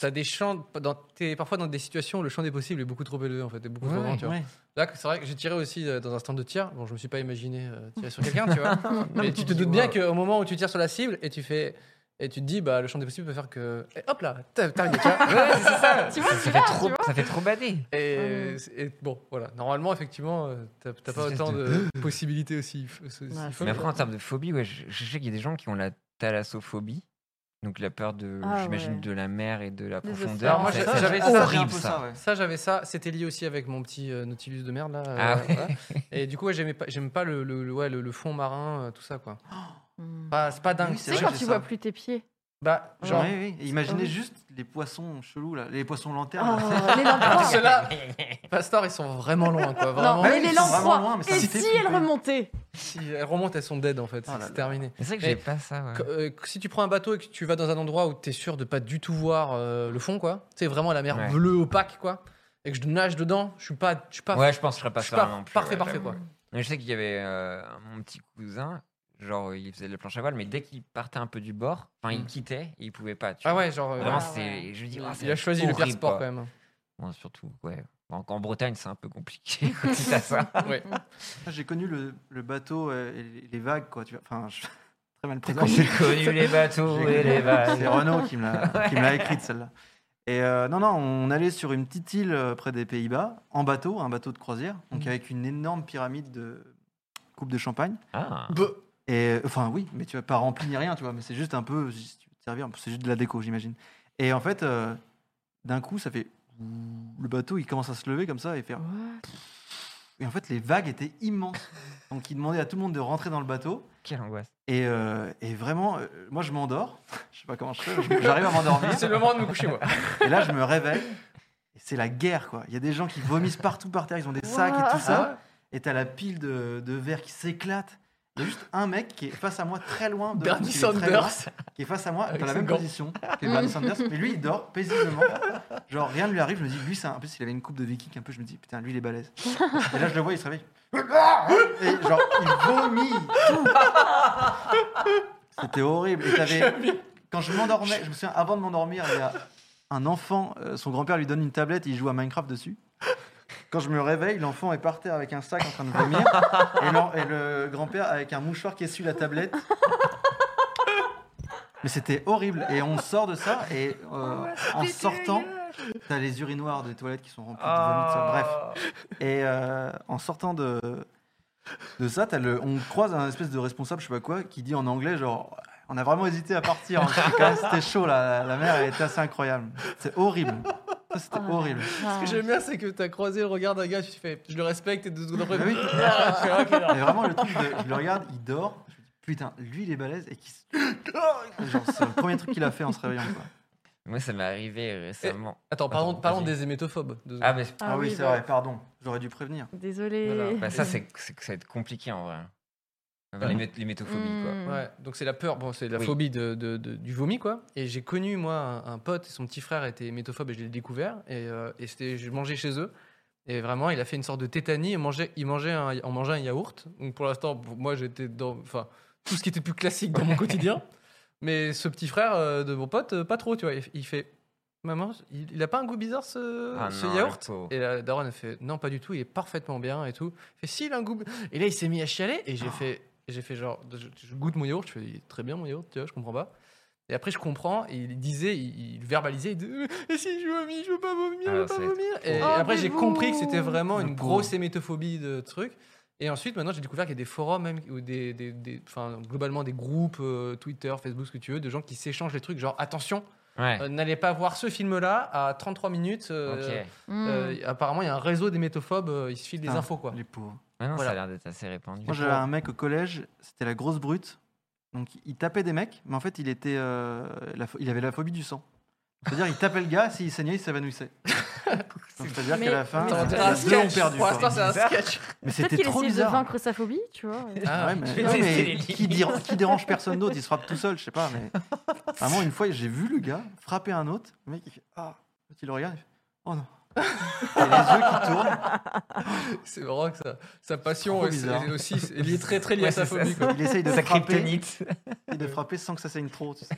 [SPEAKER 1] t'as des champs dans t'es parfois dans des situations où le champ des possibles est beaucoup trop élevé en fait, est beaucoup trop grand. tu vois.
[SPEAKER 4] Ouais.
[SPEAKER 1] Là, c'est vrai que j'ai tiré aussi euh, dans un stand de tir. Bon, je me suis pas imaginé euh, tirer sur quelqu'un, tu vois. Mais tu te doutes bien qu'au moment où tu tires sur la cible et tu fais et tu te dis bah le champ des possibles peut faire que et hop là t'as- t'as terminé. tu vois.
[SPEAKER 2] Ouais, c'est ça.
[SPEAKER 5] Tu vois,
[SPEAKER 2] ça, fait
[SPEAKER 5] tu vois,
[SPEAKER 2] trop,
[SPEAKER 5] tu
[SPEAKER 2] ça fait trop badé.
[SPEAKER 1] Et, et bon voilà, normalement effectivement euh, t'as t'as pas
[SPEAKER 2] Espèce
[SPEAKER 1] autant de possibilités aussi. aussi
[SPEAKER 5] Ouais,
[SPEAKER 1] folles.
[SPEAKER 5] c'est
[SPEAKER 2] Mais après, en termes de phobie, ouais, je, je sais qu'il y a des gens qui ont la thalassophobie. Donc la peur de,
[SPEAKER 5] Ah
[SPEAKER 2] j'imagine,
[SPEAKER 5] ouais.
[SPEAKER 2] de la mer et de la
[SPEAKER 5] Des
[SPEAKER 2] profondeur.
[SPEAKER 5] océans. Moi,
[SPEAKER 2] Ça,
[SPEAKER 1] j'a-
[SPEAKER 2] ça,
[SPEAKER 1] j'avais
[SPEAKER 2] c'est
[SPEAKER 1] ça,
[SPEAKER 2] horrible
[SPEAKER 4] c'est un peu
[SPEAKER 2] ça.
[SPEAKER 4] ça, ouais.
[SPEAKER 1] Ça, j'avais ça. C'était lié aussi avec mon petit euh, Nautilus de merde, là. euh,
[SPEAKER 2] Ah ouais.
[SPEAKER 1] voilà. Et du coup, ouais, j'aimais pas, j'aime pas le, le, le- ouais, le, le fond marin, euh, tout ça, quoi.
[SPEAKER 5] Hmm.
[SPEAKER 1] Pas- c'est pas dingue.
[SPEAKER 4] Oui,
[SPEAKER 5] Tu
[SPEAKER 4] c'est
[SPEAKER 5] sais,
[SPEAKER 4] vrai
[SPEAKER 5] quand
[SPEAKER 4] que
[SPEAKER 5] tu
[SPEAKER 4] j'ai
[SPEAKER 5] vois
[SPEAKER 4] ça.
[SPEAKER 5] plus tes pieds. Oh,
[SPEAKER 1] Bah, genre.
[SPEAKER 4] Ouais, oui. Et Imaginez
[SPEAKER 5] horrible.
[SPEAKER 4] juste les poissons chelous, là. Les poissons
[SPEAKER 5] Oh,
[SPEAKER 4] lanternes. là.
[SPEAKER 5] les
[SPEAKER 1] Alors,
[SPEAKER 5] lampes
[SPEAKER 1] ceux-là, Pastor, ils sont vraiment loin, quoi. Vraiment.
[SPEAKER 5] Non, mais
[SPEAKER 4] Ah oui,
[SPEAKER 5] les
[SPEAKER 4] ils sont
[SPEAKER 5] lampes
[SPEAKER 4] vraiment loin, mais ça
[SPEAKER 5] Et
[SPEAKER 4] me fait
[SPEAKER 5] si elles
[SPEAKER 4] flipper.
[SPEAKER 5] remontaient
[SPEAKER 1] Si elles remontent, elles sont dead en fait.
[SPEAKER 2] Oh là
[SPEAKER 1] c'est
[SPEAKER 2] là.
[SPEAKER 1] terminé.
[SPEAKER 2] C'est vrai que
[SPEAKER 1] Mais
[SPEAKER 2] j'ai pas ça. ouais.
[SPEAKER 1] que- euh, que si tu prends un bateau et que tu vas dans un endroit où tu es sûr de pas du tout voir euh, le fond, quoi, tu sais, vraiment la mer
[SPEAKER 2] Ouais.
[SPEAKER 1] bleue opaque, quoi, et que je nage dedans, je suis pas. Je suis pas
[SPEAKER 2] Ouais, je pense que je serais pas
[SPEAKER 1] je suis
[SPEAKER 2] ça non plus,
[SPEAKER 1] Parfait,
[SPEAKER 2] ouais,
[SPEAKER 1] parfait,
[SPEAKER 2] j'avoue.
[SPEAKER 1] quoi.
[SPEAKER 2] Mais je sais qu'il y avait euh, mon petit cousin, genre il faisait de la planche à voile, mais dès qu'il partait un peu du bord, enfin il
[SPEAKER 1] Mm.
[SPEAKER 2] quittait, il pouvait pas. Tu
[SPEAKER 1] Ah
[SPEAKER 2] vois.
[SPEAKER 1] ouais, genre. euh,
[SPEAKER 2] Vraiment,
[SPEAKER 5] Ah
[SPEAKER 2] c'est.
[SPEAKER 5] ouais.
[SPEAKER 2] Je dis,
[SPEAKER 1] il-
[SPEAKER 2] ah,
[SPEAKER 1] il
[SPEAKER 2] c'est
[SPEAKER 1] a choisi le pire
[SPEAKER 2] horrible,
[SPEAKER 1] sport
[SPEAKER 2] quoi.
[SPEAKER 1] quand même.
[SPEAKER 2] Bon, surtout, ouais. En, en Bretagne, c'est un peu compliqué quand t'as ça.
[SPEAKER 1] Ouais.
[SPEAKER 4] Moi, J'ai connu le, le bateau euh, et les- les vagues, quoi. Tu vois. Enfin, je... très mal
[SPEAKER 2] J'ai
[SPEAKER 4] présenté.
[SPEAKER 2] connu les bateaux
[SPEAKER 4] J'ai-
[SPEAKER 2] et les
[SPEAKER 4] C'est
[SPEAKER 2] vagues.
[SPEAKER 4] Renaud qui me l'a qui me l'a écrite celle-là. Et euh, non, non, on allait sur une petite île euh, près des Pays-Bas, en bateau, un bateau de croisière, donc avec une énorme pyramide de coupe de champagne.
[SPEAKER 2] Ah.
[SPEAKER 4] Et enfin, oui, mais tu vas pas rempli ni rien, tu vois, mais c'est juste un peu, si tu veux te servir, c'est juste de la déco, j'imagine. Et en fait, euh, d'un coup, ça fait le bateau, il commence à se lever comme ça et faire. Et en fait, les vagues étaient immenses, donc il demandait à tout le monde de rentrer dans le bateau.
[SPEAKER 2] Quelle angoisse.
[SPEAKER 4] Et, euh, et vraiment, euh, moi je m'endors. Je sais pas comment je fais, je- j'arrive à m'endormir.
[SPEAKER 1] C'est le moment de me coucher, moi.
[SPEAKER 4] Et là, je me réveille. Et c'est la guerre, quoi. Il y a des gens qui vomissent partout par terre, ils ont des sacs et tout
[SPEAKER 1] Ah
[SPEAKER 4] ça. Et t'as la pile de, de verre qui s'éclate. Il y a juste un mec qui est face à moi, très loin. De,
[SPEAKER 1] Bernie
[SPEAKER 4] qui est très loin,
[SPEAKER 1] Sanders.
[SPEAKER 4] qui est face à moi,
[SPEAKER 1] Avec
[SPEAKER 4] dans la
[SPEAKER 1] ses
[SPEAKER 4] même
[SPEAKER 1] gants.
[SPEAKER 4] position que Bernie Sanders. Mais lui, il dort paisiblement. Genre, rien ne lui arrive. Je me dis, lui, c'est un... En plus, il avait une coupe de viking un peu. Je me dis, putain, lui, il est balèze. Et là, je le vois, il se réveille. Et genre, il vomit tout. C'était horrible. Et t'avais- Quand je m'endormais, je me souviens, avant de m'endormir, il y a un enfant, euh, son grand-père lui donne une tablette et il joue à Minecraft dessus. Quand je me réveille, l'enfant est par terre avec un sac en train de vomir. Et, l'en- et le grand-père avec un mouchoir qui essuie la tablette. Mais c'était horrible. Et on sort de ça et euh, en sortant, t'as les urinoirs des toilettes qui sont remplis de vomi. de ça. Bref. Et euh, en sortant de, de ça, t'as le, on croise un espèce de responsable, je sais pas quoi, qui dit en anglais genre. On a vraiment hésité à partir. hein, parce que quand même, C'était chaud, là. La, la mer elle était assez incroyable. C'est horrible. Ça, C'était horrible.
[SPEAKER 1] Ce
[SPEAKER 5] Ah.
[SPEAKER 1] que j'aime bien, c'est que t'as croisé le regard d'un gars, tu fais je le respecte, et deux secondes après,
[SPEAKER 4] Bah oui.
[SPEAKER 1] Ah, je fais, ok, alors.
[SPEAKER 4] Mais vraiment, le truc, de, je le regarde, il dort. Je me dis, putain, lui, il est balèze. Et qui c'est le premier truc qu'il a fait en se réveillant. quoi.
[SPEAKER 2] Moi, ça m'est arrivé récemment.
[SPEAKER 1] Attends, parlons,
[SPEAKER 2] Attends,
[SPEAKER 1] parlons
[SPEAKER 2] vas-y.
[SPEAKER 1] des hémétophobes. deux
[SPEAKER 2] Ah,
[SPEAKER 1] secondes.
[SPEAKER 2] mais
[SPEAKER 4] Ah, oui, c'est
[SPEAKER 5] bah,
[SPEAKER 4] vrai, pardon. J'aurais dû prévenir.
[SPEAKER 5] Ah, Désolé.
[SPEAKER 2] bah, ça,
[SPEAKER 1] Euh.
[SPEAKER 2] c'est c'est que ça va être compliqué en vrai. Enfin, les, mé- les métophobies, quoi.
[SPEAKER 5] Mmh.
[SPEAKER 7] Hmm.
[SPEAKER 1] Ouais, donc c'est la peur, bon, c'est la
[SPEAKER 2] Oui.
[SPEAKER 1] phobie de, de- de- du vomi, quoi. Et j'ai connu, moi, un, un pote, son petit frère était métophobe et je l'ai découvert. Et, euh, et c'était, je mangeais chez eux. Et vraiment, il a fait une sorte de tétanie. Il mangeait, il mangeait un, on mangeait un yaourt. Donc pour l'instant, pour moi, j'étais dans. Enfin, tout ce qui était plus classique dans mon quotidien. Mais ce petit frère euh, de mon pote, euh, pas trop, tu vois. Il, il fait. Maman, il, il a pas un goût bizarre ce,
[SPEAKER 2] Ah
[SPEAKER 1] ce
[SPEAKER 2] non, le
[SPEAKER 1] yaourt
[SPEAKER 2] pauvre.
[SPEAKER 1] Et la daronne a fait non, pas du tout, il est parfaitement bien et tout. Il fait si, il a un goût. bi- Et là, il s'est mis à chialer et
[SPEAKER 2] Ah.
[SPEAKER 1] j'ai fait, j'ai fait genre, je, je goûte mon yaourt, je fais il est très bien mon yaourt, tu vois, je comprends pas. Et après, je comprends, et il disait, il, il verbalisait, il disait, Euh, et si je vomis, je veux pas vomir, je
[SPEAKER 2] Alors,
[SPEAKER 1] veux
[SPEAKER 2] ça
[SPEAKER 1] pas
[SPEAKER 2] va être
[SPEAKER 1] vomir. Et,
[SPEAKER 2] trop.
[SPEAKER 1] et après,
[SPEAKER 7] Oh,
[SPEAKER 1] j'ai
[SPEAKER 7] mais
[SPEAKER 1] compris que
[SPEAKER 7] vous
[SPEAKER 1] c'était vraiment
[SPEAKER 4] Le
[SPEAKER 1] une
[SPEAKER 4] pauvre.
[SPEAKER 1] grosse hémétophobie de trucs. Et ensuite, maintenant, j'ai découvert qu'il y a des forums, même, ou des, des- des- enfin, globalement des groupes euh, Twitter, Facebook, ce que tu veux, de gens qui s'échangent les trucs, genre, attention,
[SPEAKER 2] Ouais.
[SPEAKER 1] euh, n'allez pas voir ce film-là à 33 minutes. euh,
[SPEAKER 2] ok.
[SPEAKER 7] Hmm.
[SPEAKER 1] euh, apparemment, il y a un réseau des métophobes, euh, ils se filent des
[SPEAKER 4] Putain,
[SPEAKER 1] infos, quoi.
[SPEAKER 4] Les pauvres.
[SPEAKER 2] Ouais, Ah non,
[SPEAKER 1] voilà.
[SPEAKER 2] ça a l'air d'être assez répandu.
[SPEAKER 4] Moi, j'avais un mec au collège, c'était la grosse brute. Donc, il tapait des mecs, mais en fait, il, était, euh, la pho- il avait la phobie du sang. C'est-à-dire, il tapait le gars, s'il saignait, il s'évanouissait. Donc, C'est-à-dire
[SPEAKER 5] Mais-
[SPEAKER 4] qu'à la fin,
[SPEAKER 5] mais
[SPEAKER 4] les
[SPEAKER 1] Ça va
[SPEAKER 5] c'est
[SPEAKER 4] deux
[SPEAKER 1] dire Ah, un
[SPEAKER 4] ont
[SPEAKER 1] sketch.
[SPEAKER 4] perdu.
[SPEAKER 1] Pour
[SPEAKER 4] quoi.
[SPEAKER 1] l'instant, c'est un sketch.
[SPEAKER 4] Mais
[SPEAKER 5] Peut-être
[SPEAKER 4] c'était
[SPEAKER 5] qu'il
[SPEAKER 4] trop
[SPEAKER 5] essaye de
[SPEAKER 4] bizarre.
[SPEAKER 5] vaincre sa phobie, tu vois.
[SPEAKER 1] Ah,
[SPEAKER 4] Ouais,
[SPEAKER 1] mais-
[SPEAKER 4] mais,
[SPEAKER 2] vais
[SPEAKER 4] ouais,
[SPEAKER 2] tester
[SPEAKER 4] mais
[SPEAKER 2] les
[SPEAKER 4] qui, déra- qui dérange personne d'autre, il se frappe tout seul, je sais pas. Mais vraiment, une fois, j'ai vu le gars frapper un autre. Le mec, il fait Ah Il le regarde, il fait Oh non Et les yeux qui tournent.
[SPEAKER 1] C'est vrai que ça, sa passion
[SPEAKER 4] trop
[SPEAKER 1] est,
[SPEAKER 4] bizarre.
[SPEAKER 1] est aussi est liée très très liée
[SPEAKER 2] Ouais,
[SPEAKER 1] à sa
[SPEAKER 2] c'est ça,
[SPEAKER 1] phobie.
[SPEAKER 2] c'est
[SPEAKER 1] quoi.
[SPEAKER 4] Il essaye de
[SPEAKER 2] Sa
[SPEAKER 4] frapper,
[SPEAKER 2] kryptonite.
[SPEAKER 4] et de frapper sans que ça saigne trop. tu sais.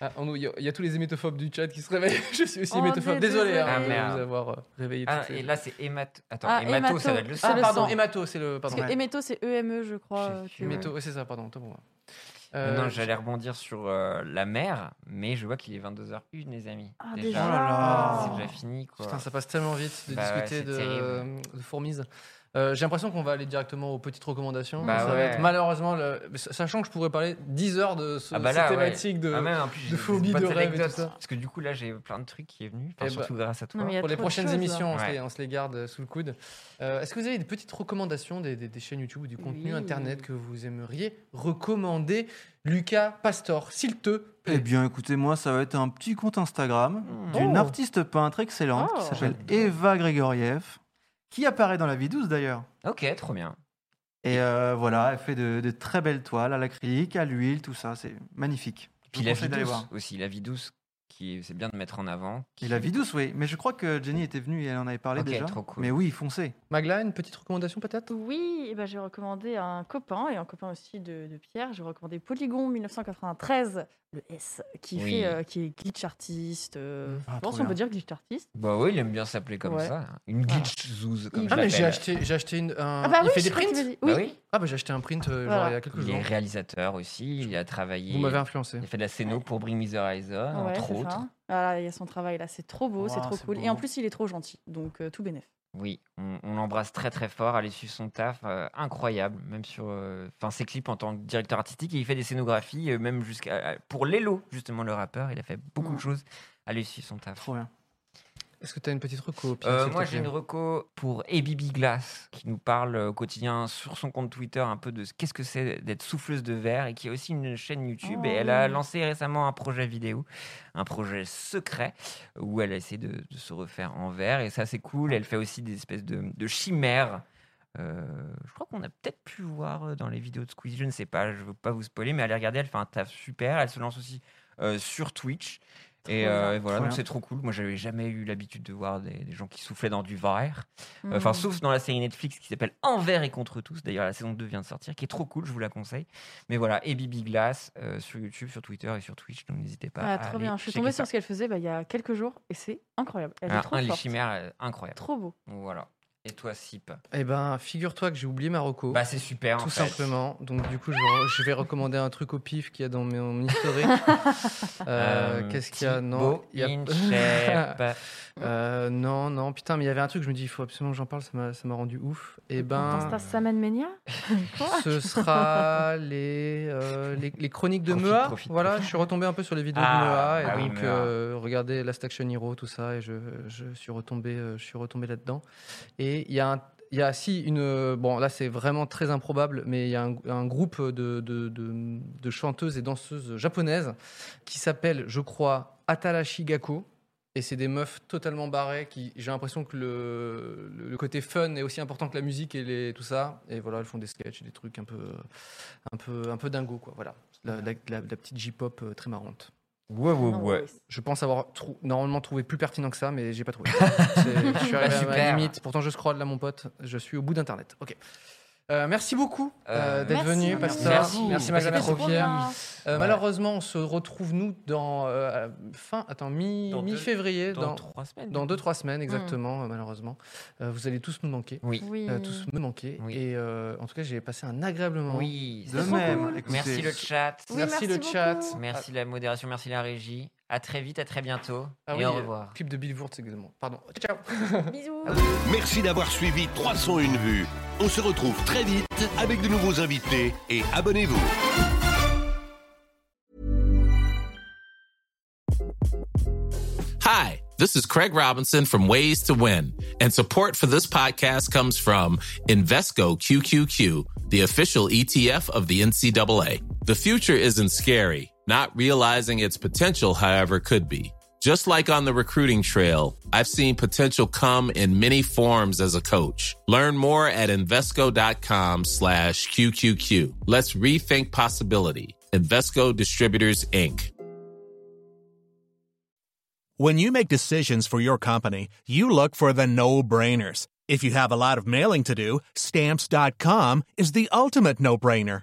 [SPEAKER 1] Ah, on nous- Il y, a- il y a tous les hémétophobes du chat qui se réveillent. Je suis aussi
[SPEAKER 5] Oh,
[SPEAKER 1] hémétophobe. Désolé,
[SPEAKER 5] désolé.
[SPEAKER 1] hein,
[SPEAKER 2] Ah,
[SPEAKER 1] de
[SPEAKER 2] merde.
[SPEAKER 1] vous avoir euh, réveillé.
[SPEAKER 2] Ah,
[SPEAKER 1] toutes ces-
[SPEAKER 2] et là, c'est hémato. Attends,
[SPEAKER 5] Ah,
[SPEAKER 2] hémato, ça doit être le
[SPEAKER 5] hémato.
[SPEAKER 1] Ah,
[SPEAKER 2] sang.
[SPEAKER 5] le
[SPEAKER 1] pardon,
[SPEAKER 5] sang.
[SPEAKER 1] hémato, c'est le.
[SPEAKER 5] Parce
[SPEAKER 1] Pardon.
[SPEAKER 5] que
[SPEAKER 4] Ouais.
[SPEAKER 5] Emeto, c'est EME, je crois.
[SPEAKER 2] Je
[SPEAKER 5] euh,
[SPEAKER 2] suis
[SPEAKER 5] tu-
[SPEAKER 1] Hémato, ouais, c'est ça, pardon, autant pour moi.
[SPEAKER 2] Mais
[SPEAKER 1] Euh,
[SPEAKER 2] Non, j'allais rebondir sur euh, la mer, mais je vois qu'il est 22h01, les amis.
[SPEAKER 5] Ah,
[SPEAKER 4] Oh
[SPEAKER 5] déjà.
[SPEAKER 4] là
[SPEAKER 2] C'est
[SPEAKER 4] là
[SPEAKER 2] déjà fini, quoi.
[SPEAKER 1] Putain, ça passe tellement vite de
[SPEAKER 2] Bah ouais,
[SPEAKER 1] discuter
[SPEAKER 2] c'est
[SPEAKER 1] de,
[SPEAKER 2] terrible.
[SPEAKER 1] de fourmises. Euh, J'ai l'impression qu'on va aller directement aux petites recommandations.
[SPEAKER 2] Bah
[SPEAKER 1] ça va
[SPEAKER 2] ouais.
[SPEAKER 1] être malheureusement, le- sachant que je pourrais parler 10 heures de ce,
[SPEAKER 2] Ah bah
[SPEAKER 1] ces
[SPEAKER 2] là, ouais.
[SPEAKER 1] thématiques de,
[SPEAKER 2] Ah, même, en plus, j'ai des
[SPEAKER 1] phobie,
[SPEAKER 2] bonnes
[SPEAKER 1] de rêve et tout
[SPEAKER 2] anecdotes,
[SPEAKER 1] ça.
[SPEAKER 2] Parce que du coup, là, j'ai plein de trucs qui est venu, enfin,
[SPEAKER 1] Eh bah.
[SPEAKER 2] surtout grâce à toi.
[SPEAKER 5] Non, mais il y a
[SPEAKER 1] Pour les
[SPEAKER 5] trop de
[SPEAKER 1] prochaines
[SPEAKER 5] choses,
[SPEAKER 1] émissions,
[SPEAKER 5] hein.
[SPEAKER 1] on, se
[SPEAKER 2] Ouais.
[SPEAKER 1] les, on se les garde euh, sous le coude. Euh, Est-ce que vous avez des petites recommandations des, des- des chaînes YouTube ou du contenu
[SPEAKER 5] Oui.
[SPEAKER 1] internet que vous aimeriez recommander Lucas Pastor, s'il te
[SPEAKER 4] Eh
[SPEAKER 1] plaît.
[SPEAKER 4] bien, écoutez, moi, ça va être un petit compte Instagram
[SPEAKER 2] Mmh.
[SPEAKER 4] d'une
[SPEAKER 1] Oh.
[SPEAKER 4] artiste peintre excellente
[SPEAKER 5] Oh.
[SPEAKER 4] qui s'appelle Eva Grégoriev, qui apparaît dans la vie douce d'ailleurs.
[SPEAKER 2] Ok, trop bien.
[SPEAKER 4] Et euh, voilà, elle fait de, de très belles toiles à l'acrylique, à l'huile, tout ça. C'est magnifique. Je
[SPEAKER 2] Puis
[SPEAKER 4] vous
[SPEAKER 2] la
[SPEAKER 4] conseille
[SPEAKER 2] vie
[SPEAKER 4] d'aller
[SPEAKER 2] douce
[SPEAKER 4] voir.
[SPEAKER 2] aussi, la vie douce, qui c'est bien de mettre en avant.
[SPEAKER 4] Et la vie douce, oui. Mais je crois que Jenny était venue et elle en avait parlé
[SPEAKER 2] Ok,
[SPEAKER 4] déjà.
[SPEAKER 2] trop cool.
[SPEAKER 4] Mais oui, foncez.
[SPEAKER 1] Magla, une petite recommandation peut-être
[SPEAKER 5] Oui, eh ben, j'ai recommandé à un copain et un copain aussi de, de Pierre. J'ai recommandé Polygon 1993, le S, qui,
[SPEAKER 2] Oui.
[SPEAKER 5] fait, euh, qui est glitch artiste. euh,
[SPEAKER 4] Ah,
[SPEAKER 5] je
[SPEAKER 4] trop
[SPEAKER 5] pense qu'on
[SPEAKER 4] bien.
[SPEAKER 5] peut dire glitch artiste.
[SPEAKER 2] Bah oui, il aime bien s'appeler comme
[SPEAKER 5] Ouais.
[SPEAKER 2] ça. hein. Une glitch zouz, comme
[SPEAKER 5] Il-
[SPEAKER 2] je
[SPEAKER 1] Ah, mais j'ai
[SPEAKER 2] l'appelle.
[SPEAKER 1] acheté, j'ai acheté une, un.
[SPEAKER 5] Ah bah
[SPEAKER 1] il
[SPEAKER 5] oui,
[SPEAKER 1] fait
[SPEAKER 5] je
[SPEAKER 1] des
[SPEAKER 5] crois qu'il
[SPEAKER 1] prints
[SPEAKER 5] veut dire-
[SPEAKER 2] Bah
[SPEAKER 5] Oui.
[SPEAKER 2] oui.
[SPEAKER 1] Ah, bah j'ai acheté un print euh, genre
[SPEAKER 5] Voilà.
[SPEAKER 1] il y a quelques
[SPEAKER 2] Il est
[SPEAKER 1] jours.
[SPEAKER 2] réalisateur aussi, il a travaillé.
[SPEAKER 1] Vous m'avez influencé.
[SPEAKER 2] Il a fait de la scéno pour Bring Me the Horizon,
[SPEAKER 5] Ah Ouais,
[SPEAKER 2] entre
[SPEAKER 5] c'est ça.
[SPEAKER 2] autres.
[SPEAKER 5] Voilà, il y a son travail là, c'est trop beau, c'est
[SPEAKER 4] Ouah,
[SPEAKER 5] trop
[SPEAKER 4] c'est
[SPEAKER 5] cool. Et en
[SPEAKER 4] beau.
[SPEAKER 5] plus, il est trop gentil, donc euh, tout bénef.
[SPEAKER 2] Oui, on, on l'embrasse très très fort. Allez suivre son taf, euh, incroyable, même sur euh, enfin ses clips en tant que directeur artistique. Et il fait des scénographies, euh, même jusqu'à à- pour Lelo, justement le rappeur. Il a fait beaucoup de choses. Allez suivre son taf.
[SPEAKER 4] Trop bien.
[SPEAKER 1] Est-ce que t'as une petite reco Pierre,
[SPEAKER 2] Euh,
[SPEAKER 1] s'il te
[SPEAKER 2] moi, j'ai
[SPEAKER 1] plaît
[SPEAKER 2] une reco pour Ebibi Glass, qui nous parle euh, au quotidien sur son compte Twitter un peu de ce- qu'est-ce que c'est d'être souffleuse de verre et qui a aussi une chaîne YouTube. et
[SPEAKER 5] Oh,
[SPEAKER 2] elle a
[SPEAKER 5] oui.
[SPEAKER 2] lancé récemment un projet vidéo, un projet secret, où elle essaie de, de se refaire en verre. Et ça, c'est cool. Elle fait aussi des espèces de, de chimères. Euh, je crois qu'on a peut-être pu voir euh, dans les vidéos de Squeezie, je ne sais pas, je veux pas vous spoiler, mais allez regarder, elle fait un taf super. Elle se lance aussi euh, sur Twitch. Et,
[SPEAKER 5] bien.
[SPEAKER 2] euh, et voilà,
[SPEAKER 4] Trop
[SPEAKER 2] donc
[SPEAKER 4] bien.
[SPEAKER 2] c'est trop cool. Moi, j'avais jamais eu l'habitude de voir des, des gens qui soufflaient dans du verre.
[SPEAKER 5] Mmh. Hmm.
[SPEAKER 2] Enfin, sauf dans la série Netflix qui s'appelle Envers et contre tous. D'ailleurs, la saison 2 vient de sortir, qui est trop cool, je vous la conseille. Mais voilà, et Bibi Glass euh, sur YouTube, sur Twitter et sur Twitch. Donc n'hésitez pas.
[SPEAKER 5] Ah,
[SPEAKER 2] à
[SPEAKER 5] trop
[SPEAKER 2] aller
[SPEAKER 5] bien, je suis
[SPEAKER 2] checker
[SPEAKER 5] tombée
[SPEAKER 2] ça.
[SPEAKER 5] sur ce qu'elle faisait bah, il y a quelques jours et c'est incroyable. Elle est
[SPEAKER 2] Alors,
[SPEAKER 5] trop
[SPEAKER 2] un, les
[SPEAKER 5] forte.
[SPEAKER 2] chimères, euh, incroyable.
[SPEAKER 5] Trop beau.
[SPEAKER 2] Donc, Voilà. Et toi, Sip
[SPEAKER 1] Eh ben, figure-toi que j'ai oublié ma reco.
[SPEAKER 2] Bah, c'est super. en
[SPEAKER 1] Tout
[SPEAKER 2] fait.
[SPEAKER 1] simplement. Donc, du coup, je vais, je vais recommander un truc au pif qu'il y a dans mon mon historique. Euh,
[SPEAKER 2] Euh,
[SPEAKER 1] Qu'est-ce qu'il y a Non,
[SPEAKER 2] Thibaut
[SPEAKER 1] il y a-
[SPEAKER 2] in shape.
[SPEAKER 1] Euh, non, non. Putain, mais il y avait un truc. Je me dis, il faut absolument que j'en parle. Ça m'a- ça m'a rendu ouf. Et ben,
[SPEAKER 5] Insta Saman Mania
[SPEAKER 1] ce sera les, euh, les les chroniques de
[SPEAKER 2] Profite,
[SPEAKER 1] Mea.
[SPEAKER 2] profite,
[SPEAKER 1] voilà, je suis retombé un peu sur les vidéos
[SPEAKER 2] Ah,
[SPEAKER 1] de Mea
[SPEAKER 2] bah
[SPEAKER 1] et
[SPEAKER 2] oui,
[SPEAKER 1] donc
[SPEAKER 2] Mea.
[SPEAKER 1] euh, regardez Last Action Hero, tout ça, et je, je suis retombé, euh, je suis retombé là-dedans. Et il y a un il y a si une euh, bon là c'est vraiment très improbable mais il y a un, un groupe de, de, de- de chanteuses et danseuses japonaises qui s'appelle je crois Atarashi Gakko et c'est des meufs totalement barrées qui j'ai l'impression que le, le côté fun est aussi important que la musique et les, tout ça et voilà elles font des sketchs et des trucs un peu un peu un peu dingo quoi voilà la, la- la- la petite J-pop euh, très marrante
[SPEAKER 2] Ouais, ouais,
[SPEAKER 5] Non,
[SPEAKER 2] Oh, ouais.
[SPEAKER 5] ouais.
[SPEAKER 1] je pense avoir trou- normalement trouvé plus pertinent que ça, mais j'ai pas trouvé. C'est- je suis arrivé à ma
[SPEAKER 2] Super.
[SPEAKER 1] limite. Pourtant, je scroll là, mon pote. Je suis au bout d'Internet. Ok. Euh, merci beaucoup euh,
[SPEAKER 2] Euh,
[SPEAKER 1] d'être
[SPEAKER 7] merci,
[SPEAKER 1] venu,
[SPEAKER 7] merci
[SPEAKER 1] Pasteur.
[SPEAKER 2] à vous.
[SPEAKER 1] Merci,
[SPEAKER 2] C'était
[SPEAKER 1] Magdalena
[SPEAKER 7] trop
[SPEAKER 1] Rovière.
[SPEAKER 7] bien.
[SPEAKER 1] Euh,
[SPEAKER 2] Ouais.
[SPEAKER 1] Malheureusement, on se retrouve nous dans euh, fin, attends, mi,
[SPEAKER 2] Dans deux-
[SPEAKER 1] mi-février,
[SPEAKER 2] Dans
[SPEAKER 1] dans,
[SPEAKER 2] trois semaines.
[SPEAKER 1] dans deux trois semaines exactement, euh, malheureusement. Euh, vous allez tous nous manquer,
[SPEAKER 2] Oui.
[SPEAKER 5] Oui.
[SPEAKER 1] euh, tous me manquer.
[SPEAKER 2] Oui.
[SPEAKER 1] Et euh, en tout cas, j'ai passé un agréable moment.
[SPEAKER 2] Oui.
[SPEAKER 4] De
[SPEAKER 2] c'est
[SPEAKER 4] même.
[SPEAKER 2] cool.
[SPEAKER 4] Écoutez,
[SPEAKER 2] Merci le chat.
[SPEAKER 7] Oui,
[SPEAKER 1] merci, le
[SPEAKER 7] merci
[SPEAKER 1] chat.
[SPEAKER 7] beaucoup.
[SPEAKER 2] Merci la modération, merci la régie. À très vite, à très bientôt.
[SPEAKER 1] Ah
[SPEAKER 2] et
[SPEAKER 1] oui,
[SPEAKER 2] au
[SPEAKER 1] euh,
[SPEAKER 2] revoir.
[SPEAKER 1] Clip de Bill Wurtz également. Pardon. Ciao.
[SPEAKER 7] Bisous.
[SPEAKER 6] Merci d'avoir suivi 301 vues. On se retrouve très vite avec de nouveaux invités et abonnez-vous.
[SPEAKER 8] Hi, this is Craig Robinson from Ways to Win, and support for this podcast comes from Invesco QQQ, the official ETF of the NCAA. The future isn't scary, not realizing its potential, however, could be. Just like on the recruiting trail, I've seen potential come in many forms as a coach. Learn more at Invesco.com slash QQQ. Let's rethink possibility. Invesco Distributors, Inc.
[SPEAKER 9] When you make decisions for your company, you look for the no brainers. If you have a lot of mailing to do, stamps.com is the ultimate no brainer.